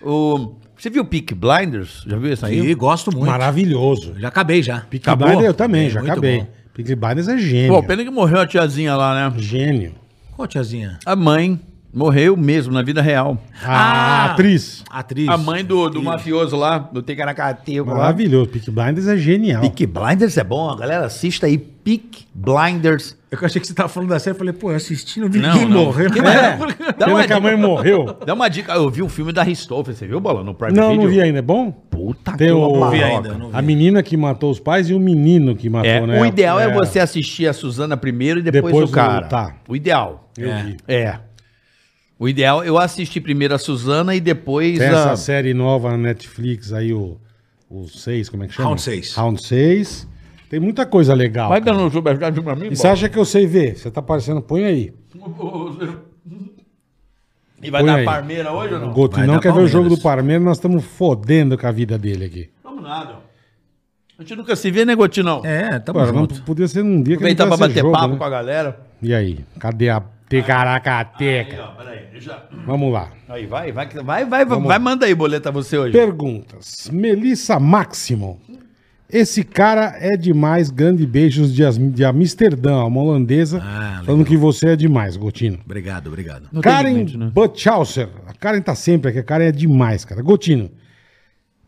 Speaker 3: O... Você viu o Peak Blinders? Já viu isso aí?
Speaker 4: E gosto muito.
Speaker 2: Maravilhoso.
Speaker 4: Já acabei já.
Speaker 2: Pick
Speaker 3: Acabou?
Speaker 2: Blinders eu também,
Speaker 4: É,
Speaker 2: já
Speaker 4: muito
Speaker 2: acabei.
Speaker 4: bom.
Speaker 2: Pick Blinders é gênio.
Speaker 3: Pô, pena que morreu a tiazinha lá, né?
Speaker 2: Gênio.
Speaker 4: Qual tiazinha?
Speaker 3: A mãe morreu mesmo, na vida real.
Speaker 2: A
Speaker 4: Ah!
Speaker 2: atriz.
Speaker 4: Atriz.
Speaker 3: A mãe do, do mafioso lá, do Ticaracati. lá.
Speaker 2: Maravilhoso. Pick Blinders é genial.
Speaker 3: Peak Blinders é bom, galera. Assista aí Peak Blinders.
Speaker 4: Eu achei que você tava falando da série, eu falei, pô, eu assistindo, vi
Speaker 3: Não,
Speaker 4: ninguém
Speaker 3: não.
Speaker 4: morrer.
Speaker 3: Que
Speaker 4: É.
Speaker 3: maravilha. Dá um uma
Speaker 2: Pena que a
Speaker 3: dica.
Speaker 2: mãe morreu.
Speaker 3: Dá uma dica. Eu vi o filme da Ristoffer, você viu, Bola? No Prime
Speaker 2: Não,
Speaker 3: Video?
Speaker 2: não vi ainda. É bom?
Speaker 3: Puta
Speaker 2: Tem
Speaker 3: uma
Speaker 2: o- Não vi
Speaker 3: barroca.
Speaker 4: ainda, não vi.
Speaker 2: A menina que matou os pais e o menino que matou,
Speaker 3: É,
Speaker 2: né?
Speaker 3: o ideal é. você assistir a Suzana primeiro e depois,
Speaker 2: Depois
Speaker 3: o
Speaker 2: o-
Speaker 3: cara.
Speaker 2: tá.
Speaker 3: O ideal.
Speaker 2: Eu vi.
Speaker 3: É. O ideal, eu assisti primeiro a Suzana e depois
Speaker 2: Tem
Speaker 3: a...
Speaker 2: essa série nova na Netflix aí, o, o 6, como é que chama?
Speaker 4: Round seis.
Speaker 2: Round 6. Tem muita coisa legal.
Speaker 5: Vai
Speaker 2: cara.
Speaker 5: dando um superchat pra mim,
Speaker 2: E você acha que eu sei ver? Você tá parecendo, põe aí.
Speaker 6: E vai
Speaker 2: Põe
Speaker 6: dar
Speaker 2: aí.
Speaker 6: Parmeira hoje ou
Speaker 2: O
Speaker 6: não?
Speaker 2: Guto
Speaker 4: Vai
Speaker 2: não
Speaker 4: dar
Speaker 2: quer ver o jogo
Speaker 4: Palmeiras.
Speaker 2: do Parmeira, nós estamos fodendo com a vida dele aqui.
Speaker 6: Vamos nada. A gente nunca se vê, né, Gotinão?
Speaker 4: É, tamo
Speaker 2: Agora, não
Speaker 4: junto.
Speaker 2: podia ser um dia que
Speaker 6: Aproveitar
Speaker 3: tá
Speaker 6: pra
Speaker 2: não tivesse
Speaker 6: bater
Speaker 2: jogo,
Speaker 6: papo
Speaker 2: né?
Speaker 6: com a galera.
Speaker 2: E aí, cadê a tecaracateca?
Speaker 6: Não, peraí, deixa.
Speaker 2: Vamos lá.
Speaker 6: Aí, vai, vai, que- vai, vai, vai, manda aí, boleta, você hoje.
Speaker 2: Perguntas. Melissa Máximo. Esse cara é demais. Grande beijos de, As- de Amsterdã, uma holandesa.
Speaker 4: Ah,
Speaker 2: falando que você é demais, Gotino.
Speaker 4: Obrigado, obrigado.
Speaker 2: Karen
Speaker 4: né?
Speaker 2: Butchauser. A Karen tá sempre aqui. A Karen é demais, cara. Gotino,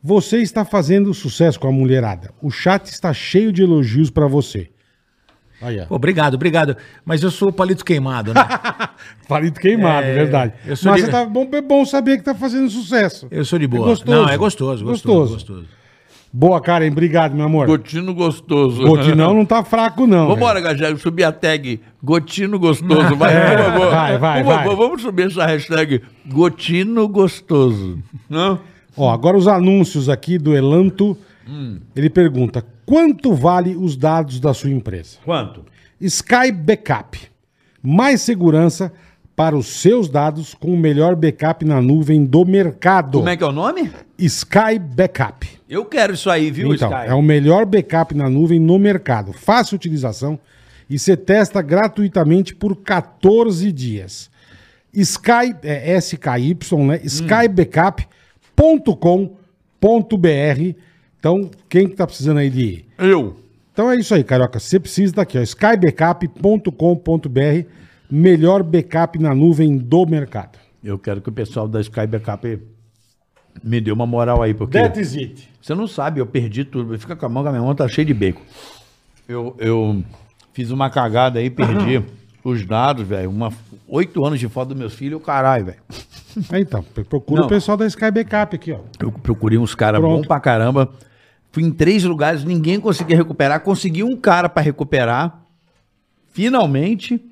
Speaker 2: você está fazendo sucesso com a mulherada. O chat está cheio de elogios pra você. Aí, ó.
Speaker 4: Pô, obrigado, obrigado. Mas eu sou o palito queimado, né?
Speaker 2: Palito queimado,
Speaker 4: É,
Speaker 2: verdade.
Speaker 4: eu
Speaker 2: Mas
Speaker 4: sou de-
Speaker 2: você tá bom, é bom saber que tá fazendo sucesso.
Speaker 4: Eu sou de boa.
Speaker 2: É gostoso.
Speaker 4: Não, é gostoso, gostoso,
Speaker 2: Gostoso.
Speaker 4: gostoso.
Speaker 2: Boa, Karen. Obrigado, meu amor.
Speaker 3: Gotino gostoso.
Speaker 2: Gotinão não tá fraco, não.
Speaker 3: Vambora, Gajé, subir a tag Gotino Gostoso. Vai,
Speaker 2: É,
Speaker 3: por favor.
Speaker 2: vai, vai,
Speaker 3: Por favor,
Speaker 2: vai.
Speaker 3: Vamos subir essa hashtag Gotino Gostoso. Não?
Speaker 2: Ó, agora os anúncios aqui do Elanto. Ele pergunta: quanto vale os dados da sua empresa?
Speaker 6: Quanto?
Speaker 2: Sky Backup. Mais segurança para os seus dados com o melhor backup na nuvem do mercado.
Speaker 3: Como é que é o nome?
Speaker 2: Sky Backup.
Speaker 3: Eu quero isso aí, viu,
Speaker 2: então,
Speaker 3: Sky?
Speaker 2: é o melhor backup na nuvem no mercado. Fácil utilização e você testa gratuitamente por 14 dias. Sky, é SKY, né?
Speaker 3: Hum.
Speaker 2: skybackup.com.br. Então, quem que tá precisando aí de...
Speaker 3: Eu.
Speaker 2: Então é isso aí, Carioca. Você precisa daqui, ó. skybackup.com.br. Melhor backup na nuvem do mercado.
Speaker 3: Eu quero que o pessoal da Sky Backup me dê uma moral aí, porque...
Speaker 2: That is it.
Speaker 3: Você não sabe, eu perdi tudo. Fica com a mão, que a minha mão tá cheia de bacon. Eu, eu fiz uma cagada aí, perdi os dados, velho. Uma- Oito anos de foto dos meus filhos, o caralho, velho.
Speaker 2: É, Então, procura
Speaker 3: Não.
Speaker 2: o pessoal da Sky Backup aqui, ó.
Speaker 3: Eu procurei uns caras
Speaker 2: Pronto.
Speaker 3: bons pra caramba. Fui em três lugares, ninguém conseguia recuperar. Consegui um cara pra recuperar. Finalmente.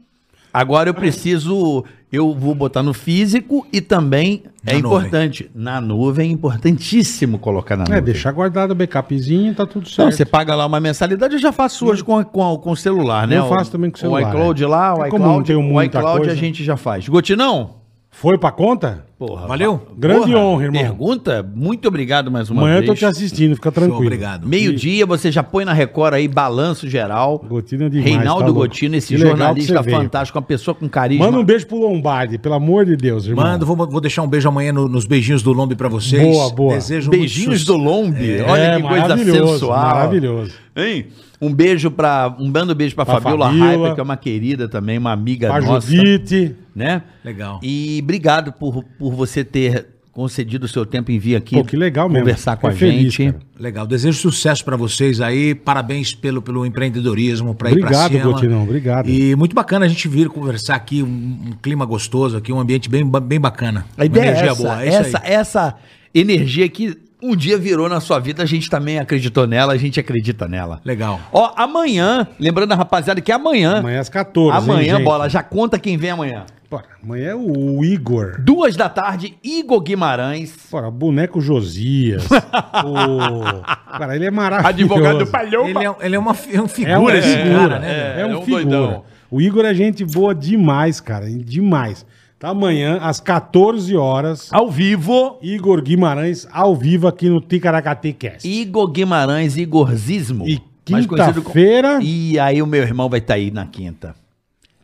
Speaker 3: Agora eu preciso. Eu vou botar no físico e também é
Speaker 4: Na nuvem.
Speaker 3: importante. Na nuvem é importantíssimo colocar na nuvem.
Speaker 2: É, deixar guardado o backupzinho, tá tudo
Speaker 3: Não,
Speaker 2: certo. Hum.
Speaker 3: você paga lá uma mensalidade, eu já faço hoje com, com, com o celular, né?
Speaker 2: Eu faço também com o celular,
Speaker 3: O iCloud
Speaker 2: é.
Speaker 3: lá, o
Speaker 2: E
Speaker 3: iCloud,
Speaker 2: como não tenho
Speaker 3: o
Speaker 2: muita
Speaker 3: iCloud
Speaker 2: coisa-
Speaker 3: a gente já faz. Gotinão?
Speaker 2: Foi pra conta?
Speaker 3: Porra.
Speaker 4: Valeu?
Speaker 3: va-
Speaker 2: Grande honra, irmão.
Speaker 3: Pergunta? Muito obrigado mais uma
Speaker 2: Amanhã eu
Speaker 3: vez.
Speaker 2: tô te assistindo, fica
Speaker 4: Show,
Speaker 2: tranquilo.
Speaker 4: obrigado.
Speaker 3: Meio-dia, você já põe na Record aí, balanço geral.
Speaker 2: Gotino é demais,
Speaker 3: Reinaldo
Speaker 2: tá louco.
Speaker 3: Gotino, esse
Speaker 2: Que legal
Speaker 3: jornalista
Speaker 2: que você veio.
Speaker 3: fantástico, uma pessoa com carisma.
Speaker 2: Manda um beijo pro Lombardi, pelo amor de Deus, irmão.
Speaker 4: Mando, vou, vou deixar um beijo amanhã no- nos beijinhos do Lombe pra vocês.
Speaker 2: Boa, boa.
Speaker 4: Desejo
Speaker 3: Beijinhos do Lombe. Olha que coisa sensual.
Speaker 2: É, Maravilhoso.
Speaker 3: Hein? Um beijo pra. Um bando beijo pra,
Speaker 2: Pra
Speaker 3: Fabiola
Speaker 2: Fabiola.
Speaker 3: Raiva, que é uma querida também, uma amiga
Speaker 2: Pra
Speaker 3: É, nossa.
Speaker 2: Judite.
Speaker 3: Né?
Speaker 4: Legal.
Speaker 3: E obrigado por, por você ter concedido o seu tempo em vir aqui
Speaker 2: Pô, que legal mesmo.
Speaker 3: conversar com a
Speaker 2: Fiquei feliz,
Speaker 3: gente.
Speaker 2: cara.
Speaker 4: Legal. Desejo sucesso pra vocês aí. Parabéns pelo, pelo empreendedorismo, pra ir pra
Speaker 2: Obrigado,
Speaker 4: cima.
Speaker 2: Gotinão, obrigado.
Speaker 4: E muito bacana a gente vir conversar aqui, um, um clima gostoso aqui, um ambiente bem, ba- bem bacana.
Speaker 3: A ideia
Speaker 4: Uma
Speaker 3: é essa,
Speaker 4: isso aí.
Speaker 3: essa, essa energia que um dia virou na sua vida, a gente também acreditou nela, a gente acredita nela.
Speaker 4: Legal.
Speaker 3: Ó, amanhã, lembrando a rapaziada que amanhã,
Speaker 2: Amanhã às 14. hein,
Speaker 3: amanhã,
Speaker 2: gente?
Speaker 3: bola, já conta quem vem amanhã.
Speaker 2: Bora, amanhã é o Igor.
Speaker 3: Duas da tarde, Igor Guimarães.
Speaker 2: Bora, boneco Josias. o... Cara, ele é maravilhoso.
Speaker 4: Ele é, ele é uma fi- é um
Speaker 2: É um
Speaker 4: figura,
Speaker 2: figura,
Speaker 4: esse cara, né?
Speaker 2: É,
Speaker 3: É
Speaker 2: um,
Speaker 3: um
Speaker 2: figura.
Speaker 3: doidão.
Speaker 2: O Igor é gente boa demais, cara. Demais. Então, amanhã, às 14 horas,
Speaker 3: Ao vivo.
Speaker 2: Igor Guimarães ao vivo aqui no Ticaracati Cast.
Speaker 3: Igor Guimarães, Igorzismo.
Speaker 2: E
Speaker 3: mais conhecido como-
Speaker 2: quinta-feira-
Speaker 3: E aí o meu irmão vai estar aí na quinta.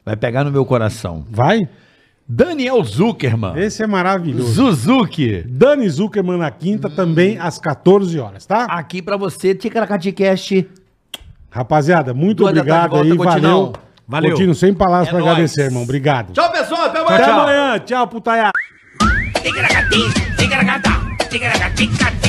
Speaker 3: Vai pegar no meu coração.
Speaker 2: Vai?
Speaker 3: Daniel Zuckerman.
Speaker 2: Esse é maravilhoso.
Speaker 3: Suzuki.
Speaker 2: Dani Zuckerman na quinta, também às 14 horas, tá?
Speaker 3: Aqui pra você, Ticaracatecast.
Speaker 2: Rapaziada, muito
Speaker 3: Duas da tarde,
Speaker 2: obrigado aí.
Speaker 3: volta,
Speaker 2: valeu.
Speaker 3: Gotinão.
Speaker 4: Valeu.
Speaker 2: Contino sem palavras
Speaker 3: É
Speaker 2: pra
Speaker 3: nóis.
Speaker 2: agradecer, irmão. Obrigado.
Speaker 3: Tchau, pessoal. Até amanhã.
Speaker 2: Até amanhã. Tchau, putaia.
Speaker 1: Ticaracati, ticaracata, ticaracati,